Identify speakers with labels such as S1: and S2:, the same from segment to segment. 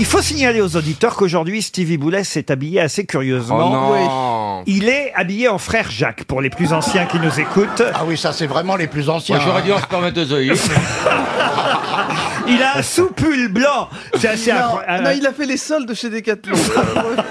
S1: Il faut signaler aux auditeurs qu'aujourd'hui, Stevie Boulet s'est habillé assez curieusement.
S2: Oh non. Oui.
S1: Il est habillé en frère Jacques, pour les plus anciens qui nous écoutent.
S3: Ah oui, ça c'est vraiment les plus anciens.
S2: Moi, j'aurais dit en spermatozoïde.
S1: Il a un soupule blanc. C'est assez
S4: Non,
S5: ah,
S1: incroyable.
S4: non, il a fait les soldes chez Decathlon.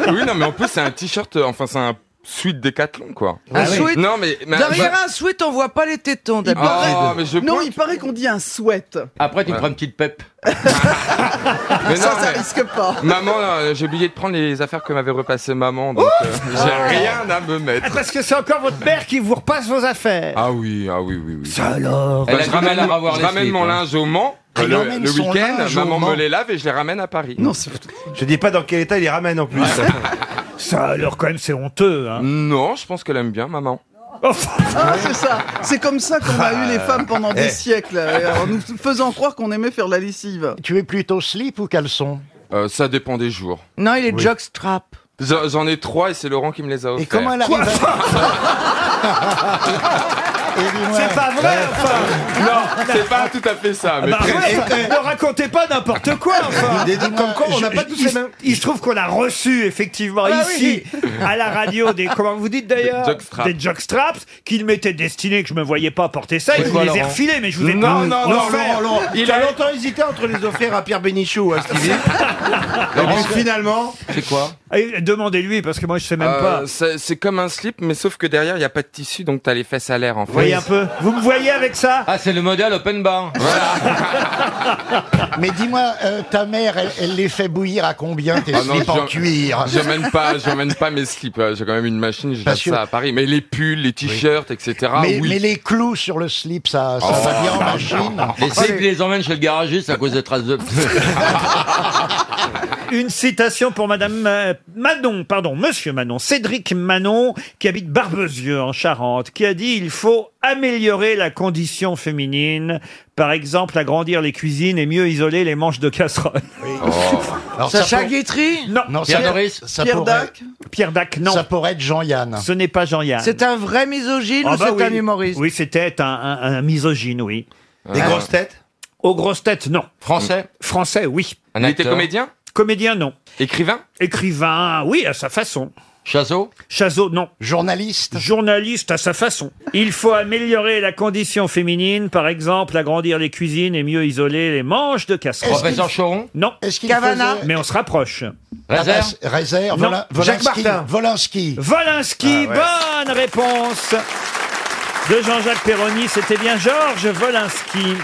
S2: oui, non, mais en plus, c'est un t-shirt, euh, enfin, c'est un suite Décathlon, quoi.
S6: Ah
S5: Ah
S4: Un sweat.
S2: Non, mais. mais- bah-
S6: Derrière un sweat, on voit pas les tétons
S4: Il
S2: Ah,
S6: d'abord.
S4: paraît-
S2: mais je
S4: non,
S2: pointe.
S4: il paraît qu'on dit un sweat.
S7: Après, tu
S2: Ouais.
S7: prends une petite pep.
S2: mais non,
S4: ça, ça
S2: mais-
S4: risque pas.
S2: Maman, euh, j'ai oublié de prendre les affaires que m'avait repassé maman, donc euh, j'ai rien à me
S1: Ah,
S2: mettre.
S1: Parce que c'est encore votre mère qui vous repasse vos affaires.
S2: Ah oui, ah oui, oui, oui.
S1: Ça alors
S2: Bah,
S7: Elle a
S2: je
S7: du mal
S2: ramène,
S7: à revoir
S2: je
S7: les
S2: ramène
S7: slips,
S2: mon
S7: hein.
S2: linge au Mans
S3: Ah, il
S2: le,
S3: emmène
S2: le
S3: son
S2: week-end,
S3: linge au
S2: maman
S3: Mans.
S2: me les lave et je les ramène à Paris.
S4: Non, c'est
S5: Je dis pas dans quel état il les ramène en plus.
S1: Ça alors quand même c'est honteux. Hein.
S2: Non, je pense qu'elle aime bien maman.
S4: ah, c'est ça. C'est comme ça qu'on a eu les femmes pendant
S3: Eh.
S4: des siècles, euh, en nous faisant croire qu'on aimait faire la lessive.
S3: Tu es plutôt slip ou caleçon
S2: Euh, ça dépend des jours.
S6: Non, il est jockstrap.
S2: J'en j'en ai trois et c'est Laurent qui me les a offerts.
S3: Et comment elle arrive à- Et dis-moi,
S1: C'est pas vrai enfin
S2: Non, c'est pas tout à fait ça. Mais
S1: Bah
S2: presque.
S1: ouais, Ne racontez pas n'importe quoi enfin
S5: Des- des- Comme quoi, on n'a
S1: Je-
S5: pas tous
S1: il,
S5: les mêmes.
S1: il se trouve qu'on a reçu effectivement
S6: Ah
S1: ici à la radio des comment vous dites d'ailleurs
S2: Des jockstraps.
S1: des jockstraps qu'il m'était destiné que je me voyais pas porter ça et
S2: C'est
S1: je vous
S2: quoi,
S1: les ai
S2: Laurent
S1: refilés mais je vous ai
S2: Non, non, non,
S1: offert.
S5: Laurent, Laurent,
S2: Il
S5: tu as
S2: a-
S5: longtemps hésité entre les offrir à Pierre Bénichou ou à Stevie. Donc finalement,
S7: C'est quoi
S1: Et Demandez-lui parce que moi je sais même
S2: Euh,
S1: pas.
S2: c'est c'est comme un slip, mais sauf que derrière, il n'y a pas de tissu, donc t'as les fesses à l'air en
S1: Vous voyez
S2: fait.
S1: un peu Vous me voyez avec ça
S7: Ah, c'est le modèle open bar.
S3: mais dis-moi, euh, ta mère, elle, elle les fait bouillir à combien tes
S2: Ah non,
S3: slips en
S2: je-
S3: cuir
S2: J'emmène pas, j'emmène pas mes slips. euh, J'ai quand même une machine, je
S3: Parce
S2: jette
S3: que-
S2: ça à Paris. Mais les pulls, les t-shirts, etc.
S1: Ah
S3: mais,
S2: oui.
S3: mais les clous sur le slip, ça, ça
S1: Oh.
S3: va bien en machine.
S7: Les slips, ils les emmènent chez le garagiste à cause des traces de.
S1: Une citation pour Madame euh, Manon, pardon, Monsieur Manon, Cédric Manon, qui habite Barbezieux en Charente, qui a dit il faut améliorer la condition féminine, par exemple agrandir les cuisines et mieux isoler les manches de casserole.
S3: Oh. Alors, ça
S6: Sacha
S3: pour-
S6: Guitry
S1: Non,
S3: non,
S7: Pierre
S3: ça-
S7: Doris
S3: ça
S4: Pierre
S3: pourrait-
S4: Dac
S1: Pierre Dac, non,
S3: ça pourrait être Jean-Yann.
S1: ce n'est pas Jean-Yann.
S6: C'est un vrai misogyne
S1: Ah
S6: ou
S1: bah
S6: c'est
S1: oui.
S6: un humoriste
S1: Oui, c'était un, un- un misogyne, oui. Euh,
S5: des grosses têtes.
S1: Aux grosses têtes, non.
S7: Français
S1: Français, oui.
S2: Il était comédien
S1: Comédien, non.
S2: Écrivain
S1: Écrivain, oui, à sa façon.
S7: Chasseau
S1: Chazot, non.
S3: Journaliste.
S1: journaliste à sa façon. Il faut améliorer la condition féminine, par exemple, agrandir les cuisines et mieux isoler les manches de casserole.
S3: Est-ce
S7: Professeur Choron
S1: Non,
S3: Est-ce qu'il
S6: Cavana
S3: faisait-
S1: mais on se rapproche.
S3: Ah bah,
S7: Réserve
S3: c'est- Réserve.
S1: Non.
S3: Volin- Ah
S5: Jacques
S3: Volinsky.
S5: Martin.
S3: Volinsky.
S7: Ah
S1: Volinsky, bonne réponse de Jean-Jacques Perroni. C'était bien Georges Volinsky.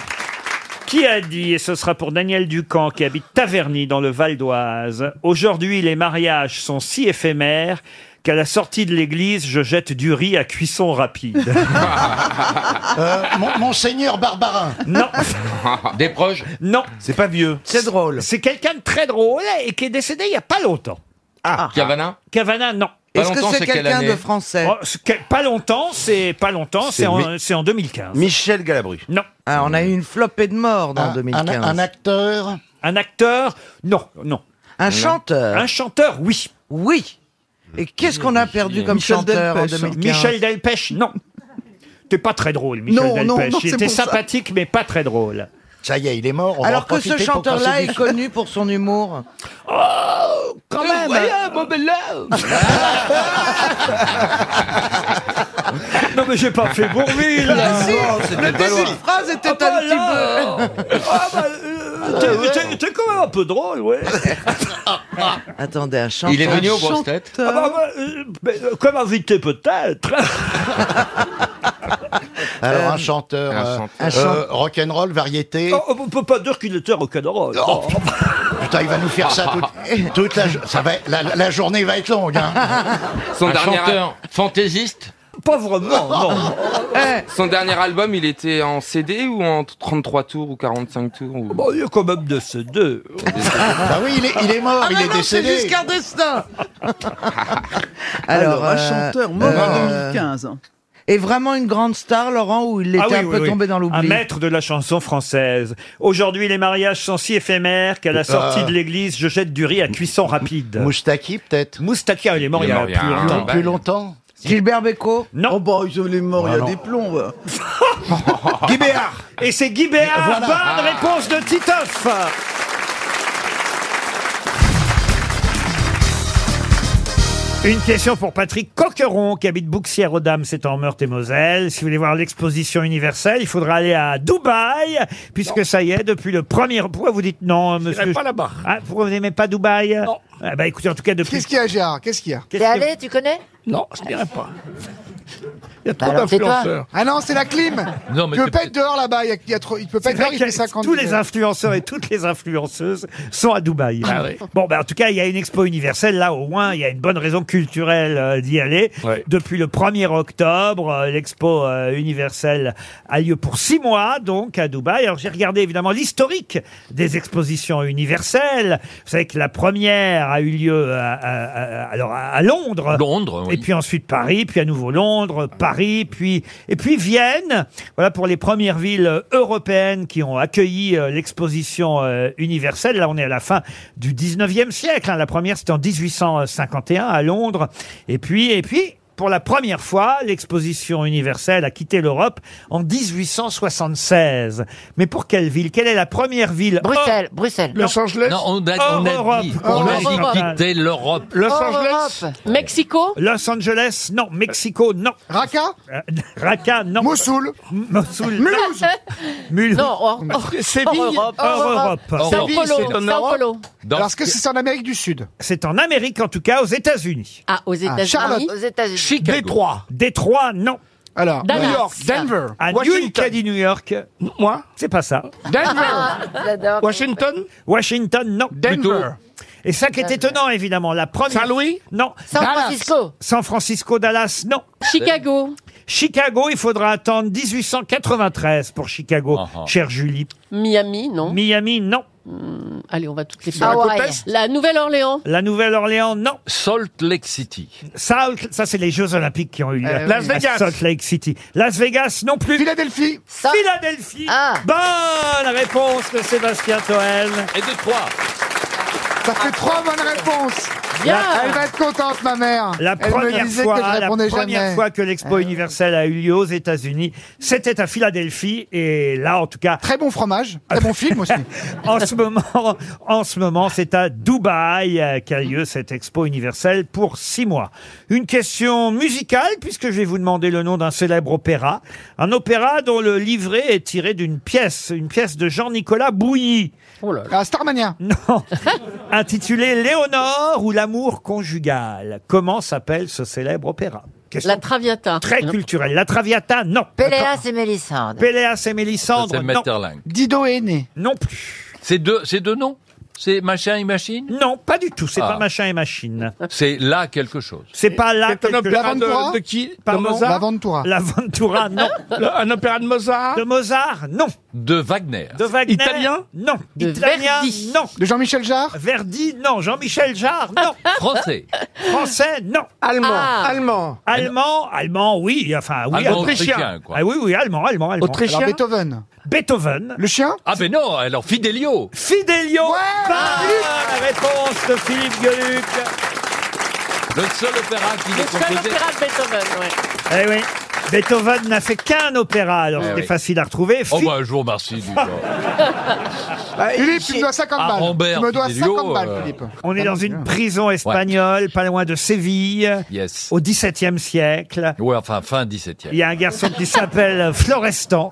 S1: Qui a dit, et ce sera pour Daniel Ducamp qui habite Taverny dans le Val d'Oise, aujourd'hui les mariages sont si éphémères qu'à la sortie de l'église, je jette du riz à cuisson rapide.
S3: Euh, mon- Monseigneur Barbarin.
S1: Non,
S7: Des proches
S1: non,
S5: C'est pas vieux.
S6: C'est drôle.
S1: C'est quelqu'un de très drôle hein, et qui est décédé il n'y a pas longtemps.
S8: Ah.
S7: Cavana
S1: Cavana, non.
S7: Hein Pas
S6: Est-ce que
S7: longtemps,
S6: c'est
S7: c'est quelle
S6: quelqu'un
S7: année
S6: de français
S1: Oh, c'est que- pas longtemps, c'est pas longtemps, c'est
S5: C'est
S1: en,
S5: mi-
S1: c'est en 2015.
S5: Michel Galabru.
S1: Non.
S6: Ah, On a eu une flopée de morts dans
S3: Un, un-
S6: 2015.
S3: un acteur.
S1: Un acteur Non, non.
S6: Un chanteur
S1: Un chanteur Oui.
S6: Oui. Et qu'est-ce qu'on a perdu comme
S4: Michel
S6: chanteur en
S4: Delpech.
S6: 2015
S1: Michel Delpech Non. T'es pas très drôle, Michel
S4: Non,
S1: Delpech.
S4: non, non,
S1: il
S4: c'est
S1: était
S4: pour ça.
S1: sympathique, mais pas très drôle.
S3: Ça y est, il est mort. on va en
S6: Alors que ce
S3: profiter pour
S6: chanteur-là
S3: passer
S6: est
S3: du-
S6: connu pour son humour.
S1: Quand même Non, mais j'ai pas fait Bourville
S6: Ah, si,
S5: c'était
S6: le
S5: pas
S6: début
S5: loin.
S6: de phrase était
S1: Ah, bah,
S6: un petit
S1: là, euh, ah, bah, euh, t'es- t'es- T'es quand même un peu drôle, ouais.
S6: peu... Attendez, un chanteur...
S7: Il est venu aux grosses têtes
S1: Ah, bah, bah, euh, mais, euh, comme invité, peut-être.
S3: Alors un chanteur.
S2: Un
S3: euh,
S2: chanteur.
S6: Un chanteur.
S3: euh, rock'n'roll, variété.
S1: Oh, on peut pas dire qu'il était rock'n'roll.
S3: Oh, Putain, il va nous faire ça toute, toute la, jo- ça va, la, la journée va être longue. Hein.
S2: Son,
S7: Un
S2: dernier al-
S7: chanteur fantaisiste
S1: Pas vraiment, non.
S9: Eh.
S2: son dernier album, il était en CD ou en 33 tours ou 45 tours ou...
S1: Bon, Bah, il est quand même de ces deux.
S3: bah oui, il est, il est mort,
S6: Ah
S3: il
S6: bah
S3: est
S6: non, c'est
S3: décédé.
S6: Giscard d'Estaing
S4: Alors, un
S6: euh,
S4: chanteur mort en
S6: euh,
S4: 2015.
S6: Et vraiment une grande star, Laurent, où il était
S1: Ah
S6: un peu tombé dans
S1: Un
S6: l'oubli.
S1: maître de la chanson française. Aujourd'hui, les mariages sont si éphémères qu'à la sortie
S3: Ah.
S1: de l'église, je jette du riz à cuisson rapide.
S3: Moustaki, peut-être.
S1: Moustakia, il est mort il y a
S2: mort il y a
S1: plus
S2: un
S1: longtemps.
S2: an.
S3: Plus longtemps.
S6: Gilbert Bécaud
S1: Non.
S4: Oh bah, il est
S1: Ah
S4: mort, il y a
S3: non.
S4: des plombs.
S5: Guy Béard.
S1: Et c'est Guy Béard.
S3: Voilà.
S1: Bonne réponse de Titoff. Une question pour Patrick Coqueron, qui habite bouxières aux dames c'est en Meurthe-et-Moselle. Si vous voulez voir l'exposition universelle, il faudra aller à Dubaï, puisque ça y est, depuis le premier... Pourquoi vous dites non, euh, monsieur
S10: pas là-bas.
S1: Ah, pourquoi vous n'aimez pas Dubaï Ah, bah écoutez, en tout cas, depuis...
S4: Qu'est-ce qu'il y a, Gérard Qu'est-ce qu'il y a
S1: Qu'est-ce
S11: T'es
S1: que-
S11: allé, tu connais
S10: Non, je dirais pas. Il y a trop
S11: Bah alors, tais-toi.
S10: d'influenceurs.
S4: Ah non, c'est la clim
S7: Non, mais
S4: Tu peux
S7: c'est
S4: pas être dehors là-bas, il, y a- il y a trop- il peut pas
S1: C'est
S4: être
S1: vrai
S4: dehors, il
S1: qu'il y a-
S4: fait 50
S1: tous les
S4: degrés.
S1: influenceurs et toutes les influenceuses sont à Dubaï.
S10: Ah oui.
S1: Bon, ben, en tout cas, il y a une expo universelle. Là, au moins, il y a une bonne raison culturelle euh, d'y aller.
S10: Ouais.
S1: Depuis le 1er octobre, euh, l'expo euh, universelle a lieu pour six mois, donc, à Dubaï. Alors, j'ai regardé, évidemment, l'historique des expositions universelles. Vous savez que la première a eu lieu euh, à, à- à- alors, à- à Londres.
S7: Londres,
S1: Et
S7: oui.
S1: puis ensuite Paris, puis à nouveau Londres, Paris, puis et puis Vienne. Voilà pour les premières villes européennes qui ont accueilli euh, l'exposition euh, universelle. Là, on est à la fin du 19e siècle. hein. La première, c'était en 1851 à Londres. Et puis et puis pour la première fois, l'exposition universelle a quitté l'Europe en 1876. Mais pour quelle ville Quelle est la première ville
S11: Bruxelles, Bruxelles.
S10: Los Angeles
S7: Non, on a,
S1: Hors
S7: on a
S1: Europe.
S7: dit,
S1: Hors
S7: on a dit
S1: Europe.
S7: quitter l'Europe.
S10: Los
S11: Hors
S10: Angeles
S11: Europe.
S12: Mexico
S1: Los Angeles Non. Mexico Non.
S4: Raqqa
S1: Euh, Raqqa Non.
S4: Mossoul
S1: Mossoul. Mulhouse. Mulhouse.
S12: Non, hors, hors- hors Europe.
S1: Hors
S11: Europe.
S1: Europe.
S7: Hors
S12: Sao
S7: Europe.
S12: Paulo,
S5: c'est en
S12: Sao
S5: Europe.
S12: Paulo.
S7: Dans-
S4: Alors, est-ce que c'est en Amérique du Sud
S1: C'est en Amérique, en tout cas, aux États-Unis.
S12: Ah, aux
S4: Charlotte.
S12: États-Unis.
S11: Aux États-Unis.
S7: Chicago.
S5: Détroit,
S1: Détroit, non.
S4: Alors,
S12: Dallas.
S5: New York, Denver,
S1: À New
S5: Washington.
S1: New York,
S5: Moi
S1: c'est pas ça.
S5: Denver,
S11: J'adore.
S5: Washington,
S1: Washington, non.
S5: Denver,
S1: Et ça qui est étonnant, évidemment. La première.
S5: Saint-Louis,
S1: Non.
S11: San
S5: Dallas.
S11: Francisco.
S1: San Francisco, Dallas, non.
S12: Chicago.
S1: Chicago, il faudra attendre 1893 pour Chicago,
S7: Ah, ah.
S1: chère Julie.
S12: Miami, non. Hmm,
S1: Miami, non.
S12: Allez, on va toutes les faire.
S11: Hawaï.
S12: La Nouvelle-Orléans.
S1: La Nouvelle-Orléans, non.
S7: Salt Lake City.
S1: Salt, ça, c'est les Jeux Olympiques qui ont eu lieu.
S4: Euh,
S5: Las
S1: à
S5: Vegas.
S1: Salt Lake City. Las Vegas, non plus.
S4: Philadelphie
S11: Ça-
S1: Philadelphie.
S11: Ah.
S1: Bonne réponse de Sébastien Toen.
S7: Et de trois.
S4: Ça fait trois bonnes réponses
S12: Bien.
S4: Elle va être contente, ma mère
S1: La
S4: Elle me
S1: première,
S4: disait
S1: fois,
S4: que je
S1: la
S4: répondais
S1: première
S4: jamais.
S1: fois que l'expo universelle a eu lieu aux États-Unis, c'était à Philadelphie. Et là, en tout cas,
S4: Très bon fromage, très bon film aussi.
S1: en ce moment, en ce moment, c'est à Dubaï euh, qu'a lieu cette expo universelle pour six mois. Une question musicale, puisque je vais vous demander le nom d'un célèbre opéra. Un opéra dont le livret est tiré d'une pièce, une pièce de Jean-Nicolas Bouilly.
S12: Oh là là.
S4: Ah, Starmania
S1: Non. Intitulé Léonore ou l'amour conjugal. Comment s'appelle ce célèbre opéra Question
S12: La Traviata.
S1: très
S12: Non.
S1: culturelle. La Traviata, non.
S11: Péléas et Mélissande.
S1: Péléas et Mélissandre,
S7: C'est
S1: non.
S7: Metterling.
S4: Dido est né.
S1: Non plus.
S7: C'est deux, c'est deux noms C'est machin et machine
S1: Non, pas du tout. C'est
S7: Ah.
S1: pas machin et machine.
S7: C'est là quelque chose.
S1: C'est pas là
S5: c'est un
S1: quelque
S5: opéra
S4: L'Aventura
S5: de, de qui De
S1: Pardon
S4: La
S5: Mozart
S4: Ventura.
S1: La Ventura, non.
S5: Le- Un opéra de Mozart
S1: De Mozart, non.
S7: De Wagner.
S1: De Wagner,
S5: Italien
S1: non.
S12: De
S1: Italien,
S12: Verdi.
S1: non.
S4: De Jean-Michel Jarre
S1: Verdi, non. Jean-Michel Jarre, non.
S7: Français.
S1: Français, non.
S5: Allemand,
S12: Ah.
S5: allemand,
S1: Allemand, allemand, oui. Enfin, oui.
S7: Allemand,
S1: allemand.
S7: autrichien, quoi.
S1: Ah oui, oui, allemand, allemand, allemand.
S4: Alors
S5: autrichien,
S4: Beethoven.
S1: Beethoven.
S4: Le chien
S7: Ah ben non, alors Fidelio.
S1: Fidelio.
S11: Ah.
S1: Bonne réponse de Philippe Gueluc.
S7: Le seul opéra qui
S12: Le
S7: est
S12: seul
S7: composé.
S12: opéra de Beethoven, ouais.
S1: Eh oui. Beethoven n'a fait qu'un opéra, alors
S7: Eh
S1: c'était
S7: oui.
S1: facile à retrouver.
S7: Oh
S1: Fi-
S7: bah, je vous remercie. du genre.
S4: Euh,
S1: Bah,
S4: Philippe, tu me dois 50
S7: Ah,
S4: balles.
S7: Rambert,
S4: tu me dois
S7: Fidelio,
S4: 50 balles,
S7: euh,
S4: Philippe.
S1: On est dans une prison espagnole, pas loin de Séville,
S7: Yes.
S1: au XVIIe siècle.
S7: Ouais, enfin, fin 17
S1: Il
S7: e
S1: y a un garçon qui s'appelle Florestan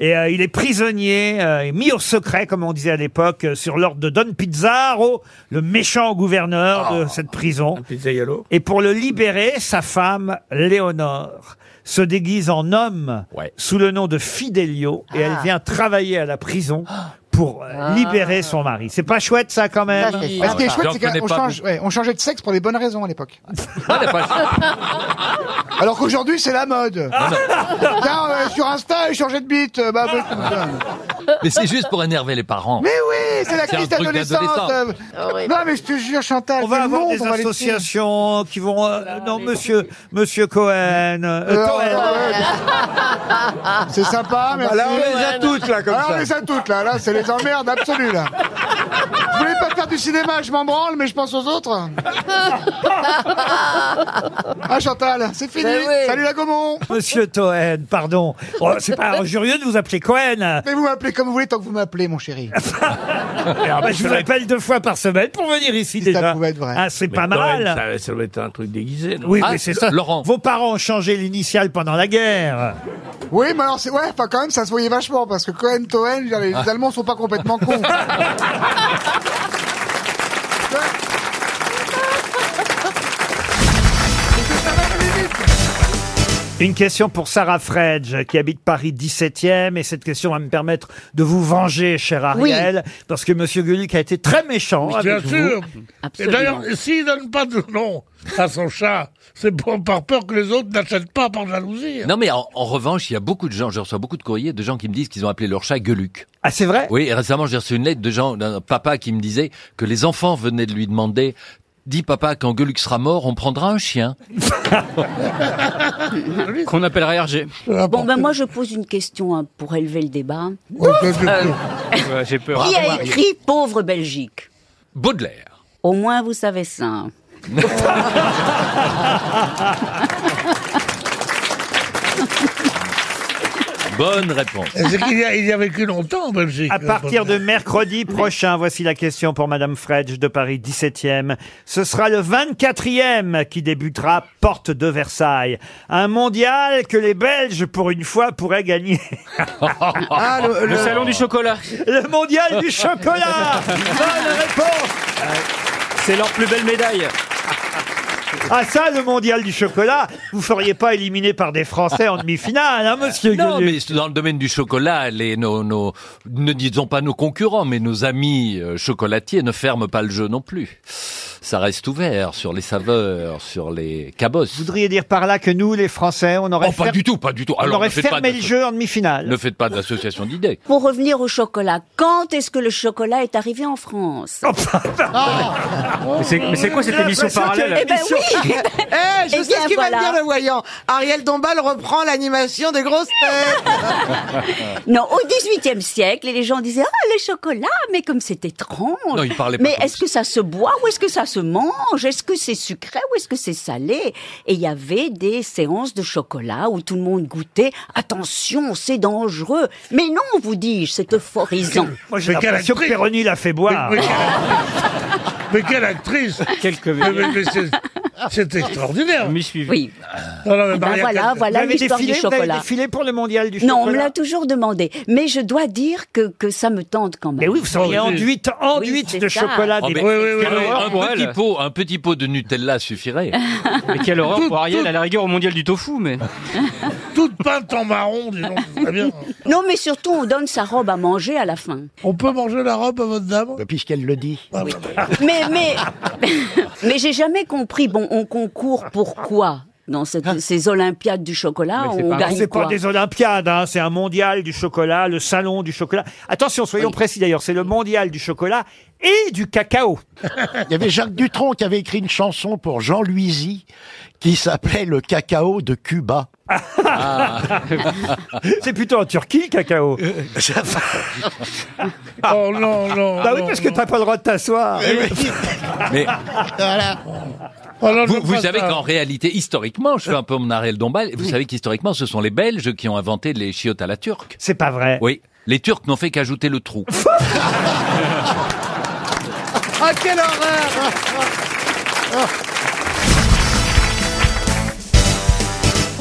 S1: et euh, il est prisonnier, euh, et mis au secret, comme on disait à l'époque, euh, sur l'ordre de Don Pizarro, le méchant gouverneur de cette prison.
S5: Pizza Yellow.
S1: Et pour le libérer, sa femme, Léonore, se déguise en homme
S7: Ouais.
S1: sous le nom de Fidelio et elle vient travailler à la prison pour euh, libérer son mari. C'est pas chouette ça quand même
S11: Ça, c'est
S4: Ah, ce qui est
S7: Ah,
S4: chouette,
S7: j'en
S4: c'est
S7: connais
S4: qu'on
S7: pas
S4: change, ouais, on changeait de sexe pour des bonnes raisons à l'époque.
S1: Ah,
S4: Ah, Alors qu'aujourd'hui, c'est la mode.
S10: Ah.
S4: Tiens, euh, sur Insta, changer de bite. euh, bah, bah,
S7: Mais c'est juste pour énerver les parents.
S4: mais oui, c'est la
S7: C'est un
S4: crise
S7: truc
S4: d'adolescence.
S7: d'adolescent.
S5: Ah
S4: euh. Non, mais je te jure, Chantal,
S1: On va
S4: quel
S1: avoir
S4: monde
S1: des
S4: on va les
S1: associations qui vont euh, non monsieur monsieur Cohen euh,
S4: tuer. Euh,
S1: Cohen.
S4: ouais,
S5: Ah.
S4: ouais. Ah, C'est sympa,
S5: bah,
S4: merci.
S5: Là, on les a toutes, là, comme
S4: Alors, on
S5: ça.
S4: les a toutes, là. Là, c'est les emmerdes absolues, là. Je voulais pas
S13: faire du cinéma, je m'en branle, mais je pense aux autres. ah, Chantal, c'est fini.
S1: Ben oui.
S13: Salut la Gaumont.
S1: Monsieur Toen, pardon. Oh, c'est pas injurieux de vous appeler Cohen.
S13: Mais vous m'appelez comme vous voulez tant que vous m'appelez, mon chéri.
S4: Ah,
S1: Alors, bah, je vous appelle deux fois par semaine pour venir ici déjà. Ah, c'est pas mal.
S10: Ça, ça doit être un truc déguisé. non Ah,
S1: Oui,
S3: Ah,
S1: mais c'est ça. Vos parents ont changé l'initiale pendant la guerre.
S13: Oui, mais alors c'est ouais, enfin quand même ça se voyait vachement parce que Cohen, Toen, les les
S10: Ah.
S13: Allemands sont pas complètement cons.
S1: Une question pour Sarah Fredge, qui habite Paris 17e, et cette question va me permettre de vous venger, cher Ariel, parce que Monsieur Gulick a été très méchant
S10: Bien
S1: Oh, avec
S10: sûr.
S1: vous.
S10: Et D'ailleurs, s'il donne pas de nom à son chat, c'est pour- par peur que les autres n'achètent pas par jalousie. hein.
S7: Non mais en, en revanche, il y a beaucoup de gens, je reçois beaucoup de courriers de gens qui me disent qu'ils ont appelé leur chat Gueuluc.
S1: Ah c'est vrai
S7: Oui, et récemment j'ai reçu une lettre de gens, d'un papa qui me disait que les enfants venaient de lui demander « Dis papa, quand Gueuluc sera mort, on prendra un chien. Qu'on appellerait Hergé.
S14: Bon, ben moi je pose une question hein, pour élever le débat.
S4: Euh,
S7: J'ai peur.
S14: Qui a écrit Pauvre Belgique
S7: Baudelaire.
S14: Au moins vous savez ça.
S7: Bonne réponse.
S10: C'est qu'il y, a- il y a vécu longtemps en Belgique. euh,
S1: À partir de mercredi prochain, voici la question pour Madame Fredge de Paris 17e. Ce sera le 24e qui débutera porte de Versailles. Un mondial que les Belges, pour une fois, pourraient gagner.
S15: Ah, le- Le le- salon du
S1: chocolat. Le mondial du chocolat. Bonne réponse. C'est leur plus belle médaille. Ah ça, le mondial du chocolat, vous feriez pas éliminer par des Français en demi-finale, hein, monsieur
S7: Non,
S1: Gueluc
S7: mais c'est dans le domaine du chocolat, les, nos, nos, ne disons pas nos concurrents, mais nos amis euh, chocolatiers ne ferment pas le jeu non plus. Ça reste ouvert sur les saveurs, sur les cabosses.
S1: Vous voudriez dire par là que nous, les Français, on aurait
S7: Oh, pas
S1: fer-
S7: du tout, pas du tout.
S1: on
S7: Alors,
S1: aurait
S7: ne faites pas
S1: fermé le
S7: d'asso-
S1: jeu en demi-finale.
S7: Ne faites pas d'association d'idées.
S14: Pour revenir au chocolat, quand est-ce que le chocolat est arrivé en France
S16: Oh,
S4: Ah.
S15: Mais c'est- mais c'est quoi cette émission parallèle
S16: Eh ben oui Eh,
S14: Eh
S16: Je sais
S14: bien,
S16: ce qu'il va
S14: voilà.
S16: me dire le voyant. Ariel Dombal reprend l'animation des grosses têtes.
S14: Non, au XVIIIe siècle, et les gens disaient Ah, le chocolat, mais comme c'est étrange
S7: Non, ils parlaient pas
S14: Mais
S7: comme
S14: est-ce que ça se boit ou est-ce que ça se mange Est-ce que c'est sucré ou est-ce que c'est salé Et il y avait des séances de chocolat où tout le monde goûtait Attention, c'est dangereux Mais non, vous dis-je, c'est euphorisant
S1: Moi, j'ai l'impression que Péroni l'a fait boire.
S10: Mais, mais quelle actrice
S15: Quelques
S10: Mais- mais- mais c'est- C'est extraordinaire. Ah,
S14: Oui.
S10: Non, non, mais
S14: Eh ben
S10: Maria
S14: voilà,
S10: Callas-
S14: voilà l'histoire du chocolat.
S1: pour le mondial du
S14: Non, on me
S1: chocolat
S14: l'a toujours demandé. Mais je dois dire que, que ça me tente quand même. Mais
S1: oui, vous seriez enduite, enduite de chocolat.
S7: Oh,
S1: des-
S7: mais- un, petit pot, un petit pot de Nutella suffirait.
S15: Mais quelle horreur pour Ariel, à
S7: la rigueur au mondial du tofu, mais...
S10: Toute peinte en marron, dis donc. Très bien.
S14: Non, mais surtout, on donne sa robe à manger à la fin.
S10: On peut manger la robe à votre dame
S11: Euh,
S3: Puisqu'elle le dit.
S16: Ah,
S14: Mais, mais, mais j'ai jamais compris. Bon, on concourt pour quoi dans
S10: Hein
S14: cette- ces Olympiades du chocolat On gagne
S1: C'est pas
S14: quoi
S1: des Olympiades, hein, c'est un mondial du chocolat, le salon du chocolat. Attention, soyons précis d'ailleurs, c'est le mondial du chocolat et du cacao.
S3: Il y avait Jacques Dutronc qui avait écrit une chanson pour Jean Luizy qui s'appelait Le cacao de Cuba.
S10: Ah.
S1: c'est plutôt en Turquie le cacao.
S10: oh non, non. Eh
S1: Bah oui, parce que t'as pas le droit de t'asseoir.
S7: Mais
S16: voilà.
S3: Oh
S7: vous, vous savez qu'en réalité, historiquement, je fais un peu mon Ariel Dombal, vous savez qu'historiquement, ce sont les Belges qui ont inventé les chiottes à la turque.
S1: C'est pas vrai.
S7: Oui. Les Turcs n'ont fait qu'ajouter le trou.
S16: Ah, quelle
S1: Ah.
S16: horreur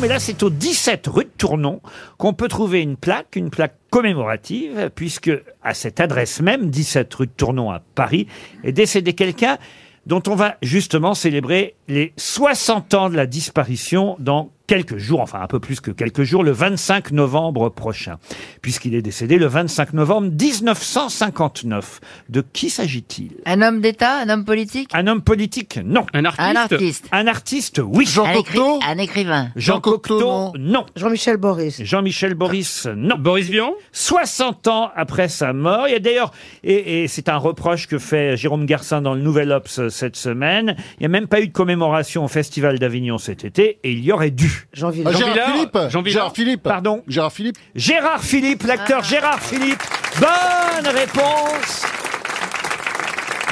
S1: Mais là, c'est au 17 rue de Tournon qu'on peut trouver une plaque, une plaque commémorative, puisque à cette adresse même, 17 rue de Tournon à Paris, est décédé quelqu'un dont on va justement célébrer les 60 ans de la disparition dans quelques jours, enfin un peu plus que quelques jours, le 25 novembre prochain, puisqu'il est décédé le 25 novembre 1959. De qui s'agit-il
S11: Un homme d'État, un homme politique
S1: Un homme politique, non. Un
S11: artiste Un artiste.
S1: Un artiste, oui.
S11: un, écri- un écrivain.
S1: Jean Cocteau, non. Jean-Michel Boris. Jean-Michel Boris, non. Boris Vian 60 ans après sa mort. Il y a d'ailleurs, et, et c'est un reproche que fait Jérôme Garcin dans le Nouvel Obs euh, cette semaine, il n'y a même pas eu de commémoration au Festival d'Avignon cet été, et il y aurait dû. Jean
S17: Villard. Jean Gérard Villard Philippe Jean Villard. Gérard
S1: Philippe. Pardon. Gérard Philippe. Gérard Philippe, l'acteur Gérard Philippe. Bonne réponse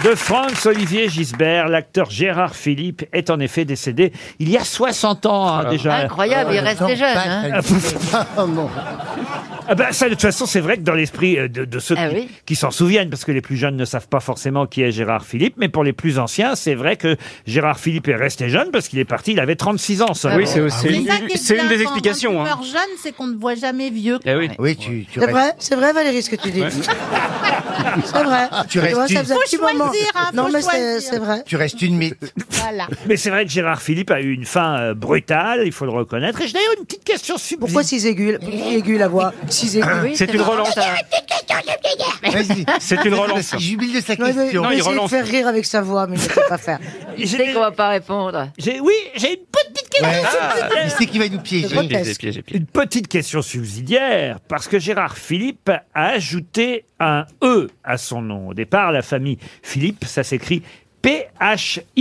S1: de Franz Olivier Gisbert. L'acteur Gérard Philippe est en effet décédé il y a 60 ans hein, déjà.
S11: Incroyable, il restait jeune. hein.
S1: Ah bah ça, de toute façon, c'est vrai que dans l'esprit euh, de, de ceux
S11: Ah
S1: qui,
S11: oui.
S1: qui s'en souviennent, parce que les plus jeunes ne savent pas forcément qui est Gérard Philippe, mais pour les plus anciens, c'est vrai que Gérard Philippe est resté jeune parce qu'il est parti, il avait 36 ans. seulement.
S15: Oui, c'est
S11: Ah
S15: aussi-
S17: C'est ça qui est bien quand- Quand
S1: hein.
S17: tu meurs jeune, c'est qu'on ne te voit jamais vieux.
S1: oui.
S16: C'est vrai, c'est vrai Valérie ce que tu dis. C'est
S12: Ah,
S16: vrai.
S3: Tu restes
S16: vois, ça
S3: une-
S16: faisait un
S17: Faut
S16: petit
S17: choisir,
S16: moment.
S17: hein,
S16: non
S17: faut
S16: mais c'est
S17: choisir.
S16: c'est vrai.
S3: Tu restes une mythe.
S17: Voilà.
S1: Mais c'est vrai que Gérard Philippe a eu une fin euh, brutale, il faut le reconnaître. Et je d'ailleurs une petite question subsidiaire. Pourquoi
S16: 6 aiguilles aiguilles la voix 6
S18: Ah,
S16: aiguilles.
S17: Oui, c'est C'est une vrai. relance.
S15: C'est une relance.
S16: Jubile de sa
S15: question. Non, il
S16: J'essaie de
S15: relance.
S16: faire rire avec sa voix, mais je ne sais pas faire.
S11: Je sais qu'on va pas répondre.
S1: Oui, j'ai une petite
S11: question.
S15: Ah.
S1: subsidiaire.
S16: qui va nous piéger.
S1: Une petite question subsidiaire, parce que Gérard Philippe a ajouté un E à son nom. Au départ, la famille Philippe, ça s'écrit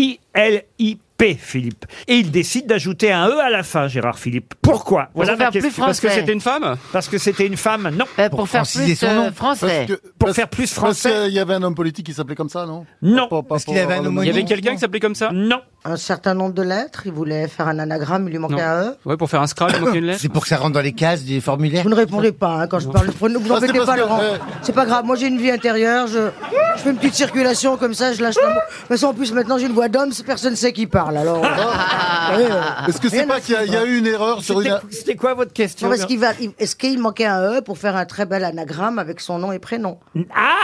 S1: P-H-I-L-I-P, Philippe. Et il décide d'ajouter un E à la fin, Gérard Philippe. Pourquoi
S15: Pour faire plus Parce que français. c'était une
S1: femme Parce que c'était une femme, non.
S11: pour Pour faire franciser plus, son nom. euh, français. Parce que-
S1: pour faire plus français.
S18: Parce qu'il y avait un homme politique qui s'appelait comme ça, non
S1: Non.
S18: Parce qu'il avait un homonyme.
S15: Il y avait quelqu'un qui s'appelait comme ça
S1: Non.
S16: Un certain nombre de lettres, il voulait faire un anagramme, il lui manquait un
S11: hein.
S16: E.
S15: Ouais, pour faire un Scrabble, il manquait une lettre.
S5: C'est pour que ça rentre dans les cases des formulaires.
S16: Vous ne répondez pas hein, quand je parle. Vous ne vous
S18: Ah,
S5: Non, c'est
S16: embêtez
S5: parce
S16: pas,
S5: que,
S16: Laurent.
S5: euh,
S16: C'est pas grave. Moi, j'ai une vie intérieure. Je, je fais une petite circulation comme ça. Je lâche la. De toute façon, en plus, maintenant, j'ai une voix d'homme. Personne ne sait qui parle. Alors. euh,
S18: Ah. Est-ce que c'est pas qu'il y a- il y a eu une erreur sur une-
S1: C'était quoi votre question
S16: est-ce qu'il va- il- est-ce qu'il manquait un E pour faire un très bel anagramme avec son nom et prénom
S1: Ah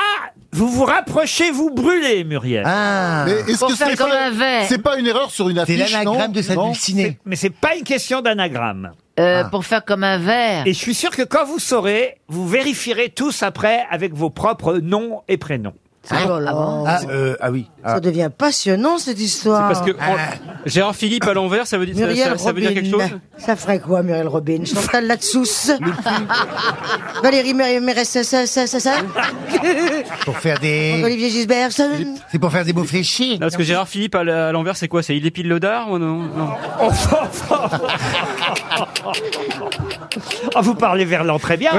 S1: Vous vous rapprochez, vous brûlez, Muriel. Ah
S18: Mais est-ce que c'est pas, c'est pas une erreur sur une affiche non Non.
S1: Mais c'est pas une question d'anagramme.
S11: Euh,
S16: Ah.
S11: Pour faire comme un verre.
S1: Et je suis sûr que quand vous saurez, vous vérifierez tous après avec vos propres noms et prénoms.
S5: Ah, euh, ah oui.
S16: Ça devient passionnant cette histoire. Ah.
S15: Parce que en- Gérard Philippe à l'envers, ça veut dire, ça, ça-
S16: Muriel
S15: ça veut dire quelque chose
S16: Robin. Ça ferait quoi, Muriel Robin Chantal Latsous Valérie Mer- Mérès, ça, ça, ça, ça, ça
S5: Pour faire des.
S16: Olivier Gisbert, ça
S5: C'est pour faire des mots fléchis.
S15: Non, parce que Gérard Philippe à la- à l'envers, c'est quoi C'est il épile le dard ou non, non.
S1: Oh, vous parlez Verlan très bien.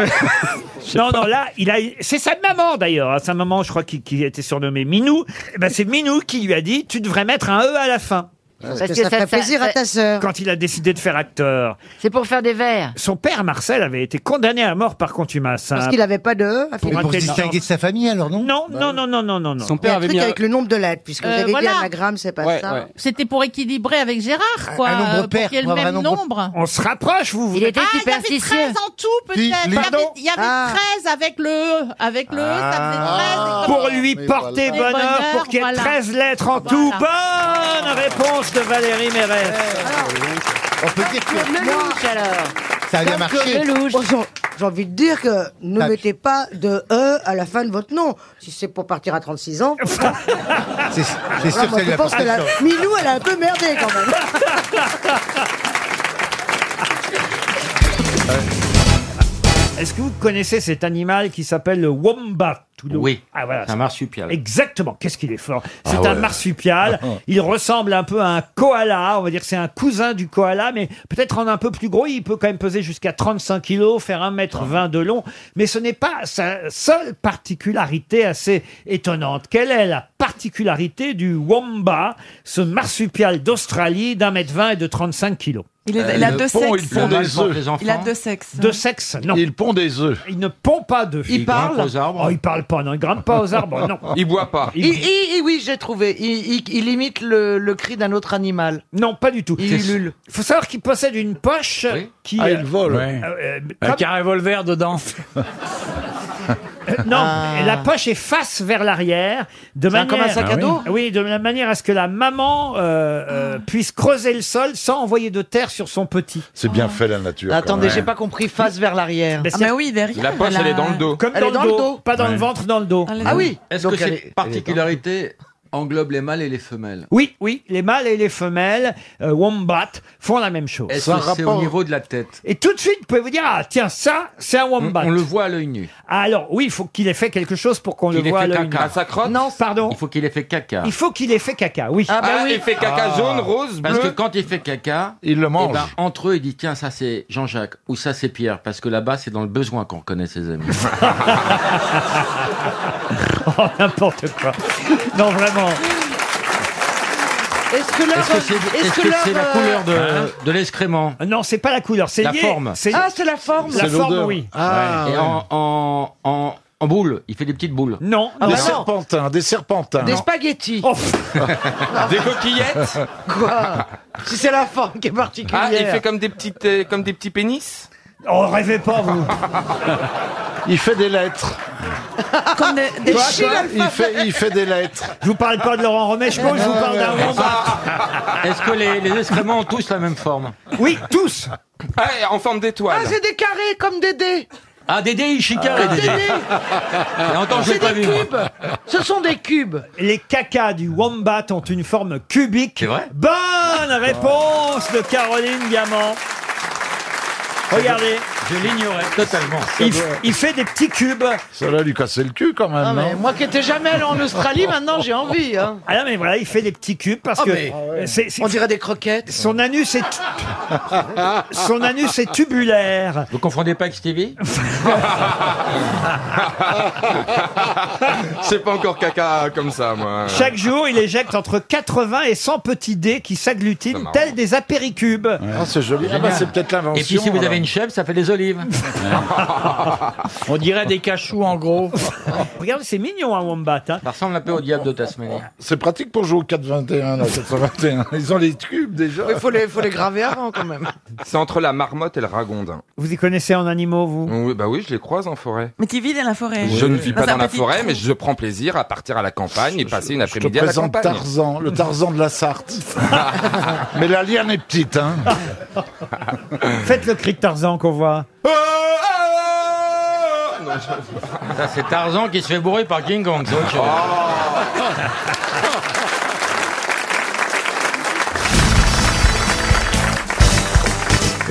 S1: non, non, là, il a. C'est sa maman d'ailleurs. hein. Sa maman, je crois, qui, qui était surnommée Minou. Eh ben, c'est Minou qui lui a dit tu devrais mettre un E à la fin.
S16: Parce Parce que que ça ça- ferait ça- plaisir à ça- ta sœur.
S1: Quand il a décidé de faire acteur.
S11: C'est pour faire des verres.
S1: Son père, Marcel, avait été condamné à mort par contumace. hein.
S16: Parce qu'il n'avait pas de E. à
S1: Pour
S16: Philippe.
S1: un téléphone.
S5: sa famille alors, non Bah
S1: Non, non, non, non, non, non, non.
S15: Son
S16: Il y a un truc avec le nombre de lettres, puisque vous
S12: Euh,
S16: avez dit
S12: voilà.
S16: anagramme, c'est pas ça.
S12: C'était pour équilibrer avec Gérard, quoi.
S16: un nombre
S12: euh,
S16: pair,
S12: pour qu'il y ait
S16: pour
S12: le
S16: avoir
S12: même
S16: un nombre-
S12: nombre. Ah,
S1: On se rapproche, vous. vous-
S12: Il était ah, superstitieux. Il y avait 13 en tout,
S1: Qui
S12: peut-être. Il y
S1: Pardon
S12: avait, il y avait
S1: Ah.
S12: 13 avec le E. Avec le E,
S16: Ah.
S12: ça faisait 13.
S1: Pour lui porter
S12: voilà.
S1: bonheur,
S12: Et
S1: pour qu'il y ait
S12: bonheur,
S1: 13 lettres en tout. Bonne réponse de Valérie Mérès.
S5: On peut dire
S16: Claude Lelouch,
S11: alors.
S5: Ça a bien
S16: Comme
S5: marché.
S16: Claude Lelouch. Oh, j'ai- J'ai envie de dire que ne mettez pas de E à la fin de votre nom. Si c'est pour partir à 36 ans.
S5: C'est c'est sûr
S16: Ah,
S5: que
S16: moi,
S5: ça lui
S16: je
S5: a
S16: pense
S5: porté
S16: que la...
S5: chance.
S16: Milou, elle a un peu merdé quand même.
S1: Est-ce que vous connaissez cet animal qui s'appelle le wombat ou le-
S5: Oui.
S1: Ah voilà.
S5: C'est un marsupial.
S1: Exactement. Qu'est-ce qu'il est fort. C'est
S5: Ah
S1: un
S5: ouais.
S1: marsupial.
S9: ah.
S1: Il ressemble un peu à un koala. On va dire que c'est un cousin du koala, mais peut-être en un peu plus gros. Il peut quand même peser jusqu'à 35 kilos, faire
S9: Ah.
S1: 1m20 de long. Mais ce n'est pas sa seule particularité assez étonnante. Quelle est la particularité du wombat, ce marsupial d'Australie d'un mètre 20 et de 35 kilos
S9: Il est- Euh, il a le deux pond, sexes. il pond Le mâle des porte œufs. les enfants. Il a deux sexes.
S1: Deux sexes, non. Il pond des œufs. Il ne pond pas d'œufs.
S9: Il Il parle grimpe aux arbres.
S1: Oh, il parle pas, non. Il grimpe pas aux arbres, non.
S2: Il boit pas.
S16: Il, il- il- oui, j'ai trouvé. Il, il- il imite le, le cri d'un autre animal.
S1: Non, pas du tout.
S16: Il ulule.
S1: Il faut savoir qu'il possède une poche euh, qui.
S15: Ah, il vole.
S1: Euh, euh,
S15: Avec un revolver dedans.
S1: euh, non, la poche est face vers l'arrière, de manière
S15: comme un sac à Ah oui. dos
S1: oui. de la manière à ce que la maman euh, euh, puisse creuser le sol sans envoyer de terre sur son petit.
S19: C'est bien fait la nature.
S16: Attendez, j'ai pas compris. Face vers l'arrière.
S1: Mais Ah, c'est- mais
S16: oui, derrière.
S19: La poche, elle est dans le dos.
S1: Comme
S16: Elle
S1: dans,
S16: est
S1: le, dos, pas dans le ventre, dans le dos.
S16: Ah oui.
S8: Est-ce
S1: Donc
S8: que
S1: elle est-
S8: cette
S1: elle est
S8: particularité englobe les mâles et les femelles
S1: Oui, oui, les mâles et les femelles euh, wombat font la même chose.
S8: Est-ce que c'est au niveau de la tête
S1: Et tout de suite, vous pouvez vous dire ah tiens ça, c'est un wombat.
S8: On le voit à l'œil nu.
S1: Ah, Alors oui, il faut qu'il ait fait quelque chose pour qu'on le
S8: Qu'il ait
S1: voit.
S8: fait
S1: à l'œil
S8: caca.
S1: nu.
S8: À sa
S1: Non, pardon.
S8: Il faut qu'il ait fait caca.
S1: Il faut qu'il ait fait caca. bah Oui.
S8: Ah, il fait caca jaune, rose, Parce que
S1: bleu.
S8: quand il fait caca,
S19: il le
S1: mange.
S8: entre eux, il dit tiens, ça c'est Jean-Jacques ou ça c'est Pierre, parce que là-bas c'est dans le besoin qu'on reconnaît ses amis.
S1: Oh, n'importe quoi. Non, vraiment.
S16: Est-ce que euh, leur...
S8: Est-ce que c'est est-ce que c'est la couleur de, de l'excrément
S1: euh, Ah Non, c'est pas la couleur, Hein c'est
S8: la
S1: lié-
S8: forme.
S1: c'est- Ah, c'est la forme. la
S8: C'est
S1: forme,
S8: l'odeur.
S1: oui.
S8: Ah,
S1: Ouais.
S8: Et en, en, en, en boule, il fait des petites boules.
S1: Non,
S8: des,
S16: bah non.
S8: serpentins, des Ah, serpentins,
S16: Des spaghettis.
S1: Oh.
S2: Des coquillettes
S16: Quoi Si c'est la forme qui est particulière.
S2: Ah, il fait comme des petites, euh, comme des petits pénis
S1: Oh, rêvez pas, vous
S18: Il fait des lettres.
S16: Comme des,
S18: Quoi, quoi il, fait, il fait des lettres. Ah,
S1: Je vous parle pas de Laurent Romeshko, je vous parle d'un wombat.
S8: Est-ce que les, les excréments ont tous la même forme
S1: Oui, tous
S2: Ah, et en forme d'étoile.
S16: Ah, c'est des carrés comme des dés.
S8: Ah, Dédé, il chicane,
S16: Ah,
S8: Dédé.
S16: Dédé.
S8: Il y a longtemps que je l'ai
S16: C'est
S8: pas
S16: des
S8: vu, moi.
S16: cubes. Ce sont des cubes.
S1: Les cacas du wombat ont une forme cubique.
S8: C'est vrai
S1: Bonne réponse de Caroline Diamant. Regardez.
S8: Je l'ignorais totalement.
S1: Il, il fait des petits cubes.
S19: Ça va lui casser le cul quand même,
S16: Ah, mais
S19: non
S16: moi qui n'étais jamais allé en Australie, maintenant j'ai envie. Hein.
S1: Ah non, mais voilà, il fait des petits cubes parce
S16: Ah,
S1: que
S16: mais-
S1: euh, c'est- c'est-
S16: On dirait des croquettes.
S1: son anus est son anus est tubulaire.
S8: Vous confondez pas avec Stevie
S2: C'est pas encore caca comme ça, moi.
S1: Chaque jour, il éjecte entre 80 et 100 petits dés qui s'agglutinent
S2: marrant.
S1: tels des apéricubes.
S18: Ah, c'est joli. Ah, bah, c'est peut-être l'invention.
S8: Et puis si vous
S18: alors.
S8: avez une chèvre, ça fait des olives.
S15: On dirait des cachous en gros.
S1: Regarde, c'est mignon un wombat. hein.
S8: Ça ressemble un peu au diable de Tasmanie.
S18: C'est pratique pour jouer au 4-21, là, 421. Ils ont les cubes déjà.
S16: Il faut les, faut les graver avant quand même.
S2: C'est entre la marmotte et le ragondin.
S1: Vous y connaissez en animaux, vous
S2: Oui, bah oui, je les croise en forêt.
S9: Mais qui vit dans la forêt.
S2: Je ne vis pas dans
S9: un
S2: la
S9: petit
S2: forêt,
S9: trou.
S2: mais je prends plaisir à partir à la campagne et passer une
S18: Je te
S2: après-midi à la
S18: présente
S2: campagne.
S18: Tarzan, le Tarzan de la Sarthe. Mais la liane est petite, hein.
S1: Faites le cri de Tarzan qu'on voit.
S8: Ça, c'est Tarzan qui se fait bourrer par King Kong. c'est autre chose.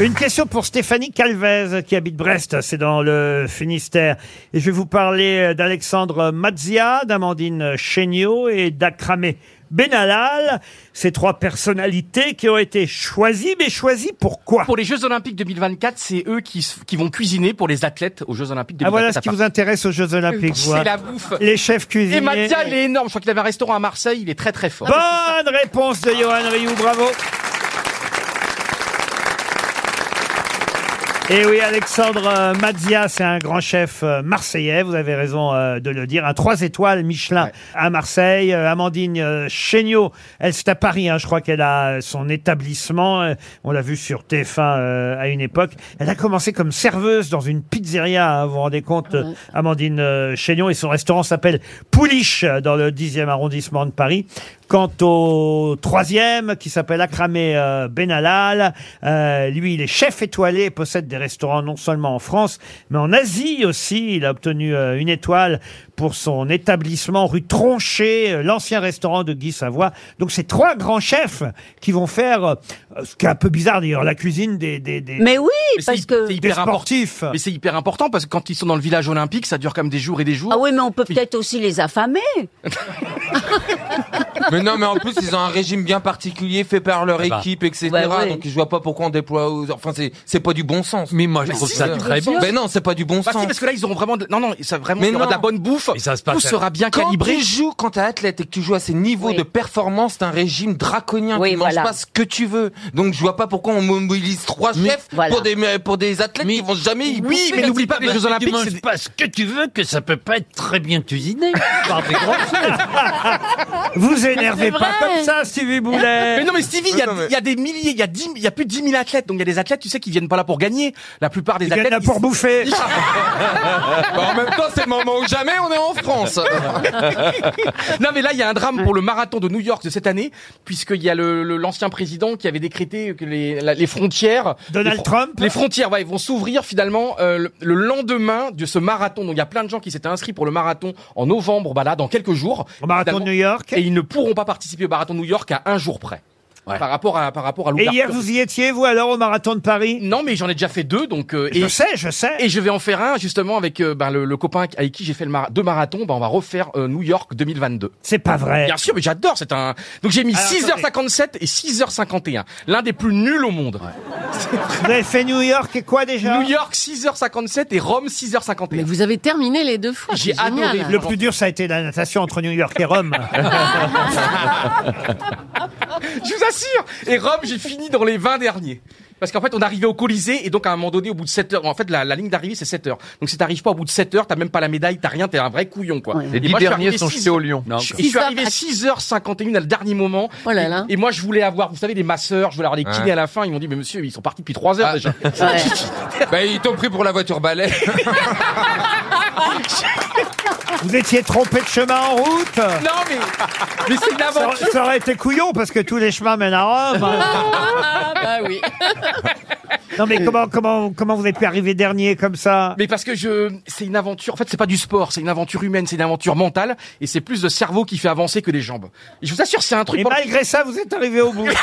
S1: Une question pour Stéphanie Calvez qui habite Brest, c'est dans le Finistère. Et je vais vous parler euh, d'Alexandre Mazzia, d'Amandine Chéniaud et d'Akramé Benalal. Ces trois personnalités qui ont été choisies, mais choisies pourquoi
S15: Pour les Jeux Olympiques 2024, c'est eux qui, s- qui vont cuisiner pour les athlètes aux Jeux Olympiques 2024.
S1: Ah voilà ce qui vous intéresse aux Jeux Olympiques. vous, hein.
S15: C'est la bouffe.
S1: Les chefs cuisiniers.
S15: Et Matia, il est énorme. Je crois qu'il avait un restaurant à Marseille. Il est très très fort.
S1: Bonne réponse de Johan Rioux, bravo. Et Eh oui, Alexandre euh, Mazzia, c'est un grand chef euh, marseillais, vous avez raison euh, de le dire. Un 3 étoiles Michelin à Marseille. Euh, Amandine euh, Chéniaud, elle, c'est à Paris, hein, je crois qu'elle a euh, son établissement. Euh, On l'a vu sur TF1 euh, à une époque. Elle a commencé comme serveuse dans une pizzeria, hein, vous vous rendez compte, euh, Amandine euh, Chéniaud. Et son restaurant s'appelle Pouliche, euh, dans le 10e arrondissement de Paris. Quant au troisième, qui s'appelle Akramé euh, Benalal, euh, lui, il est chef étoilé et possède des restaurants non seulement en France, mais en Asie aussi. Il a obtenu euh, une étoile pour son établissement rue Tronchet, euh, l'ancien restaurant de Guy Savoie. Donc, c'est trois grands chefs qui vont faire, euh, ce qui est un peu bizarre d'ailleurs, la cuisine des... des, des-
S14: Mais oui,
S15: Mais
S14: parce
S15: c'est-
S14: que...
S15: c'est
S1: des
S15: hyper important.
S1: sportifs.
S15: Mais c'est hyper important parce que quand ils sont dans le village olympique, ça dure comme des jours et des jours.
S14: Ah oui, mais on peut peut-être aussi les affamer.
S2: Mais non, mais en plus, ils ont un régime bien particulier fait par leur
S15: Eh ben.
S2: équipe, etc.
S14: Ouais, ouais.
S2: Donc, je vois pas pourquoi on déploie. aux- Enfin, c'est c'est pas du bon sens.
S15: Mais moi, je
S2: Mais
S15: trouve
S2: si,
S15: ça
S2: c'est du
S15: très
S2: bon
S15: bien.
S2: sens. Mais non, c'est pas du bon
S15: Bah, si,
S2: sens.
S15: parce que là, ils auront vraiment de... Non, non, ça, vraiment,
S2: Mais
S15: il y aura
S2: non.
S15: de la bonne bouffe.
S7: Et ça se passe
S15: Tout
S7: à-
S15: sera bien
S2: Quand
S15: calibré.
S2: tu joues, quand t'es athlète et que tu joues à ces niveaux
S14: Oui.
S2: de performance, t'as un régime draconien.
S14: Oui,
S2: tu manges
S14: voilà.
S2: pas ce que tu veux. Donc, je vois pas pourquoi on mobilise trois chefs
S14: Voilà.
S2: pour, des, euh, pour des athlètes qui vont jamais y
S15: Oui,
S2: bouffer.
S15: mais n'oublie pas que les
S7: Parce
S15: Jeux
S7: que tu
S15: Olympiques,
S7: manges
S15: c'est des-
S7: pas ce que tu veux, que ça peut pas être très bien cuisiné par des grands chefs.
S1: Vous énervez
S11: C'est
S1: pas
S11: vrai.
S1: comme ça, Stevie Boulet
S15: Mais non, mais Stevie, il y, a-
S2: Non, mais-
S15: il y a des milliers, il y, a dix- il y a plus de 10 000 athlètes. Donc il y a des athlètes, tu sais, qui viennent pas là pour gagner. La plupart des
S1: Il y en
S15: athlètes.
S1: a pour
S15: ils-
S1: bouffer. Oh.
S2: Bah, en même temps, c'est le moment où jamais on est en France.
S15: Non, mais là, il y a un drame pour le marathon de New York de cette année, puisqu'il y a le- le- l'ancien président qui avait décrété que les, la- les frontières.
S1: Donald
S15: les fron-
S1: Trump
S15: Les frontières, ouais, vont s'ouvrir finalement euh, le, le lendemain de ce marathon. Donc il y a plein de gens qui s'étaient inscrits pour le marathon en novembre, bah là, dans quelques jours.
S1: Au marathon de
S15: Finalement,
S1: New York.
S15: Et ils ne pourront pas participer au marathon de New York à un jour près. par rapport à par rapport à
S1: Et hier, vous y étiez, vous, alors, au Marathon de Paris
S15: Non, mais j'en ai déjà fait deux, donc... euh,
S1: Je sais, je sais.
S15: Et je vais en faire un, justement, avec euh, ben, le, le copain avec qui j'ai fait le mara- deux marathons. Ben, on va refaire euh, New York 2022.
S1: C'est pas vrai.
S15: Bien sûr, mais j'adore, c'est un... Donc j'ai mis
S1: Alors,
S15: 6h57 et 6h51, l'un des plus nuls au monde.
S1: Vous avez fait New York et quoi déjà
S15: New York 6h57 et Rome 6h51. Mais
S20: vous avez terminé les deux fois.
S15: J'ai
S20: Ah, c'est génial.
S15: adoré.
S1: Le plus dur, ça a été la natation entre New York et Rome.
S15: Je vous assure Et Rome, j'ai fini dans les 20 derniers. Parce qu'en fait, on arrivait au Colisée, et donc à un moment donné, au bout de 7 heures, en fait, la, la ligne d'arrivée, c'est 7 heures. Donc si t'arrives pas au bout de 7 heures, t'as même pas la médaille, t'as rien, t'es un vrai couillon, quoi.
S8: Les
S15: Et
S8: dix
S15: moi, je suis
S8: derniers
S15: arrivé
S8: sont
S15: six-
S8: jetés au lion.
S15: Je- et je suis arrivé 6h51 à le dernier moment.
S20: Oh là là.
S15: Et, et moi, je voulais avoir, vous savez, les masseurs, je voulais avoir les kinés
S8: Ouais. Ah.
S15: à la fin. Ils m'ont dit, mais monsieur, ils sont partis depuis 3 heures déjà.
S2: Ben,
S8: bah, ils t'ont pris pour la voiture balai.
S1: Vous étiez trompé de chemin en route
S15: Non, mais, mais c'est de
S1: ça,
S15: l'aventure.
S1: ça aurait été couillon parce que tous les chemins mènent à Rome.
S20: Ah, bah oui.
S1: non mais comment comment comment vous êtes pu arriver dernier comme ça
S15: Mais parce que je, c'est une aventure. En fait, c'est pas du sport, c'est une aventure humaine, c'est une aventure mentale, et c'est plus le cerveau qui fait avancer que les jambes. Et je vous assure, c'est un truc.
S1: Et malgré ça, vous êtes arrivé au bout.
S15: vous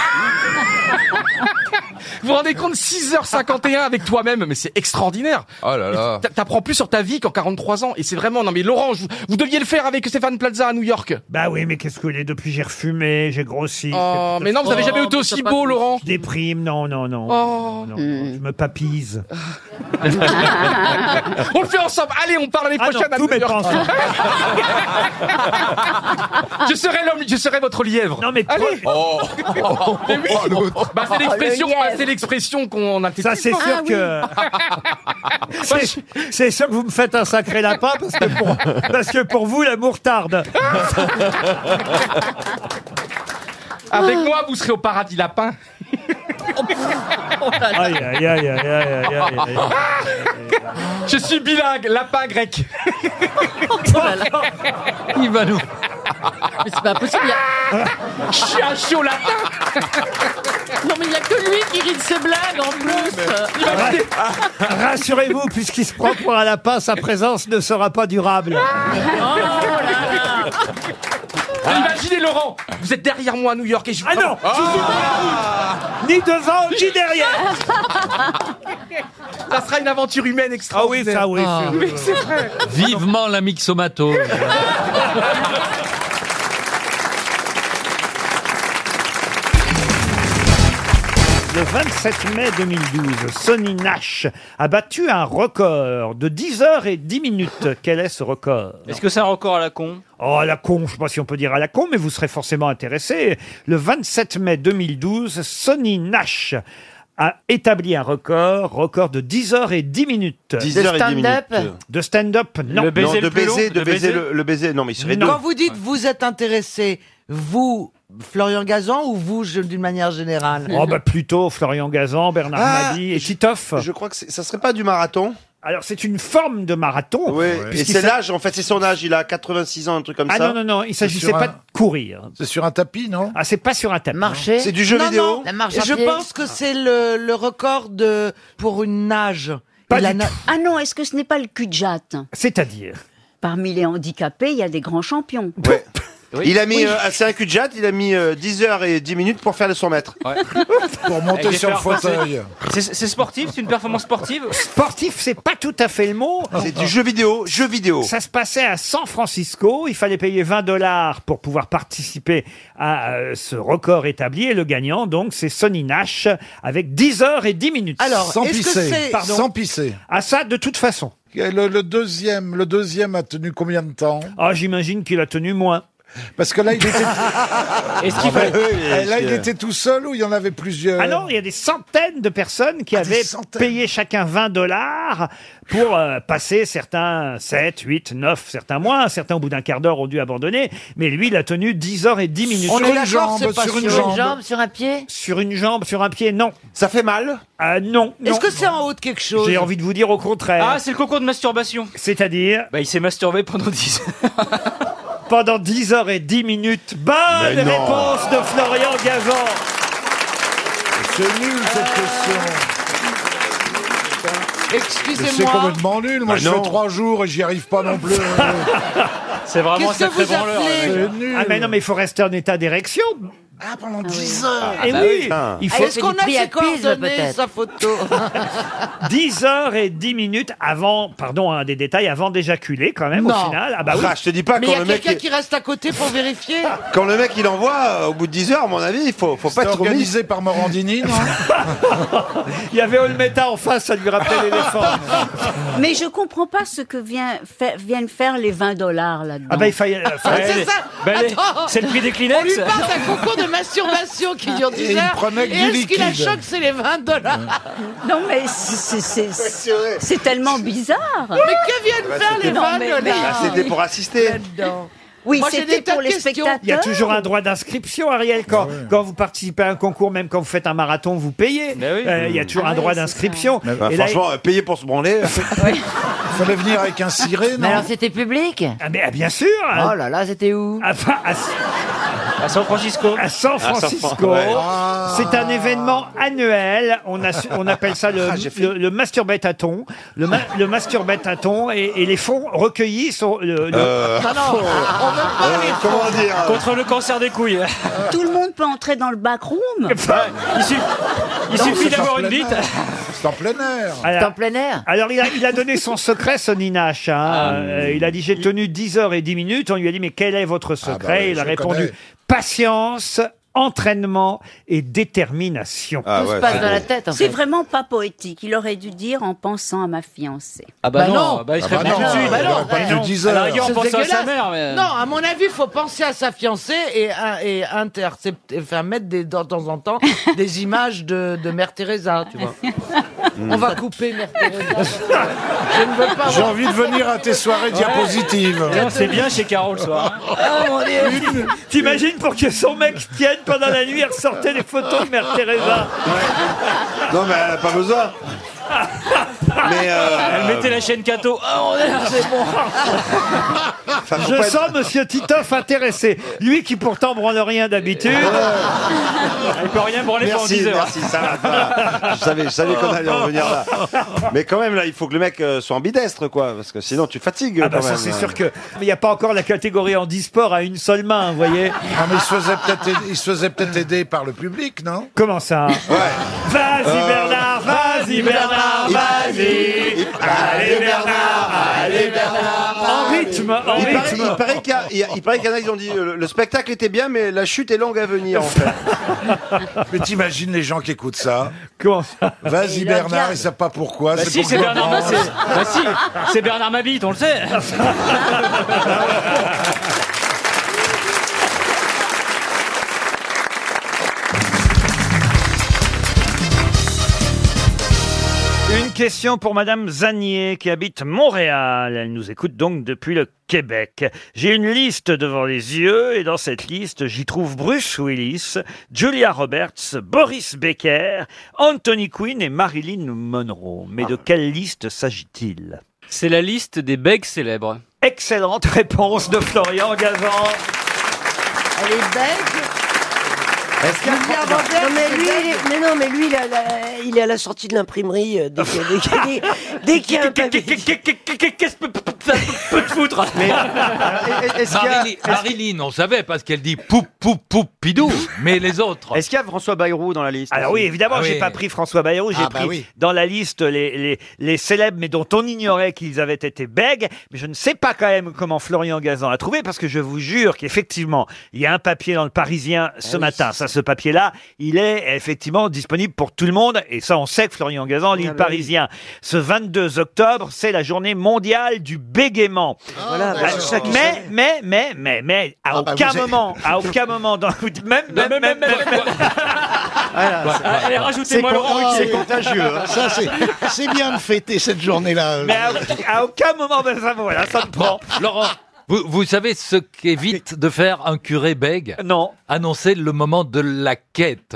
S15: vous rendez compte 6h51 avec toi-même, mais c'est extraordinaire.
S8: Oh là là.
S15: T'a- T'apprends plus sur ta vie qu'en 43 ans, et c'est vraiment. Non mais Laurent, je vous, vous deviez le faire avec Stéphane Plaza à New York.
S1: Bah oui, mais qu'est-ce que vous voulez Depuis, j'ai refumé, j'ai grossi.
S15: Oh, mais non, vous avez jamais été aussi beau, Laurent.
S1: Je déprime, non, non, non.
S15: Oh.
S1: Non, non, je me papise.
S15: Ah on le fait ensemble. Allez, on parle l'année
S1: Ah non,
S15: prochaine à
S1: tout
S15: New York.
S1: mettre ensemble.
S15: je serai l'homme, je serai votre lièvre.
S1: Non mais toi-
S15: Allez. Mais oui. Bah, c'est l'expression,
S1: Oh, le
S15: bah, c'est l'expression qu'on a.
S1: Ça, c'est sûr
S15: Ah, oui.
S1: que. C'est- C'est sûr que vous me faites un sacré lapin parce que pour, parce que pour vous, l'amour tarde.
S15: Avec moi, vous serez au paradis lapin.
S4: Oh
S1: Aïe, aïe, aïe, aïe, aïe, aïe, aïe, aïe.
S15: Je suis bilingue, lapin grec.
S4: Oh
S7: Il va nous.
S20: Mais
S4: Bah,
S20: c'est pas possible. il y a-
S15: Je suis un chiot lapin.
S20: Non, mais il y a que lui qui rit de ses blagues en plus.
S1: Ah, Rassurez-vous, puisqu'il se prend pour un lapin, sa présence ne sera pas durable.
S15: Imaginez Laurent, vous êtes derrière moi à New York et je.
S1: Ah non
S15: Je vous ouvre
S1: Ni devant, ni derrière.
S15: la- Ça sera une aventure humaine extraordinaire.
S1: Ah oui, ça, oui,
S15: Mais c'est vrai.
S7: Vivement la mixomatose.
S1: Le 27 mai 2012, Sonny Nash a battu un record de 10 heures et 10 minutes. Quel est ce record
S21: Est-ce que c'est un record à la con
S1: Oh, à la con, je ne sais pas si on peut dire à la con, mais vous serez forcément intéressé. Le 27 mai 2012, Sonny Nash a établi un record, record de 10 heures et 10 minutes.
S22: 10 heures et 10 stand-up minutes.
S1: De stand-up, non.
S22: Le baiser, de baiser, de baiser, le, le baiser. Non, mais il serait
S6: Quand
S22: deux.
S6: vous dites vous êtes intéressé, vous, Florian Gazan, ou vous, je- d'une manière générale
S1: Oh, bah plutôt Florian Gazan, Bernard
S22: Ah,
S1: Mabie et Titoff.
S22: Je crois que c'est- ça serait pas du marathon.
S1: Alors, c'est une forme de marathon.
S22: Oui. Et
S1: puisqu'il
S22: c'est
S1: s'a-
S22: l'âge, en fait, c'est son âge. Il a 86 ans, un truc comme
S1: Ah
S22: ça.
S1: non, non, non, il s'agissait
S22: sur
S1: pas
S22: un-
S1: de courir. C'est sur un tapis, non Ah, c'est pas sur un tapis.
S22: Marcher C'est du jeu
S6: Non,
S22: vidéo.
S6: non,
S22: La marche à
S6: je
S22: pied.
S6: pense que c'est le, le record de, pour une nage. Et la na-
S14: Ah non, est-ce que ce n'est pas le cul de jatte
S1: C'est-à-dire
S14: Parmi les handicapés, il y a des grands champions.
S22: Ouais. Il a mis,
S14: Oui.
S22: euh, c'est un cul de jatte, il a mis euh, 10 heures et 10 minutes pour faire les 100 mètres.
S18: Pour
S21: Eh,
S18: monter sur le fauteuil.
S21: C'est c'est sportif, c'est une performance sportive.
S1: Sportif, c'est pas tout à fait le mot.
S22: C'est du jeu vidéo, jeu vidéo.
S1: Ça se passait à San Francisco. Il fallait payer 20 dollars pour pouvoir participer à euh, ce record établi. Et le gagnant, donc, c'est Sonny Nash avec 10 heures et 10 minutes.
S6: Alors,
S18: Sans pisser.
S1: Pardon.
S18: Sans pisser.
S1: Ah, ça, de toute façon.
S18: Le, le deuxième, le deuxième a tenu combien de temps
S1: Ah, j'imagine qu'il a tenu moins.
S18: Parce que là, il était.
S21: Est-ce qu'il
S18: Ah bah
S21: faut-
S18: oui,
S21: est-ce
S18: Là,
S21: que-
S18: il était tout seul ou il y en avait plusieurs
S1: Ah non, il y a des centaines de personnes qui avaient payé chacun 20 dollars pour euh, passer certains 7, 8, 9, certains moins. Certains, au bout d'un quart d'heure, ont dû abandonner. Mais lui, il a tenu 10 heures et 10 minutes.
S11: On est d'accord, c'est pas sur une jambe, sur un pied
S1: Sur une jambe, sur un pied, non. Ça fait mal Ah Non.
S6: Est-ce
S1: non.
S6: que c'est en haut de quelque chose
S1: J'ai envie de vous dire au contraire.
S21: Ah, c'est le concours de masturbation.
S1: C'est-à-dire
S21: Bah, il s'est masturbé pendant 10
S1: Pendant 10 heures et 10 minutes. Bonne
S22: Mais non.
S1: réponse de Florian Euh, Gazan.
S18: C'est nul cette question. Mais C'est complètement nul. Moi,
S22: Bah
S18: je
S22: non.
S18: fais trois jours et j'y arrive pas non plus.
S21: C'est vraiment un sacré branleur. là, le gars.
S18: C'est nul.
S1: Ah mais non mais il faut rester en état d'érection
S5: Ah, pendant
S6: 10
S5: heures.
S3: bah
S1: Eh oui,
S3: Ah,
S1: il faut-
S6: Est-ce qu'on a ses coordonnées, sa photo
S1: 10 heures et 10 minutes avant, pardon, hein, des détails, avant d'éjaculer quand même
S6: Non.
S1: au final. Ah bah oui.
S22: Ah, je te dis pas
S6: Mais
S22: quand
S6: il y a
S22: le mec
S6: quelqu'un
S22: est-
S6: qui reste à côté pour vérifier
S22: Quand le mec il envoie, euh, au bout de 10 heures, à mon avis, il faut, faut pas être organisé
S18: par Morandini, non
S1: Il y avait Olmeta en face, ça lui rappelait l'éléphant.
S14: Mais je comprends pas ce que vient fa- viennent faire les 20 dollars là-dedans.
S10: ben,
S1: Ah bah il fallait.
S10: euh,
S1: fallait-
S14: c'est ça
S1: Bah, les-
S14: Attends
S1: c'est le prix des Kleenex.
S6: On lui parle d'un concours de masturbation qui dure 10
S14: Et il
S6: heures.
S14: promet que
S6: et
S14: du
S6: est-ce qu'il a
S14: liquide.
S6: choc, c'est les 20 dollars
S14: Non mais c'est- c'est- c'est c'est tellement bizarre.
S6: Mais que viennent
S22: Bah,
S6: faire les
S22: c'était-
S6: 20 dollars
S1: Ah,
S22: Bah, c'était pour assister.
S14: Oui,
S6: Moi, j'ai des
S14: c'était
S6: tas
S14: pour
S6: de
S14: les
S6: questions.
S14: spectateurs.
S1: Il y a toujours un droit d'inscription, Ariel. Quand, quand vous participez à un concours, même quand vous faites un marathon, vous payez.
S22: oui.
S1: Euh, il y a toujours
S22: Ah
S1: un
S22: oui,
S1: droit
S22: c'est ça.
S1: d'inscription.
S22: Bah,
S1: Et là,
S22: franchement, euh, payer pour se branler.
S18: Fallait venir avec un ciré, non
S11: Mais alors c'était public
S1: Ah, mais ah, bien sûr
S11: Oh là là, c'était où
S1: Enfin, à, Ah, San
S3: Ah,
S1: Francisco. À San Francisco.
S22: Ouais.
S1: C'est un événement annuel. On, a- on appelle ça
S22: Ah,
S1: le, le, le masturbatathon. Le, ma- le masturbatathon et, et les fonds recueillis sont. Le, le-
S22: Euh.
S1: Non, non,
S6: Ah,
S1: on veut pas les fonds.
S21: Contre le cancer des couilles.
S14: Tout le monde peut entrer dans le backroom.
S21: Il suffit, il
S1: Non,
S21: suffit
S1: c'est
S21: d'avoir
S1: en
S21: une
S1: plein
S21: bite.
S1: air.
S18: C'est en plein air.
S1: Alors-
S11: C'est en plein air
S1: Alors, il a, il a donné son secret, Sonny Nash. hein.
S18: Ah.
S1: Euh, il a dit J'ai tenu 10 heures et 10 minutes. On lui a dit Mais quel est votre secret
S18: bah oui,
S1: Il a
S18: je
S1: répondu
S18: connais.
S1: Patience, entraînement et détermination.
S18: Ah,
S22: Tout se ouais, passe c'est dans beau. la
S1: tête, en
S14: C'est
S1: fait.
S14: vraiment pas poétique. Il aurait dû dire en pensant à ma fiancée.
S21: Ah bah Bah non. non. Bah, il serait venu tout de suite. Il aurait pas
S3: bah
S21: tenu 10 heures.
S6: C'est
S21: On pensait à sa
S6: dégueulasse.
S21: mère, mais-
S6: Non, à mon avis, il faut penser à sa fiancée et, à- et intercepter, enfin, mettre des, de temps en temps des images de, de Mère Teresa, tu vois.
S1: Hmm.
S6: On va couper Mère Teresa. Je ne veux pas
S18: J'ai
S6: voir.
S18: envie de venir à tes soirées diapositives.
S21: Non, C'est bien chez Caro le soir.
S1: Une- T'imagines pour que son mec tienne pendant la nuit, il ressortait les photos de Mère Teresa.
S22: Non, mais elle a pas besoin. Mais euh,
S21: Elle mettait la chaîne Cato. Ah, on est- c'est bon.
S22: enfin, faut
S1: Je
S22: pas être-
S1: sens Monsieur Titoff intéressé. Lui qui pourtant branle rien d'habitude.
S21: Elle peut rien branler pendant
S22: Merci,
S21: 10 heures.
S22: merci, ça va, ça
S1: Ah,
S22: va. Je savais, je savais qu'on allait en venir là. Mais quand même, là, il faut que le mec euh, soit ambidestre, quoi. Parce que sinon, tu fatigues.
S1: Ah bah
S22: quand
S1: ça
S22: même.
S1: c'est sûr que il n'y a pas encore la catégorie handisport à une seule main, vous voyez.
S18: Ah, mais il se faisait peut-être aider, il se faisait peut-être aider par le public, non
S1: Comment ça Vas-y
S18: Euh,
S1: Bernard, vas-y Bernard, Ah, vas-y. Allez Bernard, allez Bernard. En rythme, en
S22: Il paraît,
S1: rythme.
S22: il paraît qu'il y a- il y a- il paraît qu'il y en a qui ont dit euh, le spectacle était bien, mais la chute est longue à venir, en fait.
S18: Mais t'imagines les gens qui écoutent ça
S1: Comment ça
S18: Vas-y
S22: Il
S18: Bernard,
S22: regarde.
S18: ils savent pas pourquoi.
S21: Bah si,
S18: pour
S21: c'est
S18: que je
S21: Bernard
S18: mange.
S21: Massé. Bah si, c'est Bernard Mabit, on le sait.
S1: Une question pour Madame Zanier qui habite Montréal. Elle nous écoute donc depuis le Québec. J'ai une liste devant les yeux et dans cette liste, j'y trouve Bruce Willis, Julia Roberts, Boris Becker, Anthony Quinn et Marilyn Monroe. Mais de quelle liste s'agit-il
S21: Ah. C'est la liste des becs célèbres.
S1: Excellente réponse de Florian Gazan.
S6: Elle est belle.
S22: Est-ce qu'il y a-
S4: Non mais lui, il est, mais non, mais lui, il est à la, il est à la sortie de l'imprimerie euh, dès qu'il y a- dès qu'il y a des- dès qu'il y a un pavé.
S21: Qu'est-ce que peut te foutre Ah.
S7: Marilyn, Marilyn, on savait parce qu'elle dit pou pou pou pidou, mais les autres.
S22: Est-ce qu'il y a François Bayrou dans la liste
S1: Alors oui, évidemment,
S7: Ah
S1: j'ai
S7: oui.
S1: pas pris François Bayrou, j'ai
S7: Ah bah
S1: pris
S7: oui.
S1: dans la liste les, les, les célèbres, mais dont on ignorait qu'ils avaient été bègues. Mais je ne sais pas quand même comment Florian Gazan a trouvé, parce que je vous jure qu'effectivement, il y a un papier dans le Parisien
S4: Ah
S1: ce matin. Ça, ce papier-là, il est effectivement disponible pour tout le monde. Et ça, on sait que Florian Gazan
S4: Ah
S1: lit le
S4: bah
S1: Parisien. Ce 22 octobre, c'est la journée mondiale du bégaiement. Euh,
S4: Voilà, bah, c'est ça qui
S1: mais, mais, mais, mais, mais, à
S4: bah,
S1: aucun
S4: vous avez-
S1: moment, à aucun moment, dans, même, même, même, même,
S22: Ah,
S21: Allez, rajoutez-moi
S3: C'est con-
S21: Laurent.
S3: ah,
S21: qui-
S3: oui, contagieux. hein. Ça, c'est, c'est bien de fêter cette journée-là.
S1: Mais à, à aucun moment, ben ça, voilà, ça me prend.
S7: Laurent, vous, vous savez ce qu'évite de faire un curé bègue
S1: Non.
S7: Annoncer le moment de la quête.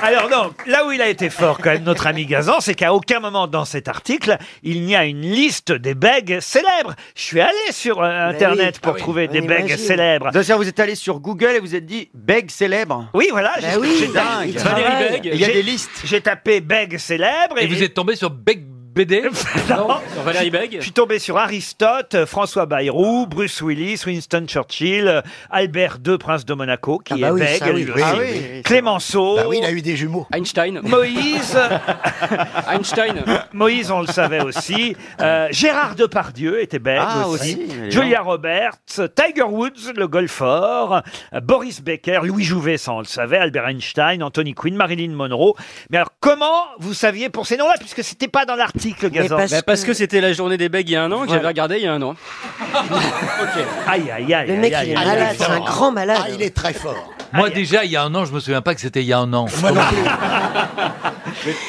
S1: Alors donc, là où il a été fort quand même, notre ami Gazan, c'est qu'à aucun moment dans cet article, il n'y a une liste des bègues célèbres. Je suis allé sur euh, Internet
S22: oui.
S1: pour
S22: Ah oui,
S1: trouver
S22: on
S1: des bègues
S22: imagine.
S1: célèbres.
S22: Donc, c'est-à-dire, vous êtes allé sur Google et vous êtes dit bègue célèbre.
S1: Oui, voilà,
S22: Bah
S1: j'ai-
S22: oui,
S1: j'ai-
S22: dingue.
S1: j'ai-
S22: Valérie Bègue. Il y a
S1: j'ai-
S22: des listes.
S1: J'ai tapé bègues célèbres.
S7: Et vous êtes tombé sur bègue
S1: BD
S15: Non, sur Valérie Beg
S1: Je suis tombé sur Aristote, euh, François Bayrou, Bruce Willis, Winston Churchill, euh, Albert II, prince de Monaco, qui
S3: Ah bah
S1: est
S3: oui,
S1: bègue,
S3: ça oui,
S1: lui
S3: oui,
S1: aussi.
S3: oui, oui.
S1: Clémenceau.
S3: Bah oui, il a eu des jumeaux.
S15: Einstein.
S1: Moïse.
S15: Einstein.
S1: Moïse, on le savait aussi. Euh, Gérard Depardieu était bègue
S15: Ah,
S1: aussi.
S15: aussi, oui.
S1: Julia Roberts, Tiger Woods, le golfeur, euh, Boris Becker, Louis Jouvet, ça on le savait, Albert Einstein, Anthony Quinn, Marilyn Monroe. Mais alors, comment vous saviez pour ces noms-là, puisque c'était pas dans l'article,
S15: Bah,
S1: Gazan
S15: Parce, que c'était la journée des bagues il y a un an, que j'avais regardé il y a un an.
S4: Ah,
S15: Ah,
S1: Aïe, aïe, aïe.
S23: Le mec,
S15: aïe,
S23: il est
S15: aïe,
S23: malade,
S15: aïe,
S23: c'est un
S15: évidemment.
S23: grand malade.
S3: Ah, il est très fort.
S7: Moi déjà, Ah, il y a un an, je me souviens pas que c'était il y a un an.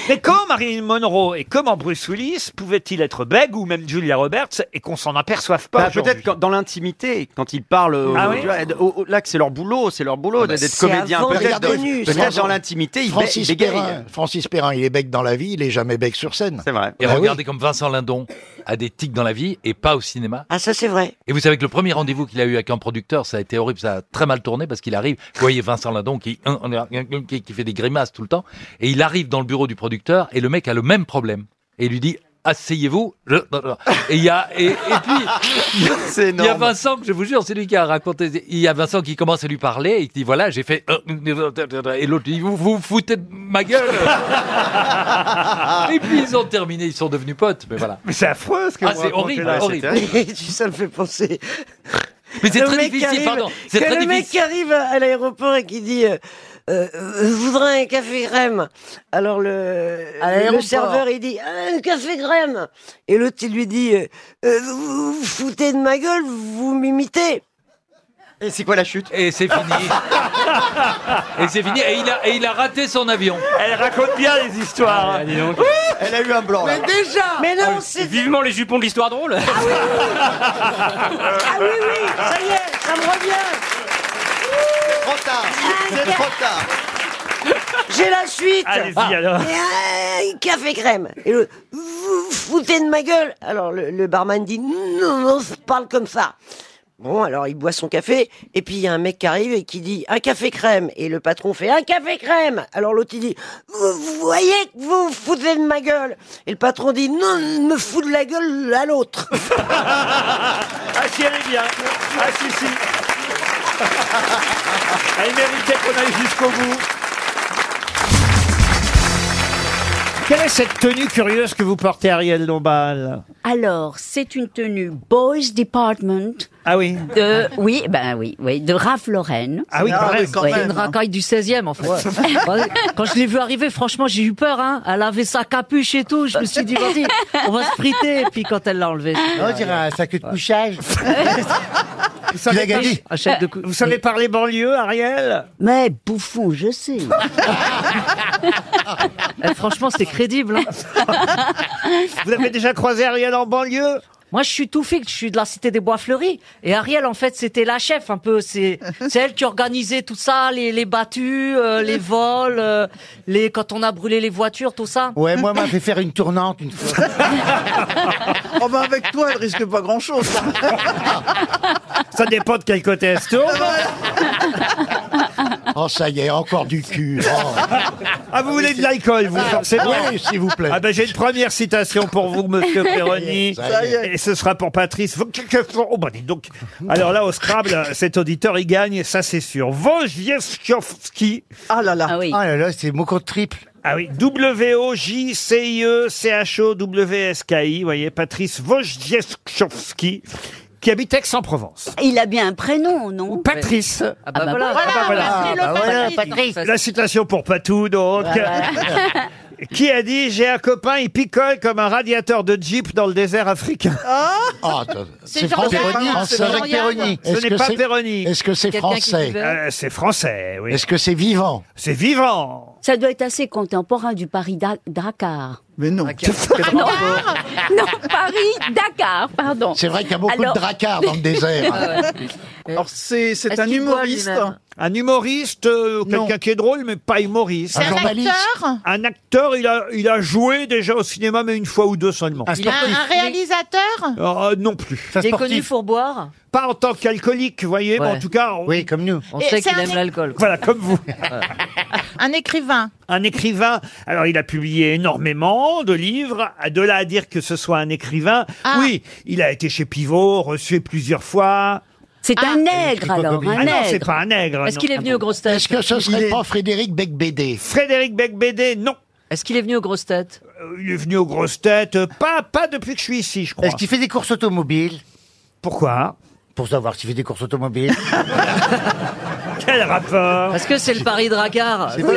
S1: Mais quand Marilyn Monroe et comment Bruce Willis pouvaient-ils être bègues ou même Julia Roberts et qu'on s'en aperçoive pas
S4: Bah, peut-être quand- dans l'intimité, quand ils parlent, euh,
S1: Ah oui
S4: tu vois, au- au- là que c'est leur boulot, c'est leur boulot
S3: bah,
S4: d'être
S3: c'est
S4: comédien.
S3: avant
S4: Peut-être
S3: d'être
S4: dans,
S3: connu,
S4: peut-être
S3: c'est avant.
S4: dans l'intimité, ils
S3: Francis,
S4: bégayent.
S3: Perrin, Francis Perrin, il est bec dans la vie, il est jamais bec sur scène.
S4: C'est vrai.
S7: Et
S3: Bah oui.
S7: regardez comme Vincent Lindon a des tics dans la vie et pas au cinéma.
S23: Ah, ça, c'est vrai.
S7: Et vous savez que le premier rendez-vous qu'il a eu avec un producteur, ça a été horrible, ça a très mal tourné parce qu'il arrive, vous voyez Vincent Lindon qui, qui qui fait des grimaces tout le temps, et il arrive dans le bureau du producteur et le mec a le même problème. Et il lui dit, asseyez-vous. Je- Et il y a, et, et puis,
S4: c'est
S7: il y a Vincent, que je vous jure, c'est lui qui a raconté, il y a Vincent qui commence à lui parler et qui dit, voilà, j'ai fait, euh, et l'autre dit, vous vous foutez de ma gueule. et puis ils ont terminé, ils sont devenus potes, mais voilà.
S1: Mais c'est affreux ce que
S7: Ah,
S1: vous
S7: c'est
S1: racontez
S7: horrible,
S1: là.
S7: horrible.
S23: ça me fait penser.
S7: Ah, Mais c'est
S23: Le
S7: très
S23: mec
S7: difficile,
S23: arrive-
S7: pardon. C'est
S23: que
S7: très
S23: le mec
S7: difficile.
S23: qui arrive à à l'aéroport et qui dit euh, euh, Je voudrais un café crème. Alors le,
S19: À
S23: le
S19: l'aéroport.
S23: serveur il dit euh, un café crème. Et l'autre il lui dit euh, Euh, vous vous foutez de ma gueule, vous m'imitez.
S4: Et c'est quoi la chute
S7: Et c'est fini. et c'est fini. Et il, a, et il a raté son avion.
S1: Elle raconte bien les histoires.
S15: Ah,
S4: Elle a eu un blanc. Ah
S23: Mais déjà Mais non, c'est.
S15: Vivement les jupons de l'histoire drôle.
S23: Ah oui, oui, ça y est, ça me revient
S4: Trop tard. C'est trop tard.
S23: J'ai la suite
S1: Allez-y, alors.
S23: Et un café crème. Et l'autre Vous vous foutez de ma gueule Alors le, le barman dit Non, non, je parle comme ça. Bon, alors il boit son café, et puis il y a un mec qui arrive et qui dit un café crème, et le patron fait un café crème. Alors l'autre il dit vous, vous voyez que vous vous foutez de ma gueule, et le patron dit non, me fous de la gueule à l'autre.
S1: Ah si, elle est bien. Ah si, si. Elle méritait qu'on aille jusqu'au bout. Quelle est cette tenue curieuse que vous portez, Ariel Dombal
S14: Alors, c'est une tenue Boys Department.
S1: Ah oui.
S14: De, oui, ben oui, oui, de Ralph Lauren.
S1: Ah oui, Ah pareil, oui, quand
S14: Ouais.
S1: même,
S13: Une racaille du 16e, en fait. hein. Ouais. Quand je l'ai vu arriver, franchement, j'ai eu peur. Hein. Elle avait sa capuche et tout. Je me suis dit, vas-y, on va se friter. Et puis quand elle l'a enlevé,
S11: On dirait un sac de couchage.
S1: Vous savez,
S11: Il a gagné.
S1: par- vous savez parler banlieue, Ariel
S13: Mais bouffon, je sais. Eh, franchement, c'est crédible. hein.
S1: Vous avez déjà croisé Ariel en banlieue
S13: moi, je suis tout fixe, je suis de la cité des Bois Fleuris. Et Ariel, en fait, c'était la chef un peu. C'est c'est elle qui organisait tout ça, les, les battues, euh, les vols, euh, les quand on a brûlé les voitures, tout ça.
S11: Ouais, moi, on m'a fait faire une tournante une fois.
S24: Oh bah avec toi, elle risque pas grand chose.
S1: Ça dépend de quel côté elle se tourne.
S3: Oh, ça y est, encore du cul. Oh. Ah,
S1: Ah, vous voulez de l'alcool, vous, forcément
S3: Oui, s'il vous plaît.
S1: Ah ben j'ai une première citation pour vous, monsieur Perroni.
S3: Ça y
S1: Et ce sera pour Patrice. Oh bah dites donc. Alors là, au Scrabble, cet auditeur, il gagne, ça c'est sûr. Wojciechowski.
S24: Ah là là.
S13: Ah oui.
S11: Ah là là, c'est mon compte triple.
S1: Ah oui, E W-O-J-C-I-E-C-H-O-W-S-K-I, vous voyez, Patrice Wojciechowski, qui habite Aix-en-Provence.
S14: Il a bien un prénom, non
S1: Patrice.
S13: Ah bah voilà,
S1: ah bah voilà.
S13: c'est le
S1: Ah bah
S13: Patrice.
S1: La citation pour Patou, donc. Qui a dit J'ai un copain, il picole comme un radiateur de Jeep dans le désert africain.
S3: Ah, attends,
S12: C'est
S3: Fran-
S12: Jean-Yann,
S3: Perroni,
S12: c'est
S3: français.
S12: Jean-Yann. Perroni.
S1: Ce
S3: Est-ce
S1: n'est
S3: que
S1: pas
S3: c'est-
S1: Péroni.
S3: Est-ce que c'est
S13: Quelqu'un qui
S3: français
S13: veut.
S1: Euh, c'est français, oui.
S3: Est-ce que c'est vivant
S1: C'est vivant.
S14: Ça doit être assez contemporain du Paris-Dakar.
S24: Mais non.
S14: Ah non, Paris-Dakar, pardon.
S3: C'est vrai qu'il y a beaucoup
S14: Alors- Ah
S3: de dracards dans le désert.
S24: Alors c'est c'est
S13: Est-ce
S24: un
S13: qu'il boit
S24: humoriste.
S13: lui-même
S1: Un humoriste, euh, quelqu'un qui est drôle, mais pas humoriste.
S12: C'est un acteur
S1: Un acteur, il a, il a joué déjà au cinéma, mais une fois ou deux seulement.
S11: Un
S12: Un,
S11: sportif.
S1: Oh,
S12: un réalisateur
S1: Euh, non plus.
S11: Ça
S13: Il est connu pour boire.
S1: Pas en tant qu'alcoolique, vous voyez, mais en
S23: Ouais.
S1: tout cas. Oui, comme nous.
S23: On Et sait c'est qu'il un aime é- l'alcool, quoi.
S1: Voilà, comme vous.
S12: Un écrivain.
S1: Un écrivain. Alors, il a publié énormément de livres. À- De là à dire que ce soit un écrivain. Oui, il a été chez Pivot, reçu plusieurs fois.
S14: C'est un nègre, alors, un
S1: ah non, c'est
S14: nègre.
S1: pas un nègre.
S13: Est-ce
S1: non.
S13: qu'il est venu aux grosses têtes
S1: Est-ce que ce serait Il est- pas
S13: Frédéric Becbédé
S1: Frédéric Becbédé, non.
S13: Est-ce qu'il est venu aux grosses têtes
S1: Euh, Il est venu aux grosses têtes, euh, pas, pas depuis que je suis ici, je crois.
S23: Est-ce qu'il fait des courses automobiles
S1: Pourquoi
S23: Pour savoir s'il fait des courses automobiles.
S1: Quel rapport
S13: Parce que c'est le Paris
S16: Ah,
S13: Dracar.
S23: C'est pas-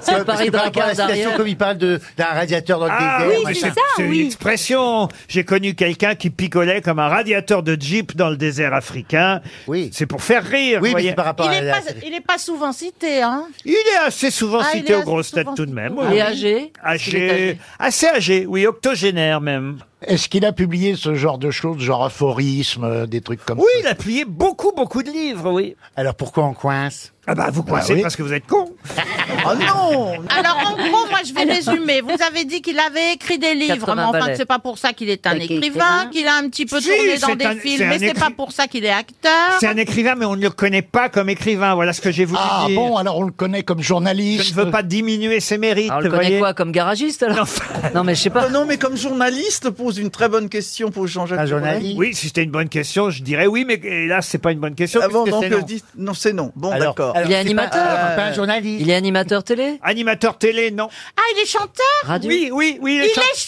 S13: C'est le
S23: parce que
S13: Paris
S23: par rapport à
S13: Dracar
S23: la citation,
S13: derrière.
S23: comme il parle de- d'un radiateur dans le
S1: Ah
S23: désert.
S1: mais
S23: machin.
S1: c'est une expression. J'ai connu quelqu'un qui picolait comme un radiateur de Jeep dans le désert africain. Oui. C'est pour faire
S23: Oui,
S1: rire. vous
S23: mais
S1: voyez.
S23: c'est par rapport
S12: Il n'est pas, il est pas souvent cité, hein
S1: Il est assez souvent
S12: Ah, il
S1: cité
S12: est
S1: aux
S12: assez
S1: grosses têtes
S12: souvent
S1: tout de même.
S12: cité.
S1: oui, oui.
S12: Et âgé
S3: Est-ce qu'il est
S1: Âgé.
S3: âgé
S1: Assez âgé, oui, octogénaire même.
S3: Est-ce qu'il a publié ce genre de choses, genre aphorisme, euh, des trucs comme
S1: Oui, il a publié beaucoup, beaucoup de livres, oui.
S23: Alors pourquoi on coince
S1: Ah bah vous coincez parce que vous êtes con. Ah
S23: oh non
S12: Alors, en gros, moi, je vais résumer. Vous avez dit qu'il avait écrit des livres,
S1: 80
S12: mais enfin,
S1: ballets.
S12: c'est pas pour ça qu'il est un
S1: Avec
S12: écrivain,
S1: écrivain.
S12: qu'il a un petit peu
S1: Si,
S12: tourné dans
S1: c'est
S12: des
S1: un- c'est
S12: films,
S1: un
S12: mais c'est
S1: écri-
S12: pas pour ça qu'il est acteur.
S1: C'est un écrivain, mais on ne le connaît pas comme écrivain. Voilà ce que j'ai voulu
S3: Ah
S1: dire.
S3: bon, alors on le connaît comme journaliste.
S1: Je ne veux pas diminuer ses mérites.
S13: Alors, on le
S1: vous
S13: connaît
S1: voyez.
S13: quoi Comme garagiste, alors Non, mais je sais pas.
S25: Non, mais comme journaliste, pose une très bonne question pour Jean-Jacques. Perroni.
S1: Oui, si c'était une bonne question, je dirais oui, mais hélas, c'est pas une bonne question.
S25: Ah bon,
S1: puisque
S25: donc
S1: c'est
S25: le
S1: non.
S25: dis- non, c'est non. Bon,
S1: Alors-
S25: d'accord.
S1: alors,
S13: Il est
S1: c'est pas-
S13: animateur.
S1: euh, pas un
S13: journaliste. Il est animateur télé
S1: Animateur télé, non.
S12: Ah, il est chanteur
S13: Radio
S1: Oui, oui, oui.
S12: Il
S1: chan-
S12: est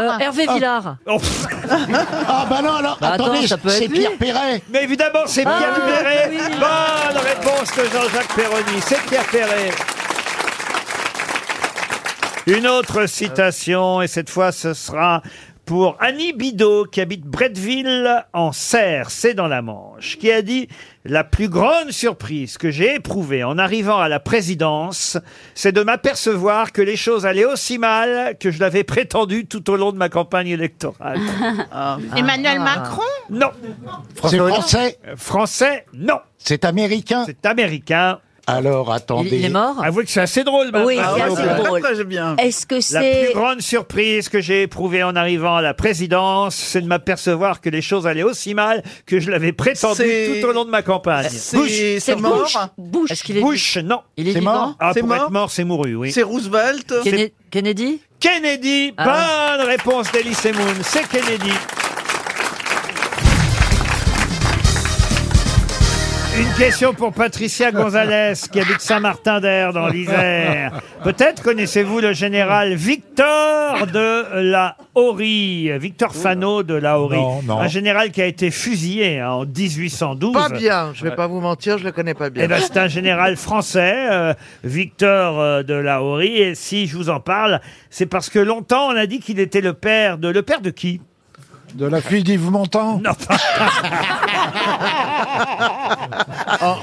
S12: chanteur
S13: Euh, Hervé Villard.
S1: Oh,
S3: Ah bah non, alors
S13: Bah attends,
S3: attendez,
S13: ça peut
S3: c'est
S13: être lui.
S3: Pierre Perret.
S1: Mais évidemment, c'est
S3: Ah,
S1: Pierre Perret.
S3: oui.
S1: Bonne réponse de Jean-Jacques Perroni. C'est Pierre Perret. Une autre citation, et cette fois, ce sera pour Annie Bidot, qui habite Bretteville, en Serre, c'est dans la Manche, qui a dit « La plus grande surprise que j'ai éprouvée en arrivant à la présidence, c'est de m'apercevoir que les choses allaient aussi mal que je l'avais prétendu tout au long de ma campagne électorale.
S12: Ah. Emmanuel Macron »
S1: Non.
S3: C'est français
S1: Euh, Français, non.
S3: C'est américain
S1: C'est américain.
S3: Alors attendez.
S1: Avouez que Ah, c'est assez drôle. maintenant.
S14: Oui, c'est assez drôle.
S25: Très, très bien.
S14: Est-ce que
S1: La
S14: c'est...
S1: plus grande surprise que j'ai éprouvée en arrivant à la présidence, c'est de m'apercevoir que les choses allaient aussi mal que je l'avais prétendu
S25: C'est-
S1: tout au long de ma campagne.
S25: C'est-
S1: Bush,
S25: c'est
S14: C'est
S25: mort
S14: Bush Bush.
S13: Est-ce qu'il est
S1: Bush, non.
S13: Il est
S25: C'est
S13: vivant
S25: mort
S1: Ah,
S25: C'est
S1: pour
S25: mort
S1: être mort, c'est mouru, oui.
S25: C'est Roosevelt
S13: Kenne- Kennedy
S1: Kennedy.
S13: Ah.
S1: Bonne réponse d'Elie Moon. C'est Kennedy. Une question pour Patricia Gonzalez, qui habite Saint-Martin-d'Air, dans l'Isère. Peut-être connaissez-vous le général Victor de la Horie, Victor Fano de la Horie.
S23: Non, non.
S1: Un général qui a été fusillé hein, en 1812.
S6: Pas bien, je vais
S1: Ouais.
S6: pas vous mentir, je le connais pas bien.
S1: Eh ben, c'est un général français, euh, Victor euh, de la Horie. Et si je vous en parle, c'est parce que longtemps, on a dit qu'il était le père de... Le père de qui
S23: De la fille d'Yves Montand
S1: Non.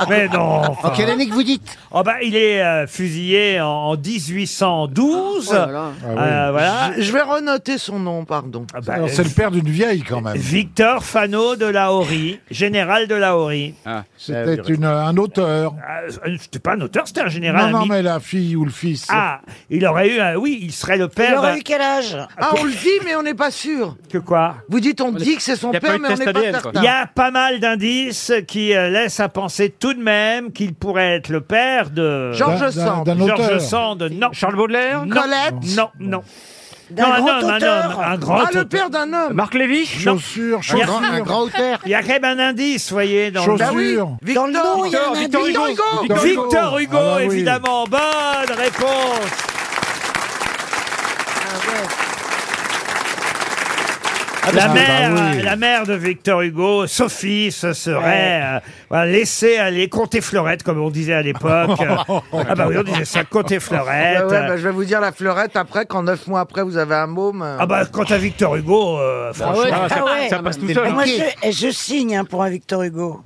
S1: Mais non enfin.
S23: En Oh. quelle année que vous dites
S1: Oh bah, il est euh, fusillé en 1812.
S6: Oh là là.
S23: Ah
S1: Euh, voilà.
S6: Je, je vais renoter son nom, pardon.
S1: Ah bah,
S18: Alors, c'est le père d'une vieille quand
S1: Ah,
S18: même.
S1: Victor Fano de la Horie, général de la Horie.
S23: Ah,
S18: C'était une- un auteur.
S1: Ah, euh, c'était pas un auteur, c'était un
S18: Non,
S1: général.
S18: non,
S1: ami.
S18: mais la fille ou le fils.
S1: Ah, il aurait eu, un- oui, il serait le père.
S4: Il aurait
S1: d'un-
S4: eu quel âge
S6: Ah, on le dit, mais on n'est pas sûr.
S1: Que quoi
S6: Vous dites, on dit que c'est son
S21: y a pas eu
S6: père,
S21: de
S6: mais on
S21: test
S6: n'est pas
S21: ADN, quoi.
S6: certain.
S1: Il y a pas mal d'indices qui euh, laissent à penser tout de même qu'il pourrait être le père de.
S6: Georges
S18: D'un- d'un-
S6: Sand.
S18: d'un
S1: Georges
S18: auteur.
S1: Sand, non.
S21: Charles Baudelaire
S1: Non,
S6: Colette
S1: non, non.
S4: D'un
S1: Non, un
S4: grand
S1: homme, un
S4: auteur
S1: homme, un grand
S6: Ah, le
S1: auteur.
S6: père d'un homme.
S21: Marc Lévy
S1: Non.
S18: Chaussures,
S1: Il y a-
S18: chaussures,
S23: Un grand auteur
S1: Il y a quand même un indice, voyez. Dans
S18: chaussures.
S6: Bah oui,
S4: Dans le nom, il y a un
S21: Victor
S4: indice.
S21: Hugo.
S18: Victor Hugo.
S1: Victor Hugo,
S18: Ah bah oui.
S1: évidemment. Bonne réponse. Ah, La
S18: bah
S1: mère,
S18: oui.
S1: la mère de Victor Hugo, Sophie, se serait euh, voilà, laissée aller compter fleurette, comme on disait à l'époque. ah bah oui, on disait ça, compter fleurette.
S6: Bah ouais, bah, je vais vous dire la fleurette après, quand neuf mois après vous avez un môme. euh,
S1: Ah bah quant à Victor Hugo, euh, franchement,
S21: ça,
S4: Ah ouais.
S21: ça passe tout seul.
S4: Moi, je, je signe hein, pour un Victor Hugo.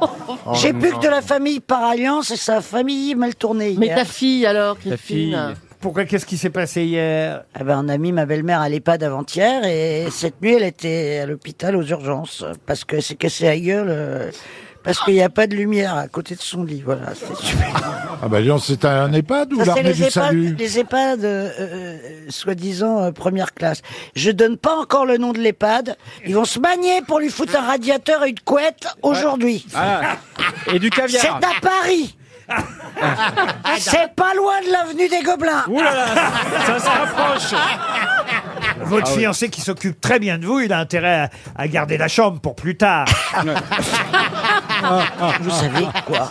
S1: Oh
S4: J'ai plus que de la famille par alliance et sa famille mal tournée.
S12: Mais
S4: hier.
S12: ta fille, alors, Christine
S21: fille.
S1: pourquoi qu'est-ce qui s'est passé
S23: Euh,
S1: hier
S23: eh
S4: Ah ben, on a mis ma belle-mère à l'EHPAD avant-hier et cette nuit, elle était à l'hôpital aux urgences parce que c'est cassé la gueule euh,
S23: Parce qu'il n'y a pas de lumière à côté de son lit, voilà, c'est super.
S18: Ah bah dis donc, c'est un EHPAD ou
S23: Ça, c'est
S18: l'armée
S23: les E
S18: du
S23: EHPAD,
S18: salut
S23: les EHPAD, euh, euh, euh, soi-disant euh, première classe. Je donne pas encore le nom de l'EHPAD. Ils vont se manier pour lui foutre un radiateur et une couette aujourd'hui.
S20: Ah. Et du caviar. Ah.
S23: C'est à Paris. C'est pas loin de l'avenue des Gobelins.
S1: ça se rapproche. Ah Votre
S4: Ah
S1: fiancé qui s'occupe très bien de vous, il a intérêt à, à garder la chambre pour plus tard.
S23: Vous savez quoi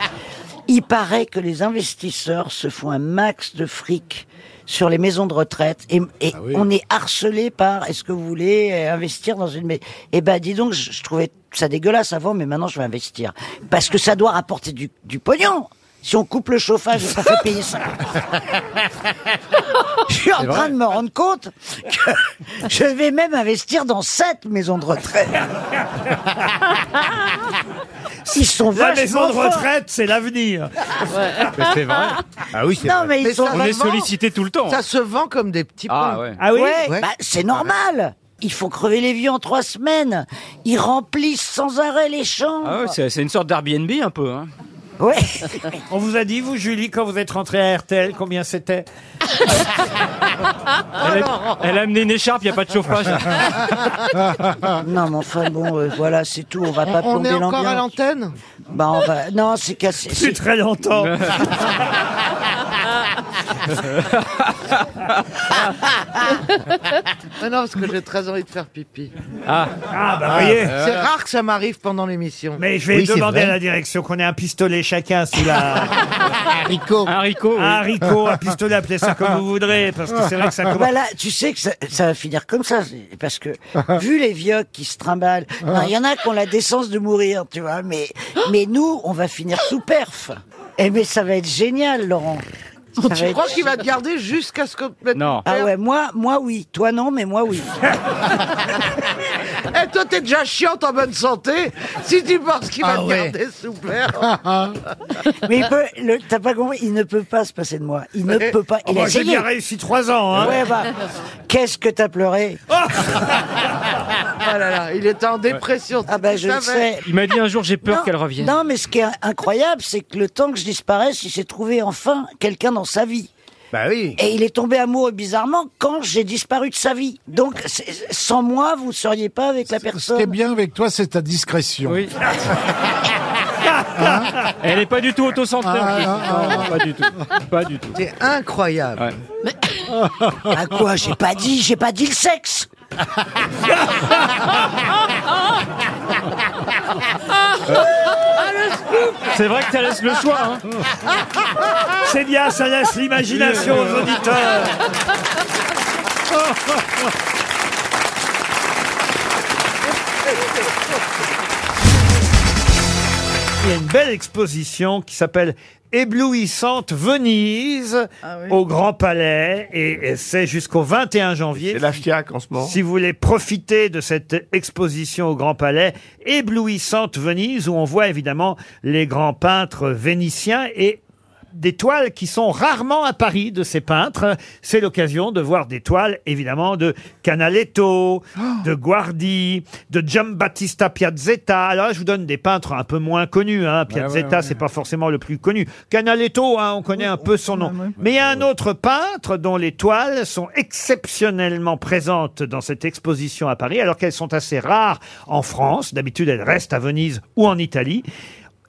S23: Il paraît que les investisseurs se font un max de fric sur les maisons de retraite et,
S1: Ah
S23: et on est harcelé par est-ce que vous voulez euh, investir dans une maison Eh ben dis donc, je, je trouvais ça dégueulasse avant, mais maintenant je vais investir parce que ça doit rapporter du, du pognon. Si on coupe le chauffage, ça fait payer ça. Je suis en
S6: C'est
S23: train
S6: vrai.
S23: de me rendre compte que je vais même investir dans cette maison de retraite. Ils sont vachement
S1: La maison de
S23: forts.
S1: retraite, c'est l'avenir.
S23: Mais c'est vrai.
S1: Ah oui,
S23: Non, mais ils sont
S1: On est
S23: vraiment-
S1: sollicité tout le temps. hein.
S23: se vend comme des petits
S1: Ah,
S23: pains.
S1: ouais. Ah oui
S23: Ouais,
S1: Ouais.
S23: bah, c'est normal. Il faut crever les vieux en trois semaines. Ils remplissent sans arrêt les chambres.
S21: Ah ouais, c'est c'est une sorte d'Airbnb un peu. Hein.
S23: Ouais.
S1: On vous a dit, vous, Julie, quand vous êtes rentrée à RTL, combien c'était
S21: Elle a, elle a amené une écharpe, il n'y a pas de chauffage.
S18: Ah,
S23: non, mais enfin bon, euh, voilà, c'est tout. On va pas
S6: On- on
S23: plomber
S6: est encore
S23: l'ambiance.
S6: à l'antenne
S23: Bah, on va. Non, c'est cassé.
S1: Depuis très longtemps.
S6: Mais Ah Non, parce que j'ai très envie de faire pipi.
S21: Ah,
S1: bah voyez.
S6: C'est rare que ça m'arrive pendant l'émission.
S1: Mais je vais demander à la direction qu'on ait un pistolet chacun sous la.
S23: haricot.
S21: Un haricot.
S1: Un haricot, un pistolet, appelez ça comme vous voudrez, parce que c'est vrai que ça commence.
S23: Bah là, tu sais que ça, ça va finir comme ça, c'est- parce que vu les vieux qui se trimballent,
S1: Ah.
S23: non, il y en a qui ont la décence de mourir, tu vois, mais, mais nous, on va finir sous perf. Eh mais ça va être génial, Laurent. Ça va
S6: Je
S23: être-
S6: crois qu'il va te garder jusqu'à ce que. Eh, Non.
S23: Ah ouais, moi, moi oui. Toi non, mais moi oui. Ah
S6: Eh, toi, t'es déjà chiante en bonne santé si tu penses qu'il va
S23: Ah
S6: te
S23: ouais.
S6: garder sous verre.
S23: Mais il peut, le- t'as pas compris, il ne peut pas se passer de moi. Il ne
S6: Ouais.
S23: peut pas.
S1: Oh,
S23: Il
S1: moi,
S23: a
S1: j'ai
S23: essayé.
S1: bien réussi trois ans, hein.
S23: Ouais, bah, qu'est-ce que t'as pleuré
S6: Ah là là, il était en dépression.
S23: Ah bah, je le sais.
S21: Il m'a dit Eh un jour, j'ai peur
S23: Non,
S21: qu'elle revienne.
S23: Non, mais ce qui est incroyable, c'est que le temps que je disparaisse, il s'est trouvé enfin quelqu'un dans sa vie.
S5: Bah oui.
S23: Et il est tombé amoureux bizarrement quand j'ai disparu de sa vie. Donc, c'est- sans moi, vous ne seriez pas avec la
S18: Ce qui est
S23: personne.
S18: bien avec toi, c'est ta discrétion.
S21: Oui. Elle n'est pas du tout autocentrée.
S23: Ah,
S21: en plus. Non, pas du tout. Pas du tout.
S6: C'est incroyable.
S23: À Ah, quoi J'ai pas dit, j'ai pas dit le sexe. Ah,
S21: C'est vrai que ça laisse le choix. Hein.
S1: C'est bien, ça laisse l'imagination aux auditeurs. Il y a une belle exposition qui s'appelle Éblouissante Venise au Grand Palais et, et c'est jusqu'au 21 janvier. C'est
S5: l'Aftiac en ce moment.
S1: Si vous voulez profiter de cette exposition au Grand Palais, Éblouissante Venise, où on voit évidemment les grands peintres vénitiens et des toiles qui sont rarement à Paris de ces peintres. C'est l'occasion de voir des toiles, évidemment, de Canaletto, de Guardi, de Giambattista Piazzetta. Alors là, je vous donne des peintres un peu moins connus. Hein. Piazzetta, c'est pas forcément le plus connu. Canaletto, hein, on connaît un peu son nom. Mais il y a un autre peintre dont les toiles sont exceptionnellement présentes dans cette exposition à Paris, alors qu'elles sont assez rares en France. D'habitude, elles restent à Venise ou en Italie.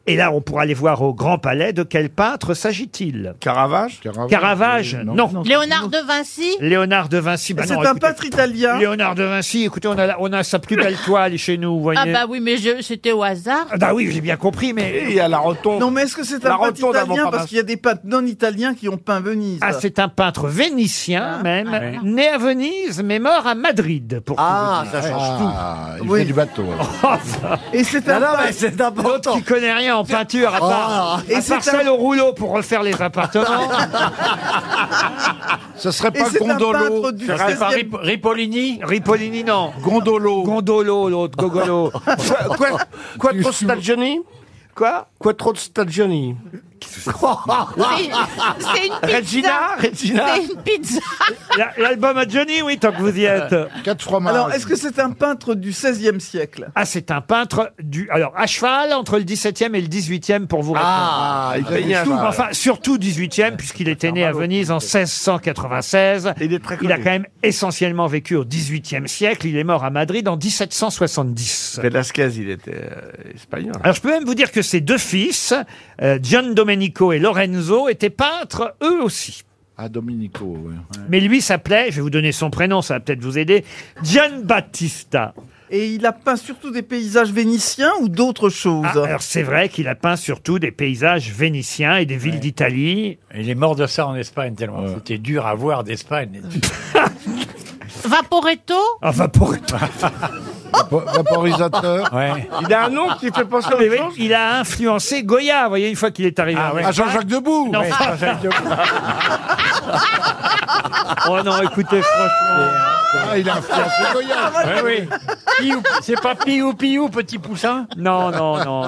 S1: Et là, on pourra aller voir au Grand Palais de quel peintre s'agit-il Caravage Caravage,
S25: Euh,
S1: non.
S12: Léonard de Vinci
S1: Léonard de Vinci, bah
S12: Mais c'est
S1: non,
S12: un
S1: écoutez,
S12: peintre italien.
S1: Léonard de Vinci, écoutez, on a, la- on a sa plus belle toile chez nous, vous voyez.
S12: Ah bah oui, mais je- c'était au hasard.
S1: Ah bah oui, j'ai bien compris, mais...
S5: Il y a la rotonde.
S25: Non, mais est-ce que c'est
S1: La
S25: un peintre
S1: rotonde avant
S25: italien
S1: Parnasse.
S25: Parce qu'il y a des peintres non italiens qui ont peint Venise. Ah.
S1: Ah, c'est un peintre vénitien, même,
S12: Ah, bah.
S1: né à Venise, mais mort à Madrid, pour tout
S25: Ah,
S1: vous
S25: ça
S1: dire.
S25: change
S18: Ah, il
S25: Oui.
S18: fait du bateau. alors.
S25: Et c'est un peintre-
S1: important. Qui connaît rien en peinture, à part,
S25: Ah. Et
S1: à
S25: c'est
S1: part celle au rouleau pour refaire les appartements.
S18: Ce serait
S25: Et
S18: pas
S25: c'est un
S18: Gondolo.
S25: peintre du Ça serait pas 16e. Rip-
S18: Ripolini
S1: Ripolini, non.
S18: Gondolo.
S1: Gondolo, l'autre, Gogolo.
S5: Quoi, quoi, Quattro Stagioni
S1: Quoi
S5: Quattro Stagioni.
S12: C'est une pizza.
S1: Regina, Regina.
S12: C'est une pizza.
S25: Ah.
S1: La- L'album à Johnny, oui, tant que vous y êtes. Quatre fromages.
S25: Alors, est-ce que c'est un peintre du 16e siècle
S1: Ah, c'est un peintre du. Alors, à cheval entre le 17e et le 18e pour vous répondre.
S25: Ah, il peignait à
S1: Tout-
S25: cheval.
S1: Enfin, surtout 18e, puisqu'il était né à Venise en 1696. Il, a quand même essentiellement vécu au 18e siècle. Il est mort à Madrid en 1770.
S5: Velasquez, il était euh, espagnol.
S1: Alors, je peux même vous dire que ses deux fils, euh, Gian Domenico et Lorenzo, étaient peintres eux aussi.
S18: Ah, Domenico, oui.
S1: Mais lui s'appelait, je vais vous donner son prénom, ça va peut-être vous aider, Gian Battista.
S25: Et il a peint surtout des paysages vénitiens ou d'autres choses
S1: Ah, alors c'est vrai qu'il a peint surtout des paysages vénitiens et des villes d'Italie.
S16: Il est mort de ça en Espagne tellement c'était dur à voir d'Espagne.
S12: Vaporetto
S1: Ah, vaporetto.
S16: vaporisateur. Ouais. Il a un nom qui fait penser à
S1: Ah, Mais
S16: autre
S1: oui,
S16: chose.
S1: Il a influencé Goya, vous voyez, une fois qu'il est arrivé.
S16: Ah ouais. Ah, Jean-Jacques
S1: Debout Non,
S16: Ouais, Jean-Jacques
S1: Oh non, écoutez, franchement...
S16: Ah, il a influencé
S1: Ah,
S16: Goya.
S1: oui. C'est pas Piou Piou, petit poussin Non, non, non.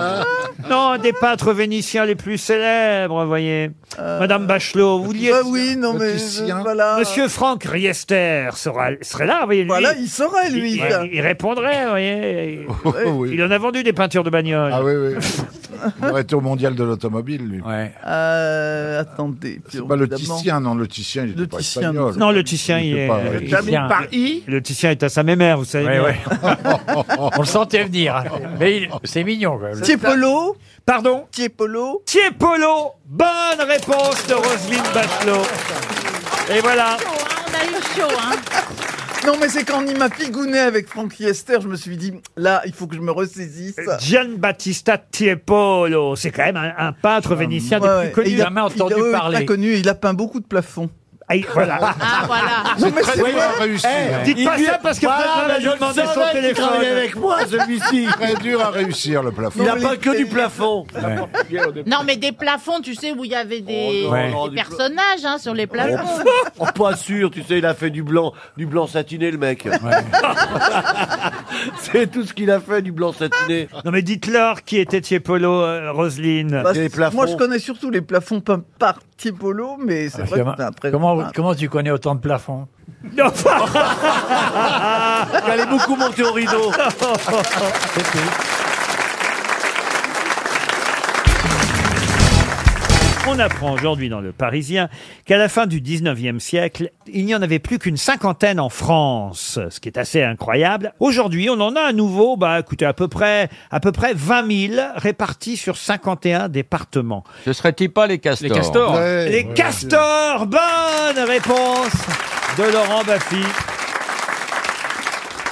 S1: Non, des peintres vénitiens les plus célèbres, vous voyez. Madame Bachelot, vous vouliez...
S25: Euh, bah oui, non, mais, euh, voilà.
S1: Monsieur Franck Riester sera, serait là, vous voyez. lui.
S25: Voilà, il saurait, lui,
S1: Il,
S25: ça.
S1: il- il répondrait, vous voyez.
S18: Oh,
S1: Il en a vendu des peintures de bagnole.
S18: Ah oui, oui. Il aurait été au mondial de l'automobile, lui.
S25: Euh, attendez.
S18: C'est pas le Titien, non, le Titien, il était pas
S25: Titien,
S18: espagnol.
S1: Non, le Titien, il,
S18: était
S1: est.
S18: pas-
S1: le Titien- Le Titien est à sa mémère, vous savez.
S16: Ouais,
S1: bien.
S16: ouais. On le sentait venir. hein. Mais il- c'est mignon quand même.
S25: Tiepolo
S1: Pardon
S25: Tiepolo
S1: Tiepolo Bonne réponse de Roselyne Bachelot. Et voilà.
S25: On a eu chaud, hein Non, mais c'est quand il m'a pigouné avec Francky Esther, je me suis dit, là, il faut que je me ressaisisse.
S1: Gian Battista Tiepolo, c'est quand même un, un peintre vénitien
S25: Ouais,
S1: des
S25: ouais.
S1: plus connus.
S25: Et a- il a- ouais, il a connu, il a peint beaucoup de plafonds.
S1: Ah, il- voilà.
S25: Ah, voilà. Non, mais c'est vrai.
S18: hein.
S25: Eh,
S1: Dites
S25: il
S1: pas
S25: lui a-
S1: ça parce que
S25: Voilà,
S1: Platon
S25: mais
S1: va
S25: je
S1: lui
S25: le
S1: demander
S25: savais
S1: son
S25: qu'il
S1: téléphone.
S25: travaillait avec moi,
S18: celui-ci. Très dur à réussir, le plafond.
S25: Il a peint
S18: que du plafond.
S12: Non, mais des plafonds, tu sais, où il y avait des,
S17: Oh, non,
S12: des
S17: non, du pla-
S12: personnages hein, sur les plafonds.
S17: Oh, pas sûr, tu sais, il a fait du blanc, du blanc satiné, le mec. C'est tout ce qu'il a fait, du blanc satiné.
S1: Non mais dites-leur qui était Tiepolo, euh, Roselyne.
S25: Bah, moi, je connais surtout les plafonds peints par Tiepolo, mais c'est vrai que c'est un très grand
S16: Comment,
S25: peintre.
S16: comment tu connais autant de plafonds
S17: J'allais beaucoup monter au rideau.
S1: On apprend aujourd'hui dans le Parisien qu'à la fin du 19e siècle, il n'y en avait plus qu'une cinquantaine en France, ce qui est assez incroyable. Aujourd'hui, on en a à nouveau, bah, écoutez, à peu près, à peu près 20 000 répartis sur 51 départements.
S8: Ce serait-il pas les castors
S1: Les castors. Les castors, bonne réponse de Laurent Baffy.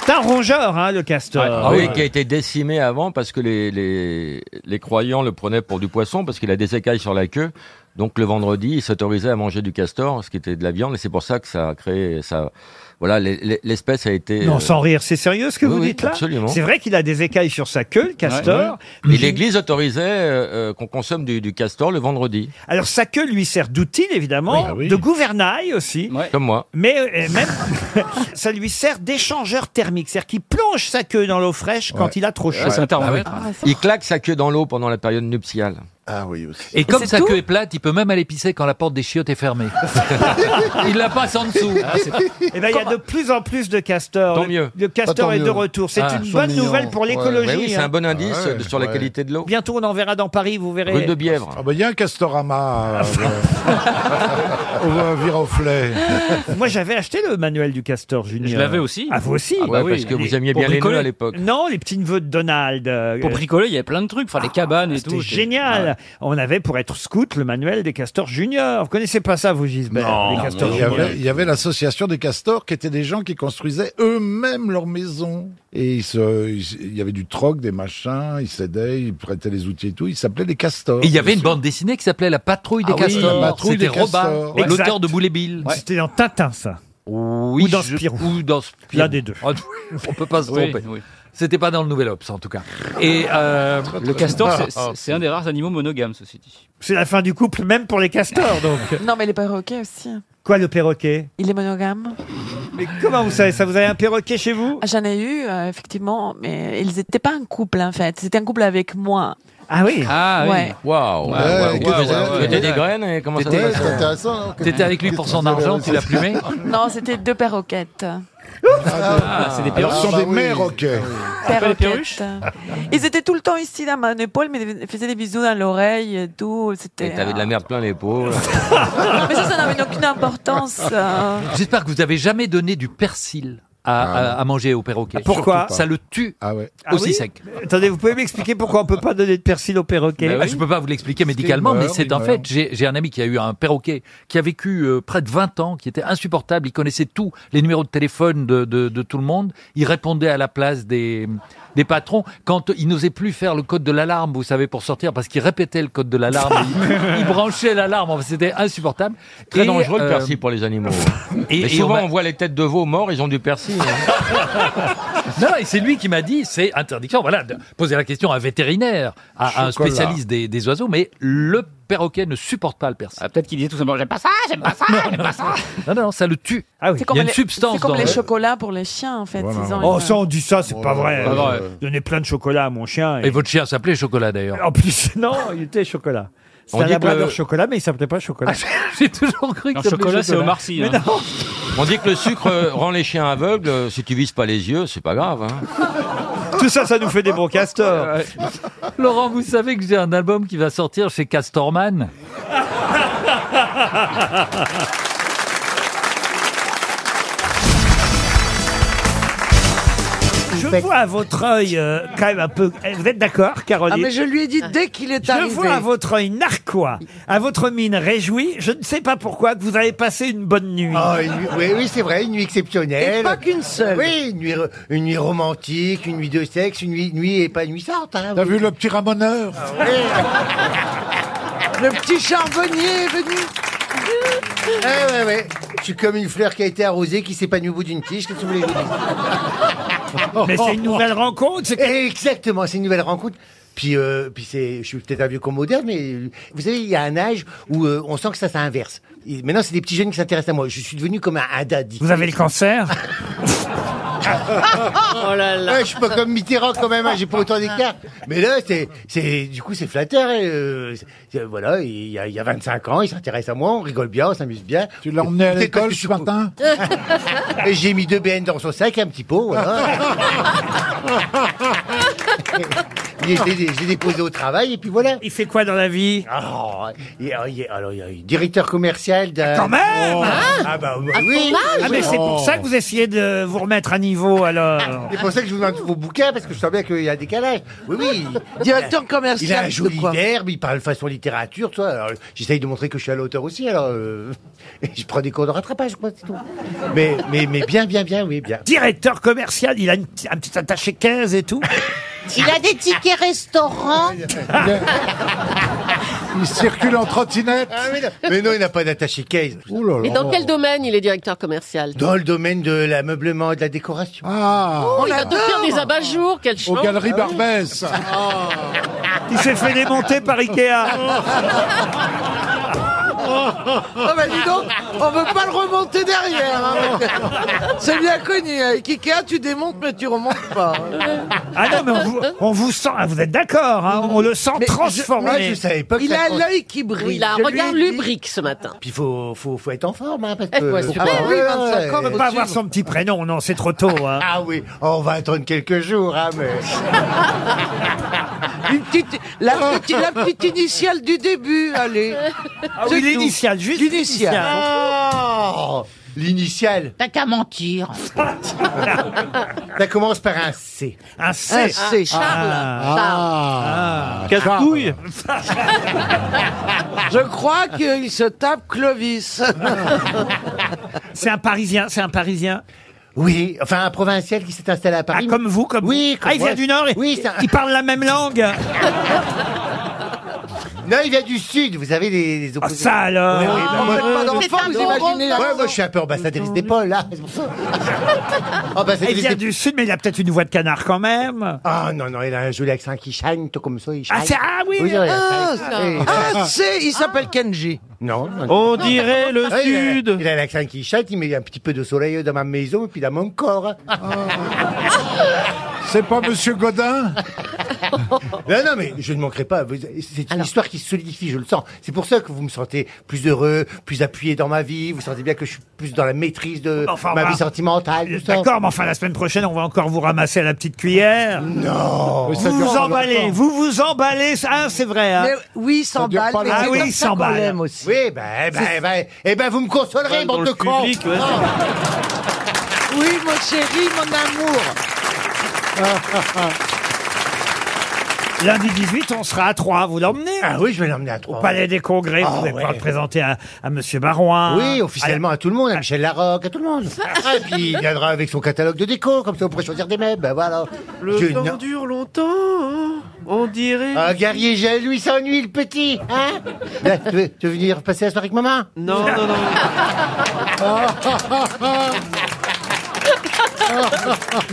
S1: C'est un rongeur, hein, le castor.
S8: Ah oui, qui a été décimé avant parce que les, les, les croyants le prenaient pour du poisson parce qu'il a des écailles sur la queue. Donc le vendredi, il s'autorisait à manger du castor, ce qui était de la viande, et c'est pour ça que ça a créé ça. Voilà, les- les- l'espèce a été.
S1: Non,
S8: euh,
S1: sans rire, c'est sérieux ce que
S8: oui,
S1: vous
S8: oui,
S1: dites là
S8: absolument.
S1: C'est vrai qu'il a des écailles sur sa queue, le castor.
S8: euh, Ouais, ouais. Et l'Église autorisait euh, euh, qu'on consomme du, du castor le vendredi.
S1: Alors sa queue lui sert d'outil évidemment,
S8: bah
S1: de gouvernail aussi.
S8: Comme moi.
S1: Mais euh, même, ça lui sert d'échangeur thermique, c'est-à-dire qu'il plonge sa queue dans l'eau fraîche quand il a trop chaud.
S8: Ah,
S1: Ah,
S8: il claque sa queue dans l'eau pendant la période nuptiale.
S18: Ah oui, aussi.
S7: Et comme sa queue est plate, il peut même aller
S8: pisser quand la porte des chiottes est fermée.
S7: Il la passe en dessous. Ah, c'est-
S1: Eh ben, il y a de plus en plus de castors.
S8: Tant
S1: Le-
S8: mieux.
S1: Le castor
S8: Ah, tant
S1: est de
S8: mieux.
S1: retour. C'est
S8: Ah,
S1: une
S8: ils sont
S1: bonne
S8: mignons.
S1: nouvelle pour
S8: Ouais.
S1: l'écologie.
S8: Mais oui, c'est
S1: hein.
S8: un bon indice
S18: Ah ouais,
S8: euh, sur la
S18: ouais.
S8: qualité de l'eau.
S1: Bientôt, on en verra dans Paris, vous verrez.
S8: Rue de Bièvre.
S18: Ah bah il y a un castorama euh, au euh, Viroflay.
S1: Moi, j'avais acheté le manuel du Castor Junior.
S7: Je l'avais aussi.
S1: Ah, vous aussi
S7: Ah bah oui, parce que vous aimiez Pour bien les nœuds bricoler. à l'époque.
S1: Non, les petits neveux de Donald. euh, Ah,
S7: Pour bricoler, il y avait plein de trucs, enfin les cabanes et tout.
S1: C'était génial. On avait pour être scout le manuel des castors juniors. Vous connaissez pas ça, vous, Gisbert Les castors
S18: il y
S1: juniors.
S18: avait, il y avait l'association des castors qui étaient des gens qui construisaient eux-mêmes leur maison. Et ils se- ils- il y avait du troc, des machins, ils s'aidaient, ils prêtaient les outils et tout. Ils s'appelaient les castors.
S7: Et il y avait une bande dessinée qui s'appelait La Patrouille des
S18: Ah oui,
S7: Castors.
S18: La Patrouille
S7: C'était
S18: des
S7: Robin,
S18: Castors. Exact.
S7: l'auteur de Boulet Bill.
S1: C'était dans Tintin, ça.
S7: Oui,
S1: Ou dans
S7: je-
S1: Spirou.
S7: Ou dans Spirou.
S1: L'un des deux.
S7: Oh, On peut pas se
S1: Oui,
S7: tromper.
S1: oui.
S7: C'était pas dans le Nouvel Obs, en tout cas. euh, Ah,
S17: Et
S7: le castor, c'est- c'est-
S17: c'est un des rares animaux monogames, ceci dit.
S1: C'est la fin du couple, même pour les castors, donc.
S9: Non, mais les perroquets aussi.
S1: Quoi, le perroquet
S9: Il est monogame.
S1: Mais comment vous savez ça Vous avez un perroquet chez vous
S7: Ah,
S9: J'en ai eu, euh, effectivement, mais ils n'étaient pas un couple, en fait. C'était un couple avec moi.
S2: Ah oui
S7: Ah
S2: Ouais.
S7: oui. Waouh.
S2: Ouais,
S7: Waouh,
S2: ouais,
S7: waouh,
S2: ouais,
S7: waouh,
S2: ouais,
S7: C'était
S2: ouais.
S7: des graines et comment ça
S2: T'étais-
S7: s'est passé
S2: c'est intéressant, hein, que-
S7: T'étais avec lui pour son argent, tu l'as plumé
S2: Ah,
S9: Non, c'était deux perroquettes.
S7: Ah,
S18: c'est des Alors, ce sont des mères,
S8: Ah,
S18: ok.
S9: Perroquettes. Ils étaient tout le temps ici dans mon épaule, mais ils faisaient des bisous dans l'oreille et tout. C'était. euh,
S8: Et t'avais de la merde plein les peaux.
S9: Non, mais ça, ça n'avait aucune importance. euh.
S7: J'espère que vous avez jamais donné du persil
S8: Ah,
S7: à, à- à manger au perroquet.
S1: Ah, Pourquoi Ah
S7: Ça le tue aussi
S1: oui
S7: sec.
S1: Attendez, vous pouvez m'expliquer pourquoi on peut pas donner de persil au perroquet
S7: Bah oui. Je peux pas vous l'expliquer médicalement, mais c'est en fait, j'ai j'ai un ami qui a eu un perroquet qui a vécu euh, près de 20 ans, qui était insupportable. Il connaissait tout, les numéros de téléphone de, de- de tout le monde. Il répondait à la place des, des patrons. Quand il n'osait plus faire le code de l'alarme, vous savez, pour sortir, parce qu'il répétait le code de l'alarme, il, il branchait l'alarme. Enfin, C'était insupportable.
S8: Très
S7: Et,
S8: dangereux le
S7: euh,
S8: persil pour les animaux.
S7: Et-
S8: Et,
S7: et on
S8: souvent,
S7: va-
S8: on voit les têtes de veau morts, ils ont du persil. hein.
S7: Non, et c'est lui qui m'a dit, c'est interdiction. Voilà, de poser la question à un vétérinaire, à, à un
S8: Chocolat.
S7: spécialiste des, des oiseaux, mais le perroquet ne supporte pas le persil. Ah, Peut-être qu'il disait tout simplement, j'aime pas ça, j'aime pas ça, j'aime pas ça. Non, non, ça le tue. Ah
S9: C'est
S7: Il
S9: comme
S7: y a une
S9: les-
S7: substance
S9: C'est comme
S7: dans
S9: les
S7: le-
S9: chocolats pour les chiens, en fait. Ils ont
S1: Oh,
S9: une-
S1: ça, on dit ça, c'est pas vrai.
S7: Pas vrai.
S1: Donner plein de chocolat à mon chien.
S7: Et votre chien s'appelait Chocolat d'ailleurs.
S1: En plus, non, il était chocolat.
S7: On
S1: C'était
S7: dit
S1: un
S7: que
S1: labrador
S7: le-
S1: chocolat, mais il s'appelait pas chocolat.
S7: J'ai toujours cru que
S1: Non, chocolat, c'est Omar Sy,
S7: Mais
S1: hein.
S7: non.
S8: On dit que le sucre euh, rend les chiens aveugles. euh, Si tu vises pas les yeux, c'est pas grave. hein.
S1: Tout ça, ça nous fait des bons castors.
S7: Laurent, vous savez que j'ai un album qui va sortir chez Castorman.
S1: Je vois à votre œil, euh, quand même un peu. Eh, Vous êtes d'accord, Caroline
S6: Ah, mais je lui ai dit dès qu'il est arrivé.
S1: Je vois à votre œil narquois, à votre mine réjouie, je ne sais pas pourquoi, que vous avez passé une bonne nuit.
S11: Ah, une nuit- oui, oui, c'est vrai, une nuit exceptionnelle.
S1: Et pas
S11: qu'une seule. Oui, une nuit, re- une nuit romantique, une nuit de sexe, une nuit, nuit épanouissante. Hein, Ah T'as vu le petit ramoneur Le petit charbonnier est venu. Ah Ouais, ouais, ouais. Je suis comme une fleur qui a été arrosée, qui s'épanouit au bout d'une tige. Qu'est-ce que vous voulez vous dire
S1: Mais c'est une nouvelle rencontre.
S11: Exactement, c'est une nouvelle rencontre. Puis, euh, puis c'est, je suis peut-être un vieux con moderne, mais euh, vous savez, il y a un âge où euh, on sent que ça, ça inverse. Et maintenant, c'est des petits jeunes qui s'intéressent à moi. Je suis devenu comme un, un daddy.
S1: Vous avez le cancer
S11: oh là là. je suis pas comme Mitterrand quand même, hein, j'ai pas autant d'écart. Mais là, c'est, c'est, du coup, c'est flatteur. et, euh, c'est- c'est- voilà, il y, a, il y a 25 ans, il s'intéresse à moi, on rigole bien, on s'amuse bien. Tu l'as emmené à l'école ce matin J'ai mis deux BN dans son sac et un petit pot. Voilà. Il était- je l'ai déposé au travail et puis voilà.
S1: Il fait quoi dans la vie
S11: alors, il est, alors, il est directeur commercial d'un.
S1: Quand même
S11: Ah bah oui. oui.
S1: Ah, mais c'est pour ça que vous essayez de vous remettre à niveau, alors
S11: Ah, C'est pour ça que je vous demande vos bouquins, parce que je sens bien qu'il y a un décalage. Oui, oui.
S1: Directeur commercial,
S11: Il a un
S1: de
S11: joli
S1: quoi
S11: verbe, il parle façon littérature, toi. Alors, j'essaye de montrer que je suis à la hauteur aussi, alors, euh, je prends des cours de rattrapage, quoi, c'est tout. Mais, mais, mais bien, bien, bien, oui, bien.
S1: Directeur commercial, il a une p- un petit attaché 15 et tout
S12: Il a des tickets restaurants.
S11: Il circule en trottinette. mais, non. Mais non, il n'a pas d'attaché case.
S15: Et dans quel domaine il est directeur commercial
S11: Dans le domaine de l'ameublement et de la décoration. Ah
S15: Oh, il va te faire des abat-jours, quel chance
S11: Barbès
S4: Oh.
S1: Il s'est fait démonter par
S11: Ikea
S6: Oh bah dis donc, on veut pas le remonter derrière. hein, parce que C'est bien connu. Avec Ikea, tu démontes mais tu remontes pas.
S1: Ah non, mais on vous, on vous sent, ah, vous êtes d'accord, hein, on le sent transformé.
S6: Il a l'œil qui brille.
S15: Oui, il a un
S6: Je lui ai
S15: regard
S6: dit.
S15: lubrique ce matin.
S11: Puis faut, faut, faut être en forme, hein, parce
S15: Eh,
S11: que...
S15: ouais, super. Ah oui, 25
S1: ans, On peut pas avoir son petit prénom, non, c'est trop tôt. hein.
S11: Ah oui, on va attendre quelques jours, hein, mais...
S6: Une petite- la, petite, la petite initiale du début, allez.
S1: Ah oui, l'initiale, juste
S6: l'initiale. Ah.
S11: Oh L'initiale.
S12: T'as qu'à mentir.
S11: Ça Ben, commence par un C.
S1: Un Ah.
S11: C.
S12: Un C. Charles.
S11: Ah.
S1: Casse-couille
S6: Je crois qu'il se tape Clovis.
S1: C'est un Parisien, c'est un Parisien
S11: Oui, enfin un provincial qui s'est installé à Paris.
S1: Ah, comme vous, comme
S11: oui,
S1: vous. Ah, il vient du Nord et-
S11: Oui,
S1: il parle la même langue.
S11: non, il vient du Sud. Vous avez des, des opposés.
S1: Ah, ça alors
S11: Oui, oui, bah,
S1: Ah,
S11: moi,
S1: c'est pas
S11: moi,
S1: d'enfant,
S11: je-
S1: vous imaginez la
S11: Ouais,
S1: maison.
S11: moi, je suis un peu ambassadrice d'épaule là.
S4: Ah, Oh, bah,
S1: il vient du Sud, mais il a peut-être une voix de canard quand même.
S11: Ah non non, il a un joli accent qui shine, tout comme ça. Il
S1: Ah,
S11: shine.
S1: c'est- ah oui,
S11: oui,
S6: ah,
S11: ça-
S6: c'est-
S11: oui.
S6: ah, c'est, il s'appelle Kenji.
S11: Non, non,
S6: On
S11: non.
S6: dirait le
S11: Ah, il a-
S6: Sud.
S11: Il a l'accent qui chante, il met un petit peu de soleil dans ma
S4: Oh.
S11: maison et puis dans mon corps.
S18: C'est pas Monsieur Godin
S11: Non, non, mais je ne manquerai pas. Vous- C'est une histoire qui se solidifie, je le sens. C'est pour ça que vous me sentez plus heureux, plus appuyé dans ma vie. Vous sentez bien que je suis plus dans la maîtrise de
S1: Enfin,
S11: ma
S1: voilà.
S11: vie sentimentale. tout ça.
S1: D'accord, mais enfin la semaine prochaine, on va encore vous ramasser à la petite cuillère.
S11: Non.
S1: Vous vous emballez, vous vous emballez, ah, c'est vrai. hein.
S11: oui, il
S1: s'emballe, dure pas mais longtemps. c'est
S11: Ah oui,
S1: comme
S11: il
S1: ça qu'on
S11: s'emballe.
S1: l'aime
S11: aussi. Oui, ben, ben, ben, eh ben, vous me consolerez, bande de cons. Ah.
S6: Oui, mon chéri, mon amour.
S1: Lundi 18, on sera à Troyes. Vous l'emmenez
S11: Ah oui, je vais l'emmener à Troyes.
S1: Au Palais des Congrès.
S11: Ah
S1: vous allez pouvoir
S11: ouais.
S1: le présenter à, à Monsieur Baroin.
S11: Oui, officiellement à tout le monde, à Michel Larocque, à tout le monde. Ah, Et puis il viendra avec son catalogue de déco, comme ça on pourrait choisir des meubles. Ben voilà.
S25: Le
S11: Je-
S25: temps
S11: non.
S25: dure longtemps, on dirait.
S11: Ah, guerrier, j'ai lui s'ennuie le petit, hein Là, tu, veux, tu veux venir passer la soirée avec maman
S25: Non, non, non.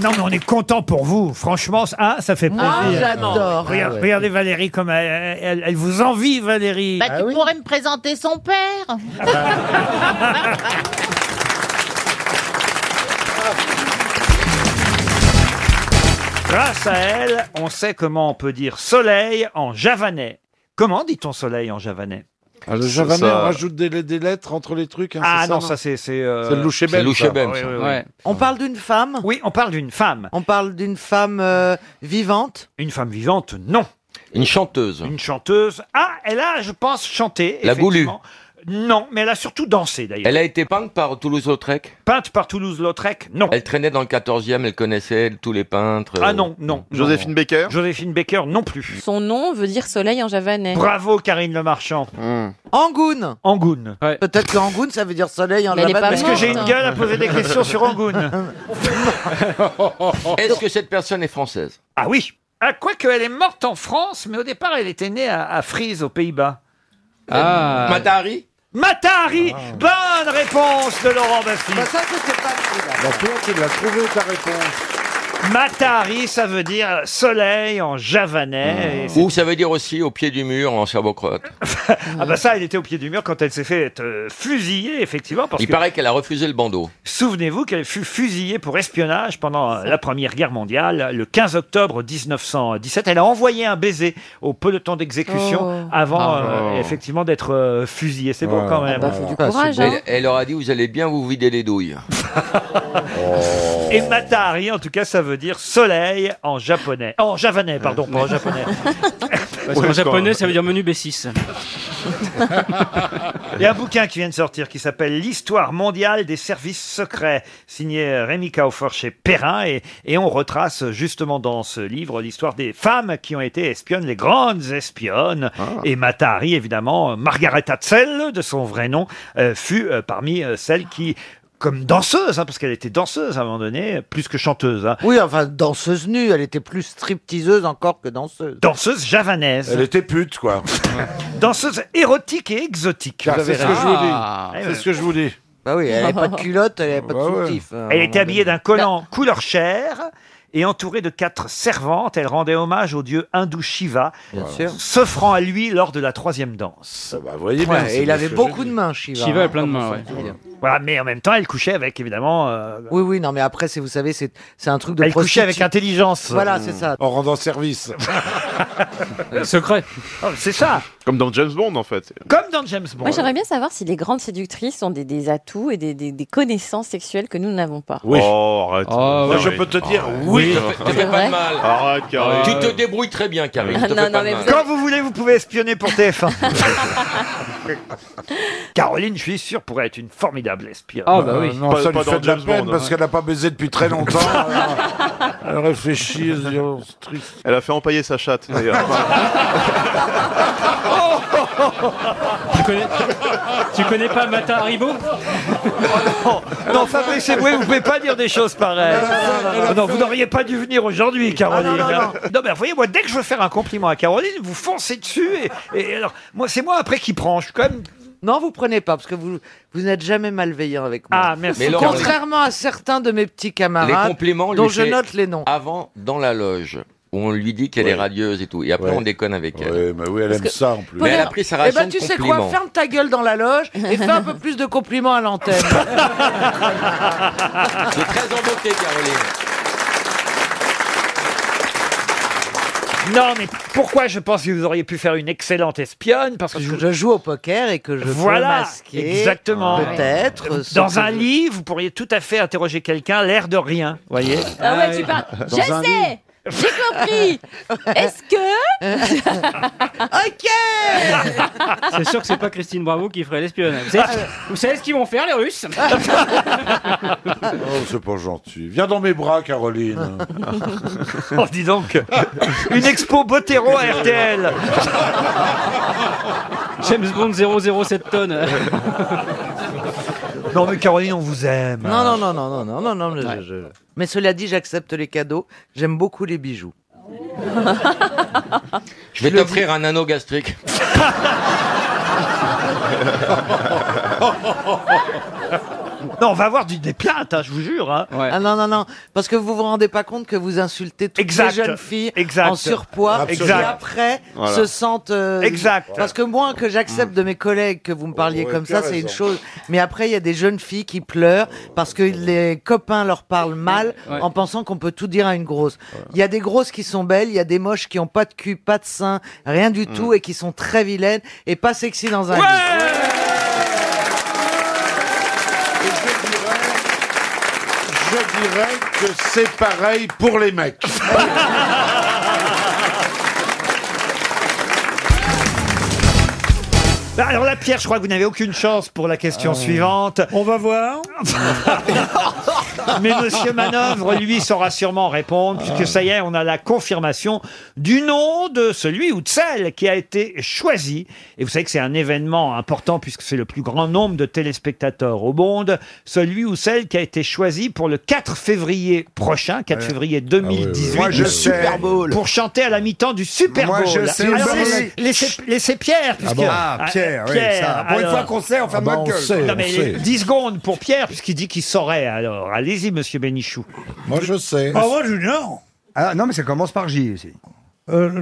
S1: Non, mais on est content pour vous. Franchement, ça, ah, ça fait plaisir.
S25: Ah, j'adore.
S1: Regarde-
S25: Ah ouais.
S1: Regardez Valérie comme elle, elle- elle vous envie, Valérie.
S12: Bah, tu pourrais me présenter son père.
S1: Grâce à elle, on sait comment on peut dire soleil en javanais. Comment dit-on soleil en javanais
S18: Ah, Le javanais, on rajoute des, des lettres entre les trucs. hein,
S1: Ah
S18: c'est
S1: non, ça c'est c'est euh,
S18: C'est le louchébem, C'est le ça. Ah louchébem, ça. Ouais.
S6: On parle d'une femme
S1: Oui, on parle d'une femme.
S6: On parle d'une femme euh, vivante
S1: Une femme vivante, non.
S8: Une chanteuse.
S1: Une chanteuse. Ah, elle a, je pense, chanté.
S8: La Goulue.
S1: effectivement. Non, mais elle a surtout dansé d'ailleurs.
S8: Elle a été peinte par Toulouse-Lautrec
S1: Peinte par Toulouse-Lautrec Non.
S8: Elle traînait dans le 14e, elle connaissait tous les peintres. euh,
S1: Ah non, non. Joséphine Baker Joséphine Baker non plus.
S2: Son nom veut dire soleil en javanais.
S1: Bravo Karine Le Marchand.
S6: Angoun.
S1: Angoun.
S6: Peut-être que Angoun, ça veut dire soleil en
S1: Mais elle est
S6: javanais.
S1: pas Est-ce que morte, j'ai une hein. gueule à poser des questions sur Angoun
S8: Est-ce que cette personne est française
S1: Ah oui ah, Quoique elle est morte en France, mais au départ elle était née à, à Frise aux Pays-Bas. Euh,
S8: Ah. Matahari
S1: Matahari Bonne réponse de Laurent Baffi.
S6: Bah,
S18: tu l'as trouvé ta réponse.
S1: Matahari, ça veut dire soleil en
S10: Eh,
S1: javanais. Et c'est-
S8: Ou ça veut dire aussi au pied du mur en cerveau-crotte.
S1: Ah bah ça, elle était au pied du mur quand elle s'est fait euh, fusiller, effectivement. Parce
S8: Il
S1: que...
S8: paraît qu'elle a refusé le bandeau.
S1: Souvenez-vous qu'elle fut fusillée pour espionnage pendant euh, la Première Guerre mondiale le 15 octobre 1917. Elle a envoyé un baiser au peloton d'exécution
S8: Oh.
S1: avant
S8: Ah.
S1: euh,
S8: Oh.
S1: effectivement d'être euh, fusillée. C'est bon quand même.
S8: Ah
S6: Ah,
S8: bah,
S6: bah, hein.
S8: elle, elle leur a dit vous allez bien vous vider les douilles.
S18: Oh.
S1: Et Matahari, en tout cas, ça veut dire soleil en japonais. En javanais, pardon, pas en japonais.
S21: Parce qu'en japonais, ça veut dire menu B6.
S1: Il y a un bouquin qui vient de sortir qui s'appelle L'histoire mondiale des services secrets, signé euh, Rémi Kaufort chez Perrin. Et, et on retrace justement dans ce livre l'histoire des femmes qui ont été espionnes, les grandes espionnes.
S6: Ah.
S1: Et Matahari, évidemment, Margaret Atzel, de son vrai nom, euh, fut euh, parmi euh, celles qui comme danseuse, hein, parce qu'elle était danseuse à un moment donné, plus que chanteuse. hein.
S6: Oui, enfin, danseuse nue, elle était plus stripteaseuse encore que danseuse.
S1: Danseuse javanaise.
S6: Elle
S1: était pute, quoi. danseuse érotique et exotique.
S6: Ah, c'est ce que je vous dis.
S1: Eh
S6: C'est
S1: ouais.
S6: ce que je vous dis. Bah oui, elle n'avait pas de culotte, elle n'avait pas de soutif. hein, à un
S1: Elle
S6: moment
S1: était habillée
S6: donné.
S1: d'un collant couleur chair et entourée de quatre servantes. Elle rendait hommage au dieu hindou Shiva,
S6: Bien sûr.
S1: s'offrant à lui lors de la troisième danse.
S6: Ah bah, voyez bien, Ouais, c'est et il bien avait ce que beaucoup je dis. de mains, Shiva, Shiva a hein, plein de comme mains, on s'en ouais. dit.
S1: Voilà, mais en même temps, elle couchait avec, évidemment... euh,
S6: Oui, oui, non, mais après, c'est, vous savez, c'est, c'est un truc de
S1: Elle couchait
S6: prostituée.
S1: avec intelligence.
S6: Voilà, c'est ça.
S18: En rendant service.
S1: Secret.
S18: Ah,
S1: c'est ça.
S10: Comme dans James Bond, en fait.
S1: Comme dans James Bond.
S2: Moi, j'aimerais bien savoir si les grandes séductrices ont des, des atouts et des, des- des connaissances sexuelles que nous n'avons pas.
S10: Oui. Oh, arrête.
S6: Ah,
S10: Moi, oui. je peux te dire Arrête. oui. Oui.
S8: Tu fais pas de mal.
S10: Arrête, Karine.
S8: Tu te débrouilles très bien, Karine.
S2: Ah,
S8: Tu te
S2: non,
S8: fais
S2: non,
S8: pas de
S2: mais
S8: mal.
S2: vous
S1: Quand vous voulez, vous pouvez espionner pour TF1. Caroline, je suis sûr, pourrait être une formidable espionne.
S6: Ah, bah
S18: Euh, non, ça lui fait de la peine
S6: hein.
S10: hein.
S18: parce qu'elle n'a pas baisé depuis très longtemps. Alors, elle réfléchit, elle se dit, oh, c'est triste.
S10: Elle a fait empailler sa chatte, d'ailleurs.
S21: Tu connais, tu connais pas Mata Haribo
S1: Non, Fabrice Eboué, vous pouvez pas dire des choses pareilles. Non, vous n'auriez pas dû venir aujourd'hui, Caroline.
S6: Ah, non, non, non.
S1: Non, mais voyez, moi, dès que je veux faire un compliment à Caroline, vous foncez dessus. Et, et alors, moi, c'est moi après qui prend. Je suis quand même.
S6: Non, vous prenez pas, parce que vous, vous n'êtes jamais malveillant avec moi.
S1: Ah, merci.
S8: Mais Laurent,
S6: Contrairement à certains de mes petits
S8: les
S6: camarades,
S8: compliments lui
S6: dont je
S8: fait
S6: note les noms.
S8: Avant, dans la loge, où on lui dit qu'elle est radieuse et tout. Et après, on déconne avec elle.
S18: Oui, mais oui, elle aime ça en plus.
S8: Mais elle a pris sa ration
S6: Eh ben,
S8: de
S6: tu sais quoi,
S8: compliments.
S6: ferme ta gueule dans la loge et fais un peu plus de compliments à l'antenne.
S8: C'est très embêté, Caroline.
S1: Non, mais pourquoi je pense que vous auriez pu faire une excellente espionne Parce que, je, joue au poker et que je
S6: peux masquer,
S1: Exactement.
S6: peut-être, ce
S1: Dans
S6: que
S1: un
S6: je-
S1: lit, vous pourriez tout à fait interroger quelqu'un, l'air de rien, voyez.
S4: Ah ouais, tu parles. Je sais J'ai compris Est-ce que. ok
S1: Ah.
S26: C'est sûr que c'est pas Christine Bravo qui ferait l'espionnage.
S27: Ah.
S26: Vous savez, vous savez ce qu'ils vont faire, les Russes
S4: Ah
S18: Oh, c'est pas gentil. Viens dans mes bras, Caroline.
S1: oh, dis donc. Une expo Botero à RTL.
S26: James Bond 007 tonnes.
S1: Non, mais Caroline, on vous aime.
S6: Non, non, non, non, non, non, non, non. mais je- je- Mais cela dit, j'accepte les cadeaux. J'aime beaucoup les bijoux.
S8: Je vais t'offrir un anneau gastrique.
S1: Non, on va avoir du, des plaintes, hein, je vous jure. hein.
S6: Ah non, non, non. Parce que vous vous rendez pas compte que vous insultez toutes
S1: Exact.
S6: les jeunes filles
S1: Exact.
S6: en surpoids
S1: Absolument.
S6: qui après
S1: Voilà.
S6: se sentent... euh,
S1: Exact.
S6: Parce que moi, que j'accepte de mes collègues que vous me parliez
S1: Ouais,
S6: comme
S1: t'as
S6: ça, c'est
S1: raison.
S6: une chose. Mais après, il y a des jeunes filles qui pleurent parce que les copains leur parlent mal
S26: Ouais.
S6: en pensant qu'on peut tout dire à une grosse. Il y a des grosses qui sont belles, il y a des moches qui ont pas de cul, pas de sein, rien
S26: Mm.
S6: du tout et qui sont très vilaines et pas sexy dans un lit.
S18: Je dirais que c'est pareil pour les mecs.
S1: Bah, Alors là, Pierre, je crois que vous n'avez aucune chance pour la question suivante. Euh. On va voir. Mais Monsieur Manœuvre, lui, saura sûrement répondre, puisque ça y est, on a la confirmation du nom de celui ou de celle qui a été choisi. Et vous savez que c'est un événement important, puisque c'est le plus grand nombre de téléspectateurs au monde. Celui ou celle qui a été choisi pour le 4 février prochain, 4 février 2018,
S27: Moi, je
S1: le
S27: sais.
S1: Super Bowl, pour chanter à la mi-temps du Super
S27: Moi,
S1: Bowl.
S27: je sais
S1: Alors,
S27: aussi.
S1: laissez- laissez, laissez Pierre.
S27: Ah
S1: puisque-
S27: bon Ah, Pierre, oui, ça. Pour une fois qu'on sait, on fait Ah bah, notre on gueule. sait,
S1: Non,
S27: on
S1: mais
S27: sait.
S1: 10 secondes pour Pierre, puisqu'il dit qu'il saurait. Alors, allez-y, monsieur Bénichou. Oh,
S18: Moi, je sais.
S3: Ah ouais, Junior Ah non, mais ça commence par J aussi.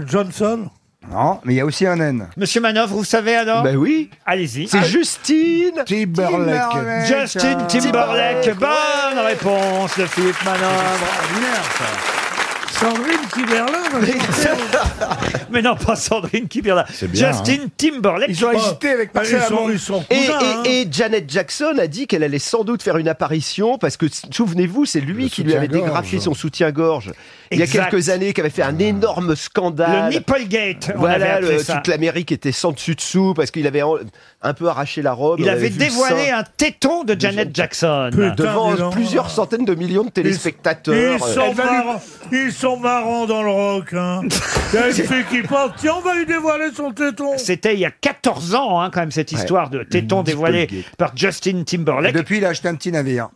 S3: Johnson Non, mais il y a aussi un N.
S1: Monsieur Manœuvre, vous savez alors
S3: Ben oui.
S1: Allez-y.
S3: C'est Justine
S18: Timberlake.
S1: Justin Timberlake. Bonne réponse de Philippe Manœuvre.
S3: Sandrine Timberlake.
S1: Mais non, pas Sandrine Timberlake.
S3: bien,
S1: Justin Timberlake. Oh.
S3: Ils ont hésité avec Marcel Ah, ils sont- Amand. ils sont
S22: Et, et,
S3: cousins, hein.
S22: et Janet Jackson a dit qu'elle allait sans doute faire une apparition parce que souvenez-vous, c'est lui qui lui avait dégrafé son soutien-gorge il y a
S1: Exact. Ah.
S22: quelques années, qui avait fait un énorme
S1: Le
S22: scandale.
S1: Nipplegate. on avait
S22: voilà,
S1: appelé
S22: le-
S1: ça.
S22: toute l'Amérique était sans dessus dessous parce qu'il avait en- un peu arraché la robe.
S1: Il
S22: on
S1: avait
S22: vu le
S1: dévoilé
S22: sein.
S1: un téton de Janet Jackson.
S22: devant plusieurs centaines de millions de téléspectateurs.
S3: Ils sont,
S22: Elle va lui-
S3: marrants, ils sont marrants dans le rock. Hein. Il y a une fille qui pense, tiens, on va lui dévoiler son téton.
S1: C'était il y a 14 ans, hein, quand même, cette histoire de téton dévoilé par Justin Timberlake.
S3: depuis, il a acheté un petit navire.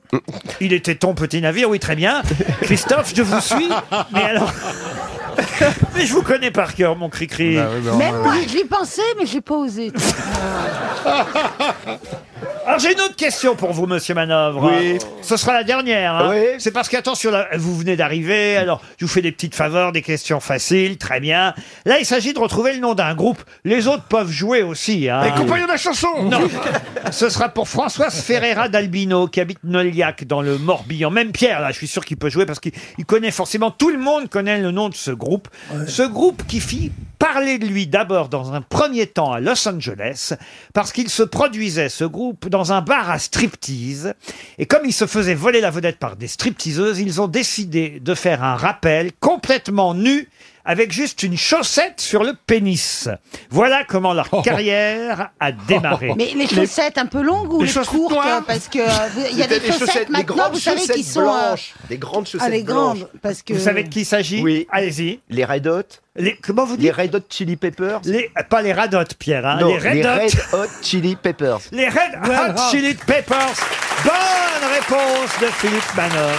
S1: Il était ton petit navire, oui, très bien. Christophe, je vous suis. Mais alors. mais je vous connais par cœur, mon cri-cri.
S19: Même moi,
S1: euh.
S19: j'y pensais, mais j'ai pas osé.
S1: Alors j'ai une autre question pour vous, Monsieur Manœuvre.
S22: Oui.
S1: Ce sera la dernière. hein. C'est parce qu'attention, là, vous venez d'arriver, alors je vous fais des petites faveurs, des questions faciles, très bien. Là, il s'agit de retrouver le nom d'un groupe. Les autres peuvent jouer aussi. Hein.
S27: Les compagnons de la chanson
S1: Non. Ce sera pour Françoise Ferreira d'Albino, qui habite Noliac, dans le Morbihan. Même Pierre, là, je suis sûr qu'il peut jouer parce qu'il il connaît forcément, tout le monde connaît le nom de ce groupe. Ce groupe qui fit parler de lui d'abord dans un premier temps à Los Angeles, parce qu'il se produisait, ce groupe, dans un bar à striptease. Et comme il se faisait voler la vedette par des stripteaseuses, ils ont décidé de faire un rappel complètement nu avec juste une chaussette sur le pénis. Voilà comment leur
S22: Oh.
S1: carrière a démarré.
S19: Mais les chaussettes un peu longues ou
S1: Les
S19: les,
S1: chaussettes
S19: courtes
S1: noires.
S19: euh, Parce que euh, vous- il y a des, chaussettes,
S22: des
S19: maintenant,
S22: grandes
S19: vous savez, qui
S22: chaussettes
S19: sont. euh,
S22: blanches. Des grandes chaussettes
S19: ah, les grandes,
S22: blanches.
S19: parce que-
S1: Vous savez de qui il s'agit Oui. Allez-y.
S22: Les Red Hot.
S1: Les, comment vous dites
S22: Les Red Hot Chili Peppers.
S1: Les, pas les Red Hot, Pierre. hein,
S22: Non,
S1: les Red Hot.
S22: Chili Peppers.
S1: Les Red Hot Chili Peppers. Bonne réponse de Philippe Manor.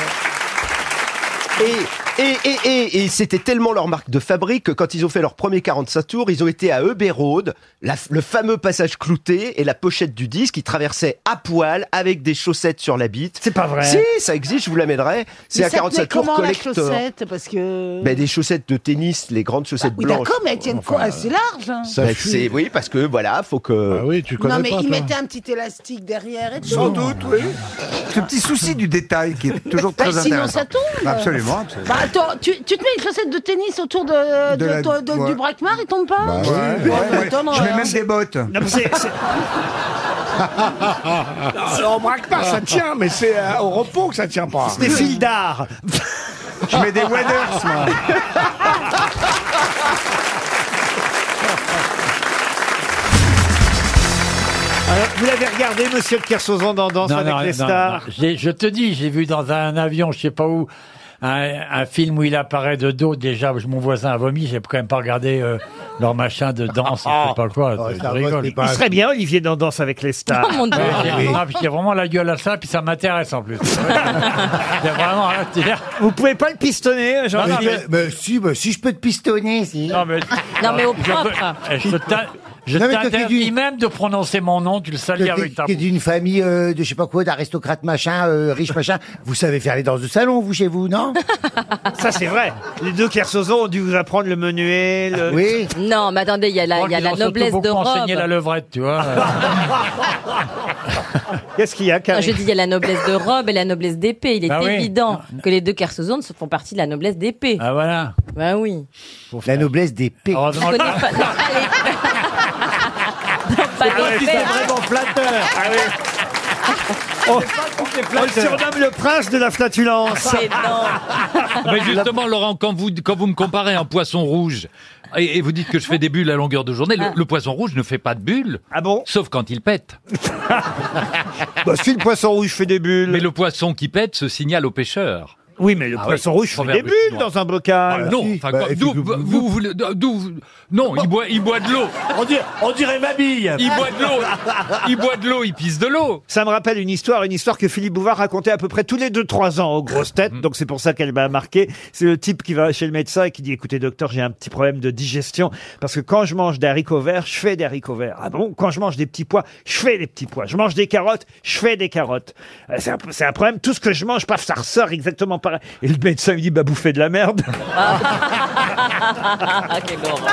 S22: Et, et, et, et, et c'était tellement leur marque de fabrique que quand ils ont fait leur premier 45 tours, ils ont été à Abbey Road, la- le fameux passage clouté et la pochette du disque qui traversait à poil avec des chaussettes sur la bite.
S1: C'est pas vrai.
S22: Si, ça existe, je vous l'amènerai. C'est
S19: mais
S22: un
S19: ça tenait
S22: 45 tours
S19: comment
S22: collector.
S19: la chaussette Parce que.
S22: Ben, des chaussettes de tennis, les grandes chaussettes
S19: oui,
S22: blanches.
S19: d'accord, mais elles tiennent quoi assez large. hein.
S22: Ben, c'est- oui, parce que voilà, faut que. Bah oui, tu
S19: non, mais ils mettaient un petit élastique derrière et tout.
S3: Sans doute, oui. Ce petit souci du détail qui est toujours
S19: Bah,
S3: très
S19: sinon,
S3: intéressant.
S19: ça tombe.
S3: Absolument, absolument.
S19: Bah,
S12: Attends, tu, tu te mets une chaussette de tennis autour de,
S19: De
S12: de-
S19: la-
S12: de- de-
S19: ouais. Bah,
S12: du braquemar, il tombe pas
S19: Ouais, ouais, ouais. Je mets même des bottes.
S4: on braque pas, ça tient, mais c'est euh, au repos que ça tient pas.
S1: C'est des fils d'art.
S4: Je mets des waders, moi.
S1: Alors, vous l'avez regardé, monsieur de Kersozon dans Danse
S3: Non,
S1: avec
S3: non,
S1: les
S3: non,
S1: stars
S3: non. J'ai- Je te dis, j'ai vu dans un avion, je sais pas où, un, un film où il apparaît de dos. Déjà, mon voisin a vomi. J'ai quand même pas regardé euh, leur machin de danse, je sais pas quoi.
S1: Oh,
S3: je
S1: ça va,
S3: rigole.
S1: c'est pas- Il serait bien Olivier dans Danse avec les stars.
S11: Oh,
S3: Ouais, j'ai- non, puis j'ai vraiment la gueule à ça, puis ça m'intéresse en plus. J'ai vraiment rien à dire.
S1: Vous pouvez pas le pistonner,
S3: Non, non, mais-
S11: si, bah, si je peux te pistonner, si.
S3: Non, mais,
S11: Non, mais au
S3: je
S11: propre.
S3: peux- Eh, Je t'in- je
S11: Non, mais t'as fait
S3: t'interdis même de prononcer mon nom, tu le salis avec ta
S11: Qui est d'une famille euh, de je sais pas quoi, d'aristocrates machin, euh, riche machin. Vous savez faire les danses de salon, vous, chez vous, non
S1: Ça, c'est vrai. Les deux Kersozon ont dû vous apprendre le menuet.
S3: Ah,
S1: Le...
S11: Oui.
S9: Non, mais attendez, il y a la, il y a
S1: Ils
S9: la
S1: ont surtout
S9: noblesse de
S1: beaucoup
S9: robe.
S1: enseigné la
S3: levrette, tu vois.
S1: Qu'est-ce qu'il y a,
S9: Non,
S1: Karine
S9: je dis, il y a la noblesse de robe et la noblece d'épée. Il est
S1: Ah
S3: Bah oui.
S9: évident que les deux Kersozones se font partie de la noblesse d'épée.
S3: Ah voilà.
S9: Bah oui.
S11: La noblesse des P.
S9: Je connais pas. Oh, non, allez.
S1: C'est
S9: Pas les
S4: ah.
S9: faits.
S1: vraiment flatteur. Ah oui. On, on le Oh.
S7: euh,
S1: surnomme le prince de la flatulence.
S9: Mais non.
S7: Mais justement, Laurent, quand vous, quand vous me comparez un poisson rouge et, et vous dites que je fais des bulles à longueur de journée, le, le poisson rouge ne fait pas de bulles.
S1: Ah bon
S7: Sauf quand il pète.
S1: bah, si le poisson rouge fait des bulles.
S7: Mais le poisson qui pète se signale au pêcheur. Ah
S1: Oui, mais le poisson rouge fait des bulles dans un bocal.
S7: non,
S1: Si.
S7: enfin,
S1: Bah,
S7: quoi,
S1: et
S7: d'où
S1: puis,
S7: vous, vous voulez- d'où vous- non, il boit, il boit de l'eau.
S1: On dirait, on dirait ma bille.
S7: Il boit de l'eau. Il boit de l'eau, il pisse de l'eau.
S1: Ça me rappelle une histoire, une histoire que Philippe Bouvard racontait à peu près tous les 2-3 ans aux grosses
S7: Mhm.
S1: têtes, donc c'est pour ça qu'elle m'a marqué. C'est le type qui va chez le médecin et qui dit, écoutez docteur, j'ai un petit problème de digestion, parce que quand je mange des haricots verts, je fais des haricots verts. Ah bon Quand je mange des petits pois, je fais des petits pois. Je mange des carottes, je fais des carottes. Euh, C'est un, c'est un problème, tout ce que je mange, paf, ça ressort exactement pareil. Et le médecin lui dit, bah bouffez de la merde.
S20: Ah, quelle horreur.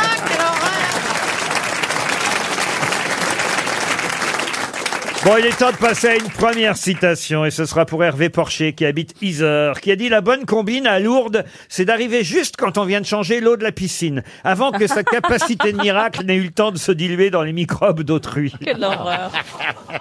S1: Bon, il est temps de passer à une première citation, et ce sera pour Hervé Porcher, qui habite Isère, qui a dit « La bonne combine à Lourdes, c'est d'arriver juste quand on vient de changer l'eau de la piscine, avant que sa capacité de miracle n'ait eu le temps de se diluer dans les microbes d'autrui.
S9: Quelle horreur.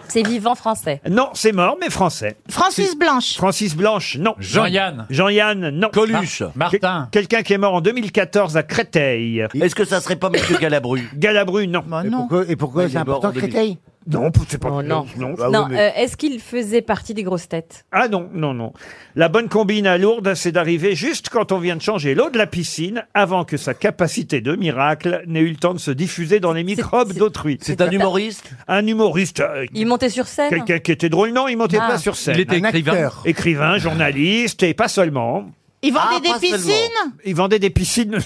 S9: C'est vivant français. »
S1: Non, c'est mort, mais français.
S9: Francis
S1: Blanche. Francis Blanche, non.
S3: Jean-Yann.
S1: Jean-Yann, non. Coluche. Martin. Quelqu'un qui est mort en 2014 à Créteil. Est-ce que ça serait pas Monsieur Galabru Galabru, Bah non.
S11: Et pourquoi, et pourquoi c'est important, Créteil
S1: Non, c'est pas... non.
S9: non, euh, est-ce qu'il faisait partie des grosses têtes
S1: Bah Ah non, non, non. La bonne combine à Lourdes, c'est d'arriver juste quand on vient de changer l'eau de la piscine, avant que sa capacité de miracle n'ait eu le temps de se diffuser dans les microbes d'autrui.
S9: c'est un humoriste
S1: Un humoriste. euh,
S9: Il montait sur scène
S1: Quelqu'un qui était drôle, non, il montait
S9: Ah.
S1: pas sur scène.
S7: Il était Un écrivain. acteur.
S1: Écrivain, journaliste, et pas seulement.
S12: Il vendait Ah, des pas piscines seulement.
S1: Il vendait des piscines.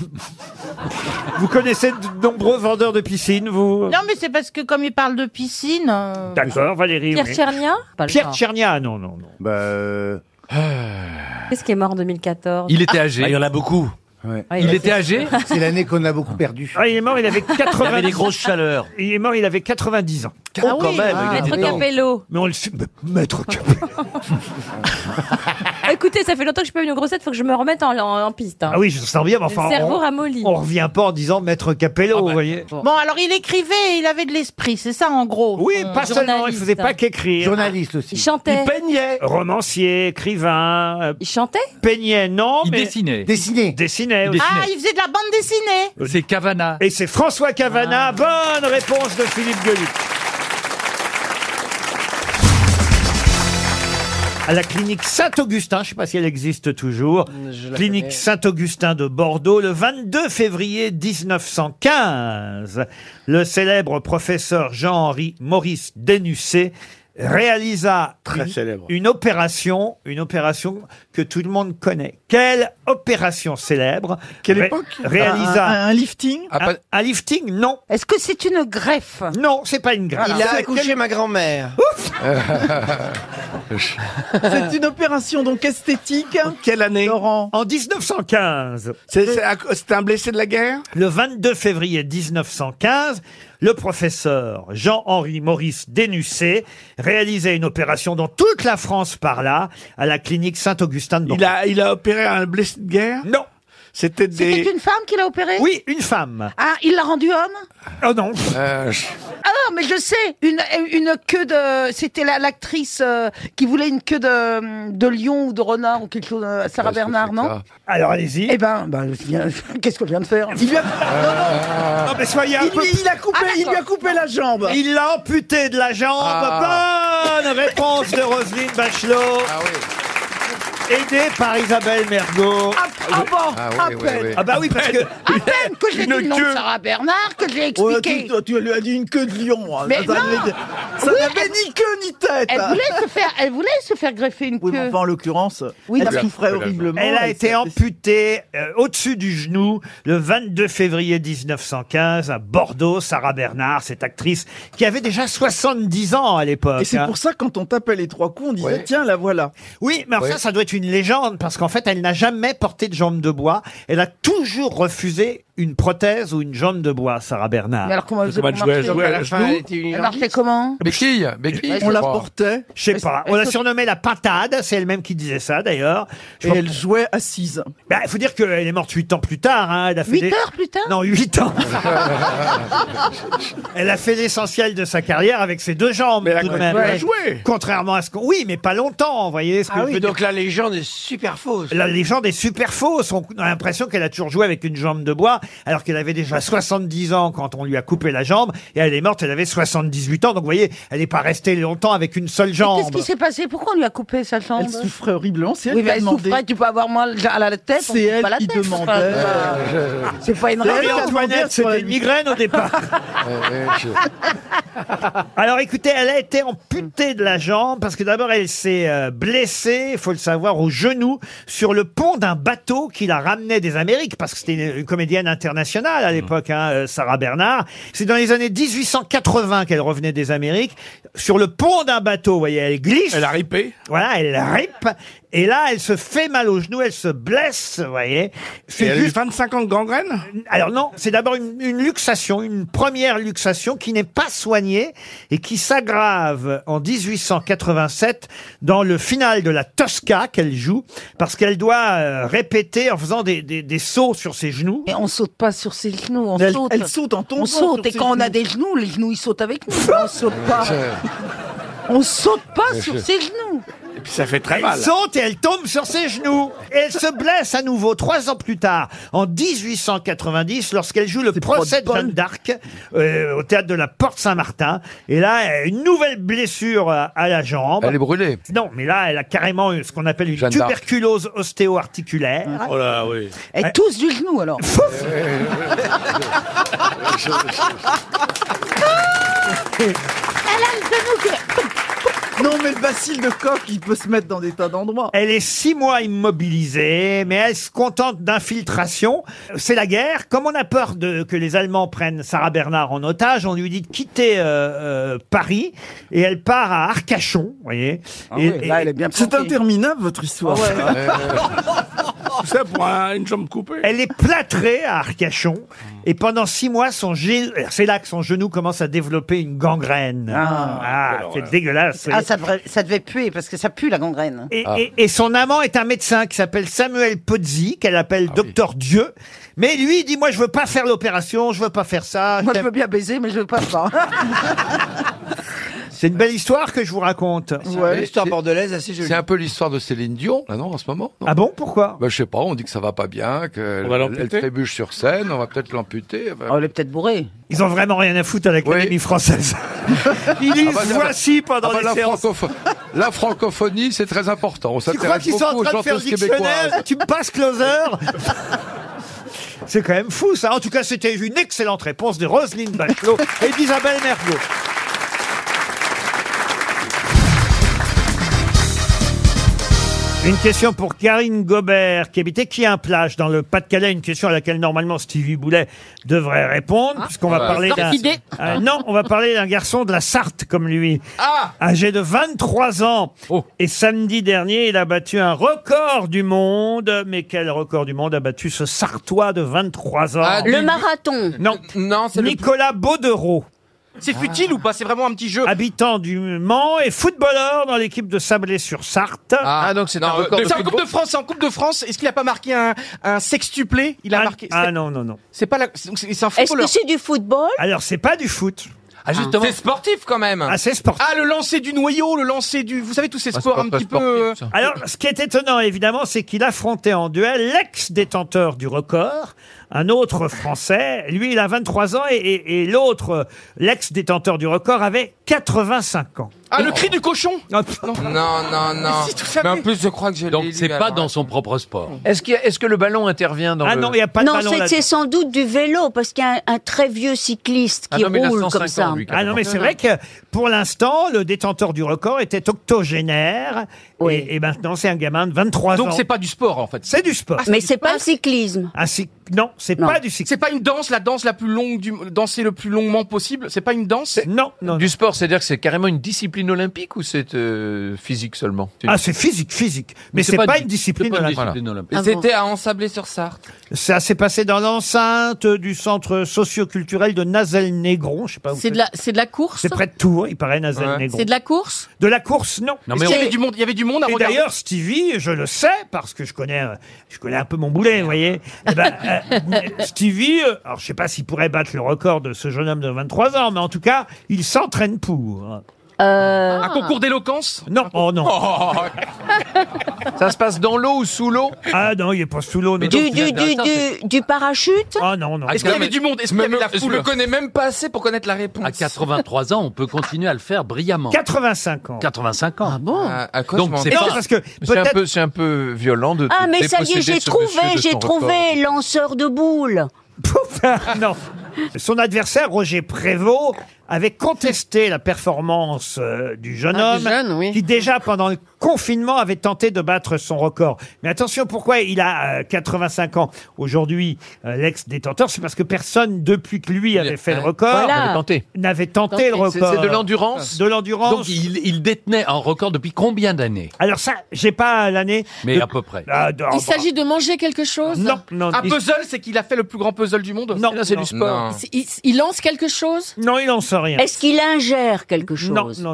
S1: vous connaissez de nombreux vendeurs de piscines, vous
S12: Non, mais c'est parce que comme il parle de piscine. euh,
S1: D'accord, Valérie.
S9: Pierre
S1: oui.
S9: Tchernia Pas le
S1: Pierre
S9: genre.
S1: Tchernia, non, non, non.
S11: Bah, euh,
S1: Ah.
S9: Qu'est-ce qui est mort en 2014
S7: âgé.
S28: il y en a beaucoup.
S9: Ah, il Il a- était
S7: âgé
S11: C'est l'année qu'on a beaucoup perdu.
S1: Ah, il est mort, il avait 90
S11: Il avait des grosses
S1: chaleurs. Il est mort, il avait 90 ans.
S11: Ah Oh, quand oui, même, il
S9: Maître Capello.
S1: Mais on le sait, mais Maître Capello.
S9: Écoutez, ça fait longtemps que je suis pas venue aux grosses têtes, faut que je me remette en, en- en piste. hein.
S1: Ah oui, je sens bien, mais enfin.
S9: Le cerveau
S1: on,
S9: ramolli.
S1: On revient pas en disant Maître Capello, vous voyez.
S12: Bon, alors il écrivait et il avait de l'esprit, c'est ça en gros. Mmh.
S1: Oui, pas seulement, il faisait pas qu'écrire. Euh, Journaliste aussi.
S12: Il chantait. Il
S1: peignait. Romancier, écrivain. euh,
S9: Il chantait
S1: Peignait, non.
S7: Il
S1: mais-
S7: dessinait.
S1: Dessinait. Dessinait. aussi.
S12: Ah, il faisait de la bande dessinée.
S7: C'est Cavana.
S1: Et c'est François
S29: Ah.
S1: Cavana. Bonne réponse de Philippe Gueluc. À la clinique Saint-Augustin, je ne sais pas si elle existe toujours.
S29: la
S1: Clinique
S29: connais.
S1: Saint-Augustin de Bordeaux, le 22 février 1915. Le célèbre professeur Jean-Henri Maurice Dénussé réalisa une, une opération, une opération que tout le monde connaît. Quelle opération célèbre Quelle
S8: époque
S1: Réalisa
S8: Un- un- un lifting
S1: un, un lifting, non.
S12: Est-ce que c'est une greffe
S1: Non, c'est pas une greffe.
S8: Il a accouché
S1: ma grand-mère.
S8: C'est une opération donc esthétique.
S1: Quelle année En 1915. C'est un blessé de la guerre Le 22 février 1915, le professeur Jean-Henri Maurice Dénussé réalisé une opération dont toute la France parla à la clinique Saint-Augustin de Il a, il a opéré un blessé de guerre Non. C'était
S19: C'était une femme qui l'a opéré
S1: Oui, une femme.
S19: Ah, il l'a rendu homme
S1: Oh non.
S19: Ah non, mais je sais, une, une queue de... C'était la- l'actrice euh, qui voulait une queue de, de lion ou de renard ou quelque chose, euh, Sarah Bernard,
S1: Ah.
S19: non
S1: Alors allez-y.
S19: Eh ben, ben, je viens- qu'est-ce que je viens de faire Il
S1: Non, mais soyez un
S19: Il
S1: peu-
S19: lui- il a coupé- Ah, il lui a d'accord. coupé la jambe.
S1: Il l'a amputé de la jambe.
S19: Ah.
S1: bah, Bonne réponse de Roselyne Bachelot. Aidée par Isabelle Mergot.
S19: Ah bon, à peine.
S1: Ah bah oui, parce que.
S19: À peine que j'ai dit le nom de Sarah Bernard, que j'ai
S25: Ouais,
S19: expliqué.
S25: tu, toi, tu lui as dit une queue de lion. hein.
S19: Mais
S25: Ça
S19: non.
S25: n'avait- Ça
S19: Oui,
S25: n'avait
S19: elle-
S25: ni queue ni tête.
S19: elle, voulait se faire, elle voulait se faire greffer une
S25: Oui, mais
S19: queue.
S25: enfin, en l'occurrence,
S19: Oui, non,
S25: elle
S19: mais-
S25: souffrait horriblement.
S1: Elle a
S25: et
S1: été amputée euh, au-dessus du genou le 22 février 1915 à Bordeaux. Sarah Bernard, cette actrice qui avait déjà 70 ans à l'époque.
S25: Et c'est
S1: hein.
S25: pour ça, quand on tapait les trois coups, on disait
S1: Ouais.
S25: tiens, la voilà.
S1: Oui, mais alors ça, ça doit être une légende parce qu'en fait, elle n'a jamais porté de jambe de bois. Elle a toujours refusé une prothèse ou une jambe de bois, Sarah Bernard.
S19: Mais alors comment elle faisait pour marcher Elle marchait comment
S1: Béquille,
S19: béquille, On je la crois. portait.
S1: Je sais pas. On l'a surnommée la patade. C'est elle-même qui disait ça, d'ailleurs. Et elle jouait assise. Bah, Il faut dire qu'elle est morte 8 ans plus tard. Hein. Elle a fait
S19: Huit
S1: des-
S19: heures plus tard
S1: Non, 8 ans. elle a fait l'essentiel de sa carrière avec ses deux jambes. tout de
S4: quand
S1: même.
S4: même bien joué.
S1: Contrairement à ce qu'on. Oui, mais pas longtemps, vous voyez. Ce
S3: Ah
S1: que je veux dire.
S4: Ah la légende est super fausse.
S1: La légende est super fausse. On a l'impression qu'elle a toujours joué avec une jambe de bois, alors qu'elle avait déjà 70 ans quand on lui a coupé la jambe, et elle est morte, elle avait 78 ans. Donc, vous voyez, elle n'est pas restée longtemps avec une seule jambe.
S19: Qu'est-ce qui s'est passé Pourquoi on lui a coupé sa jambe
S25: Elle souffrait horriblement. C'est elle
S19: Oui,
S25: qui a
S19: mais elle
S25: demandé.
S19: souffrait, tu peux avoir mal à la tête, on
S25: C'est
S19: coupe pas
S25: elle
S19: la
S25: qui
S19: tête. enfin,
S25: demandait.
S4: Ah,
S19: euh, C'est pas une
S1: Non, mais
S19: raison.
S1: Antoinette, c'était une migraine au départ. Eh, Alors écoutez, elle a été amputée de la jambe parce que d'abord elle s'est euh, blessée, il faut le savoir, au genou sur le pont d'un bateau qui la ramenait des Amériques parce que c'était une, une comédienne internationale à l'époque, hein, euh, Sarah Bernard. C'est dans les années 1880 qu'elle revenait des Amériques sur le pont d'un bateau. Vous voyez, elle glisse. Elle a ripé. Voilà, elle ripe. Et là, elle se fait mal au genou, elle se blesse, vous voyez. C'est
S4: elle a eu
S1: 25 ans de gangrène Alors non, c'est d'abord une, une luxation, une première luxation qui n'est pas soignée et qui s'aggrave en 1887 dans le final de la Tosca qu'elle joue parce qu'elle doit euh, répéter en faisant des, des- des sauts sur ses genoux.
S19: Et on saute pas sur ses genoux, on
S1: Elle-
S19: saute.
S1: elle saute en tombant
S19: On saute,
S1: sur
S19: et
S1: ses
S19: quand on a
S1: genoux.
S19: des genoux, les genoux ils sautent avec nous. on saute pas. On saute pas
S4: Bien
S19: Ah, sur
S4: sûr.
S19: ses genoux.
S4: Et puis ça fait très
S1: Elle
S4: mal.
S1: saute et elle tombe sur ses genoux. Et elle se blesse à nouveau trois ans plus tard, en 1890, lorsqu'elle joue le procès de Jeanne d'Arc euh, au théâtre de la Porte Saint-Martin. Et là, euh, une nouvelle blessure à, à la jambe. Elle est brûlée. Non, mais là, elle a carrément eu ce qu'on appelle une
S4: Jeanne d'Arc.
S1: tuberculose ostéo-articulaire.
S4: Oh là, oui.
S1: Elle
S19: Ah. tousse du genou alors.
S25: Non, mais le bacille de coq, il peut se mettre dans des tas d'endroits.
S1: Elle est six mois immobilisée, mais elle se contente d'infiltration. C'est la guerre. Comme on a peur de, que les Allemands prennent Sarah Bernard en otage, on lui dit de quitter euh, euh, Paris et elle part à Arcachon. vous voyez. Et- et-
S25: C'est interminable, votre histoire.
S1: Ah ouais.
S4: Tout ça pour un- une jambe coupée.
S1: Elle est plâtrée à Arcachon et pendant six mois, son gé- c'est là que son genou commence à développer une gangrène.
S19: Ah.
S1: Ah,
S19: Alors,
S1: c'est
S19: euh,
S1: dégueulasse.
S19: Ah, ça devrait- ça devait puer parce que ça pue la gangrène.
S1: Et,
S3: Ah.
S5: Ah.
S1: et- et son amant est un médecin qui s'appelle Samuel Pozzi, qu'elle appelle Docteur Dieu. Mais lui, il dit, moi, je veux pas faire l'opération, je veux pas faire ça.
S19: Moi, je veux bien baiser, mais je veux pas ça.
S1: C'est une belle histoire que je vous raconte.
S5: L'histoire bordelaise assez jolie. C'est un peu l'histoire de Céline Dion, là, non, en ce moment
S1: Ah bon Pourquoi
S5: bah, Je sais pas, on dit que ça va pas bien, qu'elle
S1: va
S5: elle
S1: l'amputer
S5: elle trébuche sur scène, on va peut-être l'amputer. enfin.
S25: Oh,
S19: elle est peut-être bourrée.
S1: Ils ont vraiment rien à foutre à l'Académie française. Ils disent,
S5: Ah bah, ça va.
S1: voici pendant
S5: Ah bah,
S1: les
S5: la,
S1: séances.
S5: francopho- la francophonie, c'est très important. On
S1: Tu crois
S5: s'intéresse
S1: qu'ils sont en
S5: beaucoup aux
S1: train de faire
S5: chanteuses
S1: le dictionnaire
S5: québécoises.
S1: Tu me passes closer C'est quand même fou ça. En tout cas, c'était une excellente réponse de Roselyne Bachelot et d'Isabelle Mergo. Une question pour Karine Gobert, qui habitait qui un plage dans le Pas-de-Calais, une question à laquelle normalement Stevie Boulet devrait répondre, puisqu'on va
S21: Ah,
S1: parler d'un...
S21: sortidé.
S1: Euh, non, on va parler d'un garçon de la Sarthe comme lui.
S21: Ah
S1: Âgé de 23 ans.
S15: Oh.
S1: Et samedi dernier, il a battu un record du monde. Mais quel record du monde a battu ce Sartois de 23 ans
S15: Ah,
S13: Le marathon.
S1: Non.
S13: Non, c'est le-
S1: Nicolas Baudereau.
S15: C'est futile ou pas C'est vraiment un petit jeu.
S1: Habitant du Mans et footballeur dans l'équipe de Sablé-sur-Sarthe. Ah, donc c'est
S15: Non, euh, c'est en Coupe de France, en Coupe de France. Est-ce qu'il n'a pas marqué un, un sextuplé Il a marqué.
S1: Ah non, non, non.
S15: C'est pas la. donc C'est c'est un footballeur.
S1: du football Alors, c'est pas du foot. Ah,
S15: C'est sportif quand même.
S1: Ah, c'est sportif.
S15: Ah, le lancer du noyau, le lancer du. Vous savez, tous ces sports un petit peu. euh,
S1: Alors, ce qui est étonnant, évidemment, c'est qu'il affrontait en duel l'ex-détenteur du record, un autre Français. Lui, il a 23 ans et, et- et l'autre, euh, l'ex-détenteur du record, avait 85 ans.
S15: Ah, le cri du cochon
S1: Non,
S15: non, Mais si, tout ça, mais-
S1: plus, je crois que je
S7: Donc c'est pas dans son propre sport.
S1: Est-ce que, le ballon intervient dans
S7: Ah le- non, il y a pas de
S14: non,
S7: ballon
S14: c'est-
S7: là-dedans.
S14: c'est sans doute du vélo, parce qu'il y a un, un très vieux cycliste qui roule comme ça.
S1: ah non, mais c'est vrai que pour l'instant, le détenteur du record était octogénaire. Et, et maintenant, c'est un gamin de 23 ans.
S15: Donc c'est pas du sport en fait.
S1: C'est du sport.
S15: Ah,
S14: Ah, Mais c'est pas le cyclisme.
S1: Ah, si- non, c'est pas du cyclisme.
S15: C'est pas une danse, la danse la plus longue du danser le plus longuement possible, c'est pas une danse
S1: Non, non.
S2: Du sport, c'est-à-dire que c'est carrément une discipline olympique ou c'est euh, physique seulement
S1: Ah, c'est physique, physique. Mais, c'est pas, une discipline
S2: c'est pas une
S1: olympique.
S2: discipline olympique.
S15: Ah
S14: Ah
S1: C'était
S15: à Ensablé-sur-Sarthe.
S1: Ça s'est passé dans l'enceinte du centre socioculturel de Nazel-Négron. Je sais pas où
S12: C'est de la, c'est de la course. hein
S1: C'est près de Tours, il paraît, Nazel-Négron.
S12: C'est de la course.
S1: De la course, non.
S15: Non, mais Est-ce qu'il y on- avait du monde- il y avait du monde à
S1: Et
S15: regarder
S1: d'ailleurs, Stevie, je le sais, parce que je connais, euh, je connais un peu mon boulet, vous voyez. Eh ben, euh, Stevie, euh, alors je sais pas s'il pourrait battre le record de ce jeune homme de 23 ans, mais en tout cas, il s'entraîne pour.
S13: Euh,
S1: Ah,
S12: Ah.
S15: Un concours d'éloquence
S1: Non, oh non. Ça se passe dans l'eau ou sous l'eau Ah non, il est pas sous l'eau.
S14: Du, du, du, du, du parachute
S1: Ah non, non.
S15: Est-ce qu'il y avait du monde Est-ce qu'il y avait la foule
S7: connais même pas assez pour connaître la réponse. À 83 ans, on peut continuer à le faire brillamment.
S1: 85 ans.
S7: 85 ans. Ah
S1: bon
S7: Donc c'est pas
S2: C'est un peu- c'est un, peu violent de.
S14: Ah,
S2: de
S14: mais ça y est,
S2: déposséder
S14: j'ai
S2: ce monsieur
S14: trouvé,
S2: de
S14: j'ai
S2: son
S14: trouvé, lanceur de boules.
S1: non. Son adversaire, Roger Prévost, avait contesté la performance euh, du jeune
S12: Ah,
S1: homme
S12: du jeune, oui.
S1: qui déjà pendant le confinement avait tenté de battre son record. Mais attention, pourquoi il a euh, 85 ans aujourd'hui, euh, l'ex-détenteur C'est parce que personne, depuis que lui avait fait le record,
S7: Voilà. N'avait tenté.
S1: n'avait tenté le
S7: C'est-
S1: record.
S7: c'est de l'endurance
S1: De l'endurance.
S7: Donc il, il détenait un record depuis combien d'années
S1: Alors ça, j'ai pas l'année.
S7: Mais à peu près.
S1: Ah, non,
S12: Il
S15: bah.
S12: s'agit de manger quelque chose.
S1: Non, non.
S15: Un puzzle, c'est qu'il a fait le plus grand puzzle du monde
S1: Non,
S15: c'est
S1: non.
S15: du sport.
S1: Non.
S12: Il, il lance quelque chose.
S1: Non, il en sait rien.
S14: Est-ce qu'il ingère quelque chose
S1: Non, non, non.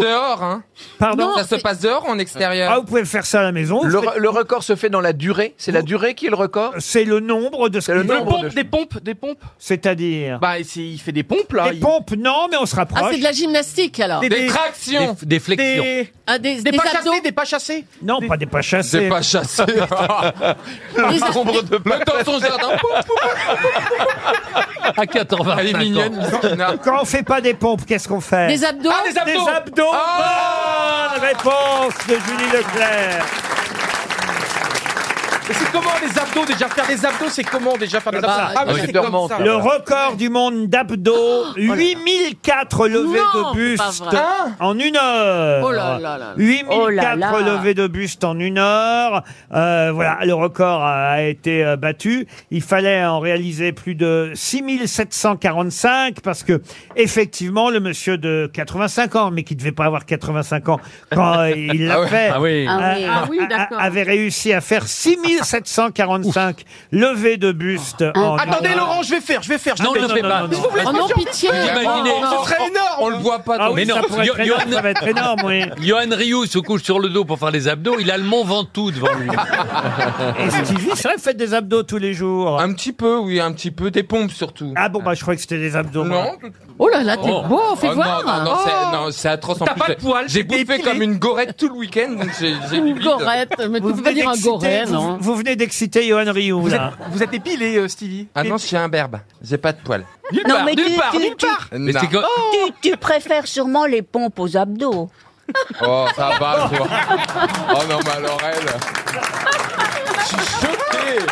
S2: dehors,
S1: Pardon
S2: Ça se passe dehors en extérieur
S1: Ah, vous pouvez faire ça à la maison.
S2: Le,
S1: Vous faites-
S2: re- le record se fait dans la durée. C'est la durée qui est le record.
S1: C'est le nombre de ce
S2: le
S1: qu'il
S2: nombre
S1: pompe,
S2: de-
S15: Des pompes, des pompes.
S1: C'est-à-dire
S15: Bah, c'est- il fait des pompes là.
S1: Des
S15: il-
S1: pompes, non, mais on se rapproche.
S12: Ah, c'est de la gymnastique alors.
S15: Des- des- Des tractions.
S7: Des- des flexions.
S15: Des,
S12: Ah, des,
S15: des
S12: des
S15: pas
S12: abdos.
S15: chassés, des pas chassés.
S1: Non, pas des pas chassés.
S7: Des pas chassés.
S15: Des-
S7: Le nombre de pas À 85 ans.
S1: Quand on fait pas des pompes, qu'est-ce qu'on fait
S12: Des abdos. Ah, des abdos. Ah,
S1: Des abdos.
S26: Ah,
S1: Bonne réponse de Julie Leclerc.
S15: Mais c'est comment les abdos déjà Faire des abdos, c'est comment déjà faire des abdos Ah, bah,
S1: Comme ça. Ah, bah, Le record du monde d'abdos, 8004 levées
S15: Oh Non,
S1: de buste
S15: c'est pas vrai. Hein
S1: en une heure.
S15: Oh là là là là.
S3: Oh là là.
S1: 8004 levées de buste en une heure. Euh, voilà, le record a a été euh, battu. Il fallait en réaliser plus de 6745 parce que, effectivement, le monsieur de 85 ans, mais qui devait pas avoir 85 ans quand euh, il l'a
S7: Ah ouais.
S1: fait,
S7: Ah oui. Ah oui.
S1: euh,
S7: Ah oui,
S1: a- a-
S7: d'accord.
S1: avait réussi à faire 6745 levées de buste en une
S15: Oh, Ah. Attendez
S1: heure.
S15: Laurent, je vais faire, je vais faire. Je
S1: Oh, Non,
S15: vais
S1: ne
S15: faire.
S1: le fais pas, non,
S15: Mais
S1: non.
S15: vous voulez
S1: Oh
S15: pas
S1: non,
S15: dire-
S1: pitié.
S15: Vous
S1: Imaginez.
S15: Ce serait
S12: Oh,
S15: énorme.
S7: On le voit pas.
S1: Ah oui, ça pourrait être énorme, ça va être énorme, oui.
S7: Johan Rioux se couche sur le dos pour faire les abdos. Il a le Mont Ventoux devant lui.
S1: Et Stevie, c'est vrai, vous faites des abdos tous les jours.
S2: Un petit peu, oui, un petit peu. Des pompes surtout.
S1: Ah bon, bah je croyais que c'était des abdos.
S2: Non.
S12: Oh là là, t'es
S2: Oh.
S12: beau, fais
S2: Oh,
S12: voir.
S2: Non, non, non,
S12: Oh.
S2: c'est- non, c'est atroce. En
S12: T'as
S2: plus,
S12: pas de
S2: j'ai-
S12: poils,
S2: J'ai
S12: t'es
S2: bouffé
S12: dépilé.
S2: comme une gorette tout le week-end, donc j'ai j'ai du
S12: Une
S2: bide.
S12: gorette, mais tu peux pas dire un
S1: d'exciter-
S12: goret,
S1: vous-
S12: non
S1: vous venez d'exciter Johan Rioux,
S2: Vous
S1: là.
S15: Vous êtes épilé, euh, Stevie
S2: Ah non, je suis un berbe. J'ai pas de poils.
S14: Nulle Non, part, mais nulle tu- part, tu- nulle tu- part.
S2: Mais c'est que-
S14: tu, tu préfères sûrement les pompes aux abdos.
S2: Oh, ça va, toi. Oh non, ma Laurel. Je suis choqué.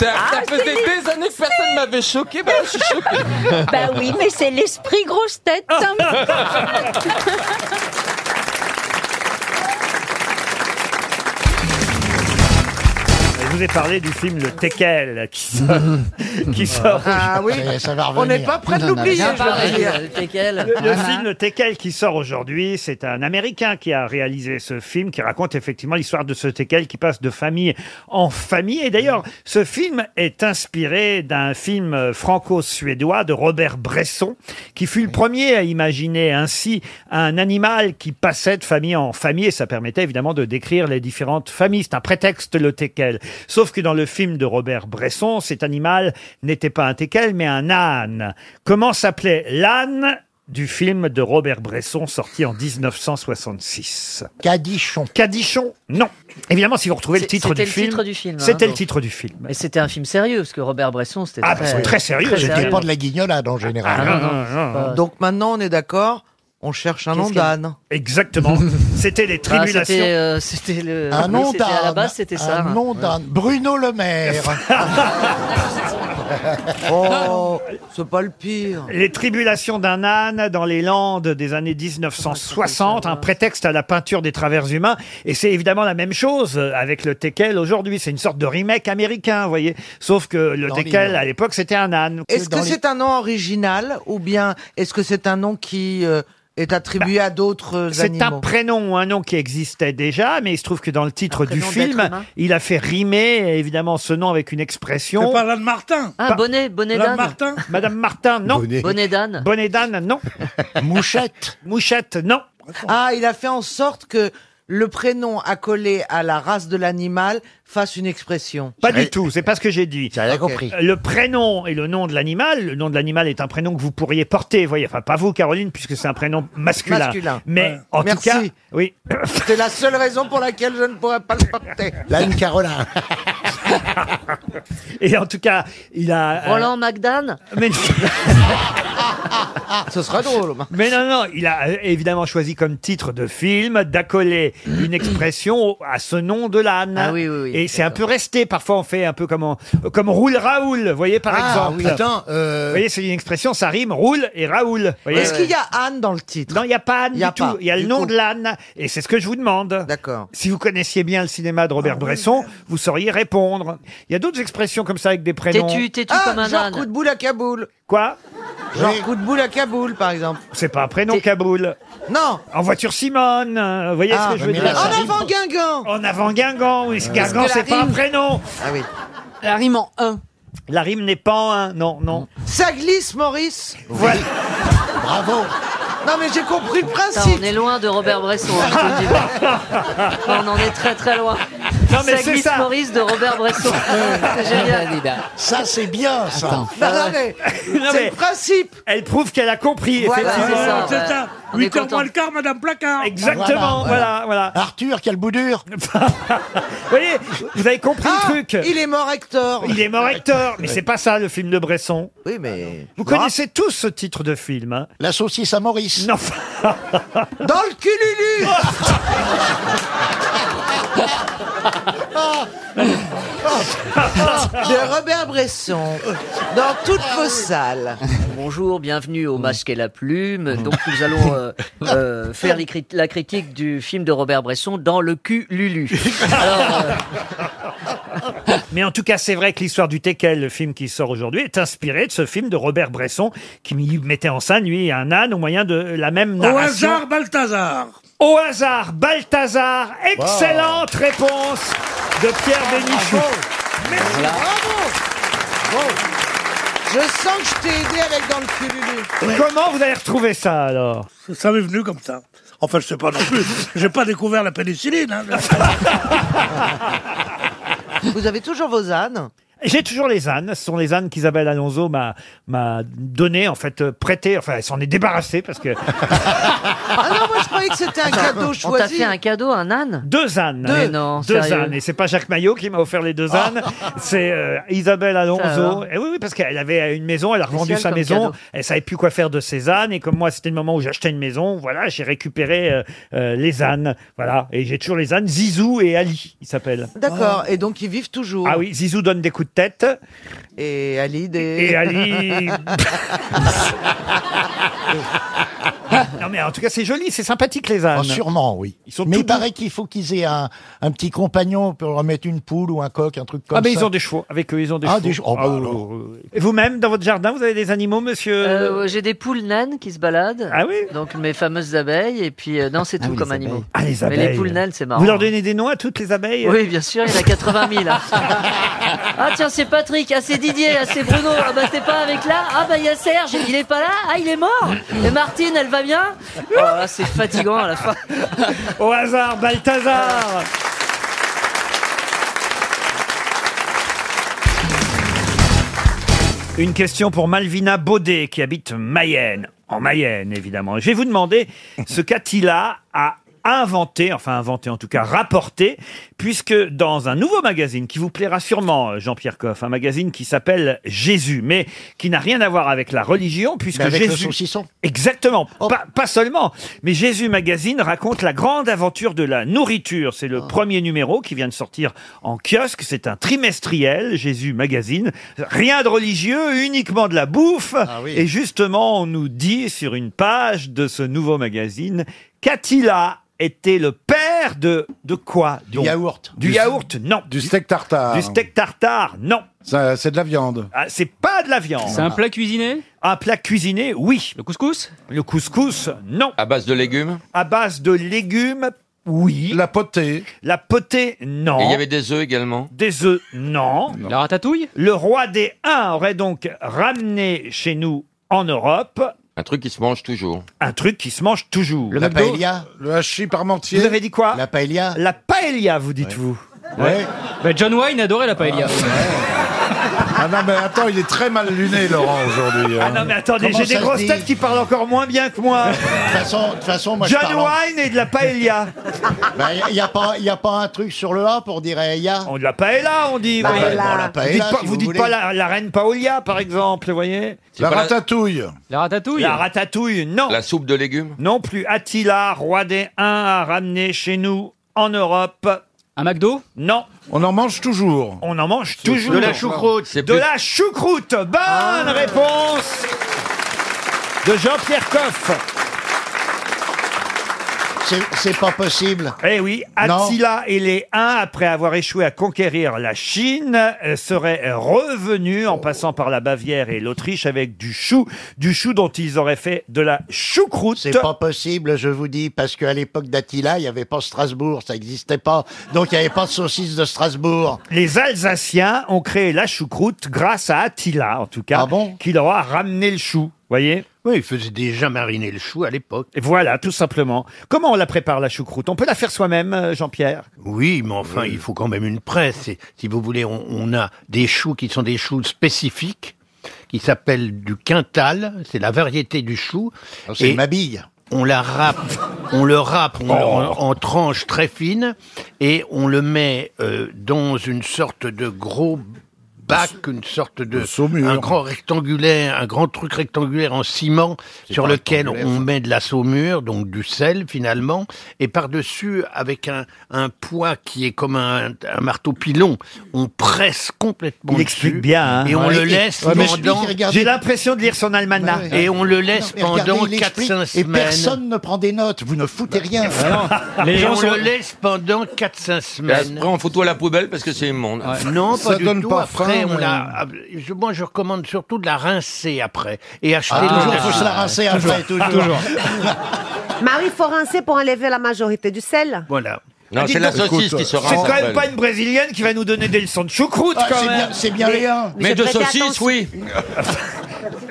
S2: Ça,
S14: Ah,
S2: ça faisait des années que personne m'avait choqué. Bah, je suis choqué.
S14: Bah oui, mais c'est l'esprit grosse tête.
S1: vous ai parlé du film Le Tequel qui
S7: Ah
S1: sort. qui sort
S6: Ah oui, on n'est pas près de l'oublier, je veux dire.
S1: Le, le film Le Tequel qui sort aujourd'hui, c'est un Américain qui a réalisé ce film, qui raconte effectivement l'histoire de ce Tequel qui passe de famille en famille. Et d'ailleurs, ce film est inspiré d'un film euh, franco-suédois de Robert Bresson, qui fut le premier à imaginer ainsi un animal qui passait de famille en famille. Et ça permettait évidemment de décrire les différentes familles. C'est un prétexte, le Tequel. Sauf que dans le film de Robert Bresson, cet animal n'était pas un Tequel, mais un âne. Comment s'appelait l'âne du film de Robert Bresson sorti en 1966. Cadichon. Cadichon, non. Évidemment, si vous retrouvez le
S10: C'est-
S1: titre
S10: c'était
S1: du
S10: le
S1: film.
S10: titre du film, hein,
S1: C'était le
S10: donc.
S1: titre du film.
S10: Mais c'était un film sérieux, parce que Robert Bresson, c'était
S1: Ah, bah,
S10: très,
S1: c'est très sérieux,
S10: très
S1: j'ai dit.
S10: sérieux.
S1: Pas de
S10: la guignolade en général.
S1: Ah, non, non, non, non, non.
S6: Donc maintenant, on est d'accord, on cherche un
S10: Qu'est-ce
S6: nom
S10: qu'il y a
S6: d'âne.
S1: Exactement. C'était les
S10: Bah,
S1: tribulations.
S10: c'était, euh, c'était le.
S1: Un
S10: oui,
S1: nom
S10: c'était- À la
S1: d'âne,
S10: base, c'était ça.
S1: un
S10: hein.
S1: nom
S10: Ouais.
S6: Bruno Le Maire. oh, c'est pas le pire.
S1: Les tribulations d'un âne dans les Landes des années 1960, un prétexte à la peinture des travers humains. Et c'est évidemment la même chose euh, avec le Tekel aujourd'hui. C'est une sorte de remake américain, vous voyez. Sauf que le
S6: Dans
S1: Tekel,
S6: les-
S1: à l'époque, c'était un âne.
S6: Est-ce que c'est un nom original ou bien est-ce que c'est un nom qui euh, est attribué à d'autres euh,
S1: Bah, C'est un
S6: animaux
S1: prénom, un nom qui existait déjà, mais il se trouve que dans le titre du
S6: prénom d'être
S1: film,
S6: humain.
S1: il a fait rimer évidemment ce nom avec une expression.
S10: C'est pas
S1: Madame Martin.
S10: Ah, bonnet, bonnet d'âne.
S1: Madame Martin, non.
S10: Bonnet d'âne.
S1: Bonnet d'âne, euh, non. Mouchette. Mouchette, non.
S6: Ah, il a fait en sorte que le prénom accolé à la race de l'animal fasse une expression.
S1: Pas du tout, c'est pas ce que j'ai dit.
S6: rien compris.
S1: Le prénom et le nom de l'animal, le nom de l'animal est un prénom que vous pourriez porter, voyez, enfin pas vous Caroline puisque c'est un prénom masculin.
S6: Masculin.
S1: Mais
S6: Ouais.
S1: en
S6: Merci.
S1: tout cas, oui.
S6: C'est la seule raison pour laquelle je ne pourrais pas le porter.
S1: L'âne Caroline. et en tout cas, il a euh,
S10: Roland McDan.
S1: mais...
S6: Ce sera drôle.
S1: Mais non, non, il a euh, évidemment choisi comme titre de film d'accoler une expression au- à ce nom de l'âne.
S10: Ah oui, oui, oui,
S1: Et c'est un peu resté. Parfois, on fait un peu comme, en- comme Roule Raoul, vous voyez, par
S6: Ah,
S1: exemple.
S6: oui. Attends,
S1: Vous voyez, c'est une expression, ça rime Roule et Raoul. vous voyez.
S6: Est-ce qu'il y a Anne dans le titre
S1: Non, il n'y a pas Anne
S6: Il y a
S1: du
S6: pas,
S1: tout. Il y a le
S6: du
S1: nom
S6: coup.
S1: de l'âne. Et c'est ce que je vous demande.
S6: Oh. D'accord. Ah,
S1: Si vous connaissiez bien le cinéma de Robert Bresson, vous sauriez répondre. Il y a d'autres expressions comme ça avec des prénoms.
S10: Têtu, têtu
S6: Ah,
S10: comme un
S6: genre
S10: âne.
S6: coup de boule à Kaboul.
S1: Quoi
S6: Genre coup de boule à Kaboul, par exemple.
S1: C'est pas un prénom, Kaboul.
S6: Non.
S1: En voiture Simone. euh, Vous voyez
S6: Ah,
S1: ce que je veux
S6: mais
S1: dire
S6: là, ça En rime. avant Guingamp.
S1: En avant Guingamp. Oui,
S6: Parce
S1: Guingamp,
S6: que la
S1: c'est pas un
S6: rime-
S1: prénom.
S6: Ah oui.
S1: La rime en un. La rime n'est pas en un. Non, non.
S6: Ça glisse, Maurice.
S1: Voilà.
S6: Bravo. Non, mais j'ai compris le
S10: Putain,
S6: principe.
S10: on est loin de Robert Bresson, hein, je te le dis. On en est très très loin.
S1: Non, mais c'est
S10: glisse
S1: ça.
S10: Maurice de Robert Bresson.
S6: Ah,
S10: c'est génial.
S1: Ça, c'est bien, ça.
S6: Non, non, mais c'est le principe.
S1: Elle prouve qu'elle a compris,
S6: Voilà, c'est
S1: effectivement.
S6: ça, C'est ouais.
S10: Ah,
S6: ça. On est 8 heures content. moins le
S1: quart, Ah, Madame Placard. Exactement,
S6: Ah, Voilà,
S1: voilà, voilà. Arthur, quel boudure. vous voyez, vous avez compris
S16: Ah
S1: le truc.
S6: Il est mort Hector.
S1: Il est mort Hector, mais c'est pas ça le film de Bresson. Ah
S6: Oui, mais.
S1: Vous connaissez tous ce titre de film. Hein La saucisse à Maurice. Non.
S6: Dans le cululu ah, De Robert Bresson, dans toutes vos salles.
S10: Bonjour, bienvenue au Masque et la Plume. Donc nous allons euh, euh, faire les crit- la critique du film de Robert Bresson dans le cul Lulu.
S1: Mais en tout cas, c'est vrai que l'histoire du Tekel, le film qui sort aujourd'hui, est inspiré de ce film de Robert Bresson qui y mettait en scène, lui, un âne au moyen de la même narration.
S16: Balthazar.
S1: Au hasard, Balthazar. Excellente réponse de Pierre Bénichou. Merci.
S6: Je sens que je t'ai aidé avec dans le cululu.
S1: Comment vous avez retrouvé ça alors
S16: Ça m'est venu comme ça. Enfin, je sais pas non plus. J'ai pas découvert la pénicilline. hein.
S6: Vous avez toujours vos ânes
S1: J'ai toujours les ânes. Ce sont les ânes qu'Isabelle Alonso m'a, m'a donné, en fait, euh, prêté. Enfin, elle s'en est débarrassée parce que.
S6: Ah non, moi je croyais que c'était un cadeau
S10: On t'a
S6: choisi.
S10: fait un cadeau, un âne
S1: Deux ânes.
S10: Deux. Mais non, sérieux.
S1: ânes. Et c'est pas Jacques Maillot qui m'a offert les deux ânes. c'est euh, Isabelle
S10: Ça
S1: Alonso. Et oui, oui, parce qu'elle avait euh, une maison, elle a revendu
S10: Spécial
S1: sa
S10: comme
S1: maison.
S10: cadeau.
S1: Elle savait plus quoi faire de ses ânes. Et comme moi, c'était le moment où j'achetais une maison, voilà, j'ai récupéré euh, euh, les ânes. Voilà. Et j'ai toujours les ânes. Zizou et Ali, ils s'appellent. Oh.
S6: D'accord, et donc ils vivent toujours.
S1: Ah oui, Zizou donne des coups de tête.
S6: Et Ali des...
S1: Et Ali. non mais en tout cas c'est joli, c'est sympathique les ânes.
S3: Oh, sûrement, oui.
S1: Ils sont
S3: Mais
S1: tout
S3: il paraît qu'il faut qu'ils aient un, un petit compagnon pour leur mettre une poule ou un coq, un truc comme
S1: ah mais
S3: ça.
S1: ils ont des chevaux, avec eux ils ont des
S3: Ah,
S1: chevaux.
S3: des chevaux. Oh, bah,
S1: oui,
S3: alors.
S1: oui, oui. Et vous-même, dans votre jardin, vous avez des animaux, monsieur
S13: Euh, J'ai des poules naines qui se baladent.
S1: Ah oui
S13: Donc mes fameuses abeilles. Et puis, euh, non, c'est tout comme animaux.
S1: Ah, les
S13: Mais
S1: abeilles.
S13: les poules naines, c'est marrant.
S1: Vous leur donnez euh des noms à toutes les abeilles
S13: Oui, bien sûr, il y en a 80 000. hein. ah tiens, c'est Patrick, ah c'est Didier, ah c'est Bruno, ah bah t'es pas avec là, ah bah il y a Serge, il est pas là, ah il est mort. Et Martine, elle va bien Oh là là, c'est fatigant à la fin.
S1: Au hasard, Balthazar Une question pour Malvina Baudet qui habite Mayenne, en Mayenne évidemment. Je vais vous demander ce qu'Attila a inventé, enfin inventé en tout cas, rapporté, puisque dans un nouveau magazine qui vous plaira sûrement, euh, Jean-Pierre Coff, un magazine qui s'appelle Jésus, mais qui n'a rien à voir avec la religion, puisque
S3: Mais avec le
S1: Jésus...
S3: saucisson.
S1: Exactement, pas, pas seulement, mais Jésus Magazine raconte la grande aventure de la nourriture. C'est le premier numéro qui vient de sortir en kiosque, c'est un trimestriel, Jésus Magazine. Rien de religieux, uniquement de la bouffe. Et justement, on nous dit sur une page de ce nouveau magazine qu'Attila était le père de de quoi Du
S3: yaourt.
S1: Du
S3: Du-
S1: yaourt, non. Du steak tartare. Du steak tartare, Ah, non.
S3: C'est de la viande.
S1: Ah, c'est pas de la viande.
S18: C'est un plat cuisiné
S1: Un plat cuisiné, oui.
S18: Le couscous
S1: Le couscous, non.
S18: À base de légumes
S1: À base de légumes, oui. La potée. La potée, non.
S8: Et il y avait des œufs également.
S1: Des œufs, non. La ratatouille Le roi des Huns aurait donc ramené chez nous, en Europe,
S8: Un truc qui se mange toujours.
S1: un truc qui se mange toujours.
S3: la paella. Le hachis parmentier.
S1: Vous avez dit quoi
S3: La paella.
S1: La paella, vous dites-vous.
S3: Ouais.
S18: Bah, John Wayne adorait la paella.
S3: Ah non, mais attends, il est très mal luné, Laurent,
S18: hein.
S3: aujourd'hui.
S1: Ah non, mais attendez, j'ai des grosses têtes qui parlent encore moins bien que moi.
S3: De toute façon, de toute façon, moi,
S1: John
S3: je parle en-
S1: Wine et de la paella.
S3: Ben, Il n'y a, pas- il y a pas un truc sur le A pour dire eh, Eya
S1: On de la paella, on dit.
S3: La
S1: vous voyez.
S3: paella. Bon, la
S1: vous
S3: paella,
S1: dites pas,
S3: Bah, si
S1: vous
S3: vous
S1: dites
S3: voulez.
S1: pas la, la reine Paolia, par exemple, vous voyez
S3: La ratatouille.
S18: La ratatouille
S1: La ratatouille, non.
S8: La soupe de légumes
S1: Non plus. Attila, roi des Huns, a ramené chez nous, en Europe.
S18: Un McDo
S1: Non.
S3: On en mange toujours.
S1: On en mange toujours.
S3: De la choucroute.
S1: De
S3: C'est plus-
S1: la choucroute. Bonne réponse de Jean-Pierre Coff.
S3: C'est pas possible.
S1: Eh oui,
S3: Non.
S1: Attila et les Huns, après avoir échoué à conquérir la Chine, euh, seraient revenus en passant par la Bavière et l'Autriche avec du chou, du chou dont ils auraient fait de la choucroute.
S3: C'est pas possible, je vous dis, parce qu'à l'époque d'Attila, il n'y avait pas Strasbourg, ça n'existait pas. Donc il n'y avait pas de saucisse de Strasbourg.
S1: Les Alsaciens ont créé la choucroute grâce à Attila, en tout cas, qui leur a ramené le chou,
S10: Ah
S1: voyez
S10: Oui, il faisait déjà mariner le chou à l'époque.
S1: Et voilà, tout simplement. Comment on la prépare, la choucroute On peut la faire soi-même, euh, Jean-Pierre
S10: Oui, mais enfin, il faut quand même une presse. Et si vous voulez, on, on a des choux qui sont des choux spécifiques, qui s'appellent du quintal. C'est la variété du chou.
S3: Ah, c'est
S10: Et
S3: ma bille. Oh.
S10: On la râpe, on le râpe on le- en, en tranches très fines et on le met euh, dans une sorte de gros bac, une sorte de un grand rectangulaire, un grand truc rectangulaire en ciment sur
S3: pas
S10: lequel
S3: rectangulaire,
S10: on met de la saumure, donc du sel finalement, et par-dessus, avec un, un poids qui est comme un, un marteau pilon, on presse complètement
S1: Il explique
S10: dessus,
S1: bien.
S3: Ah.
S1: hein.
S10: et on le laisse pendant...
S1: J'ai l'impression de lire son almanach.
S10: Et on le laisse
S3: mais regardez,
S10: pendant
S3: il explique,
S10: 4-5
S3: Et
S10: semaines. Bah,
S3: personne ne prend des notes, vous ne foutez rien.
S10: et on le laisse pendant 4-5
S8: Et
S10: semaines.
S8: après, on fout tout à la poubelle parce que c'est immonde.
S10: Non, pas du tout. après, on la- je- moi, je recommande surtout de la rincer après. Et acheter
S3: Ah,
S10: de
S3: toujours, faut se la rincer après, toujours. Toujours.
S19: Marie, faut rincer pour enlever la majorité du sel.
S10: Voilà.
S8: Non, c'est la saucisse qui se
S1: C'est
S8: rend.
S1: quand même pas une brésilienne qui va nous donner des leçons de choucroute,
S3: Ah,
S1: quand
S3: c'est
S1: même.
S3: bien- c'est bien Mais- rien. mais
S1: Mais
S3: je
S1: de
S3: prêtais
S1: saucisse,
S3: attention.
S1: oui.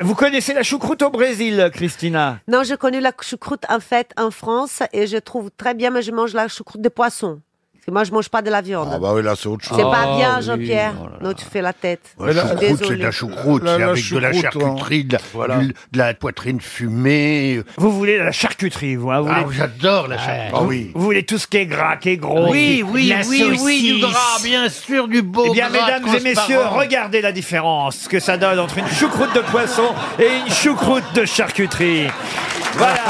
S1: Vous connaissez la choucroute au Brésil, Christina
S19: Non, j'ai connu la choucroute en fait en France et je trouve très bien, mais je mange la choucroute de poisson. Parce que moi, je mange pas de la viande.
S3: Ah bah oui, là c'est autre chose.
S19: C'est
S25: Ah
S19: pas bien, Jean-Pierre.
S25: Oh
S19: non, tu fais la tête.
S10: Ouais,
S19: je
S10: la
S19: suis
S10: choucroute, c'est de
S19: désolée.
S10: la choucroute,
S3: La-
S10: c'est
S3: la
S10: avec de la
S3: choucroute, hein.
S10: charcuterie, de la, du- de la poitrine fumée.
S1: Vous voulez la charcuterie, vous, hein, vous
S10: Ah,
S1: voulez-
S10: j'adore la charcuterie.
S1: Vous- Vous voulez tout ce qui est gras, qui est gros
S10: Oui,
S1: qui-
S10: oui,
S1: la
S10: oui, oui, du
S1: saucisse.
S10: gras, bien sûr, du beau
S1: Eh bien,
S10: gras
S1: mesdames et messieurs,
S10: transparent.
S1: regardez la différence que ça donne entre une choucroute de poisson et une choucroute de charcuterie. Voilà.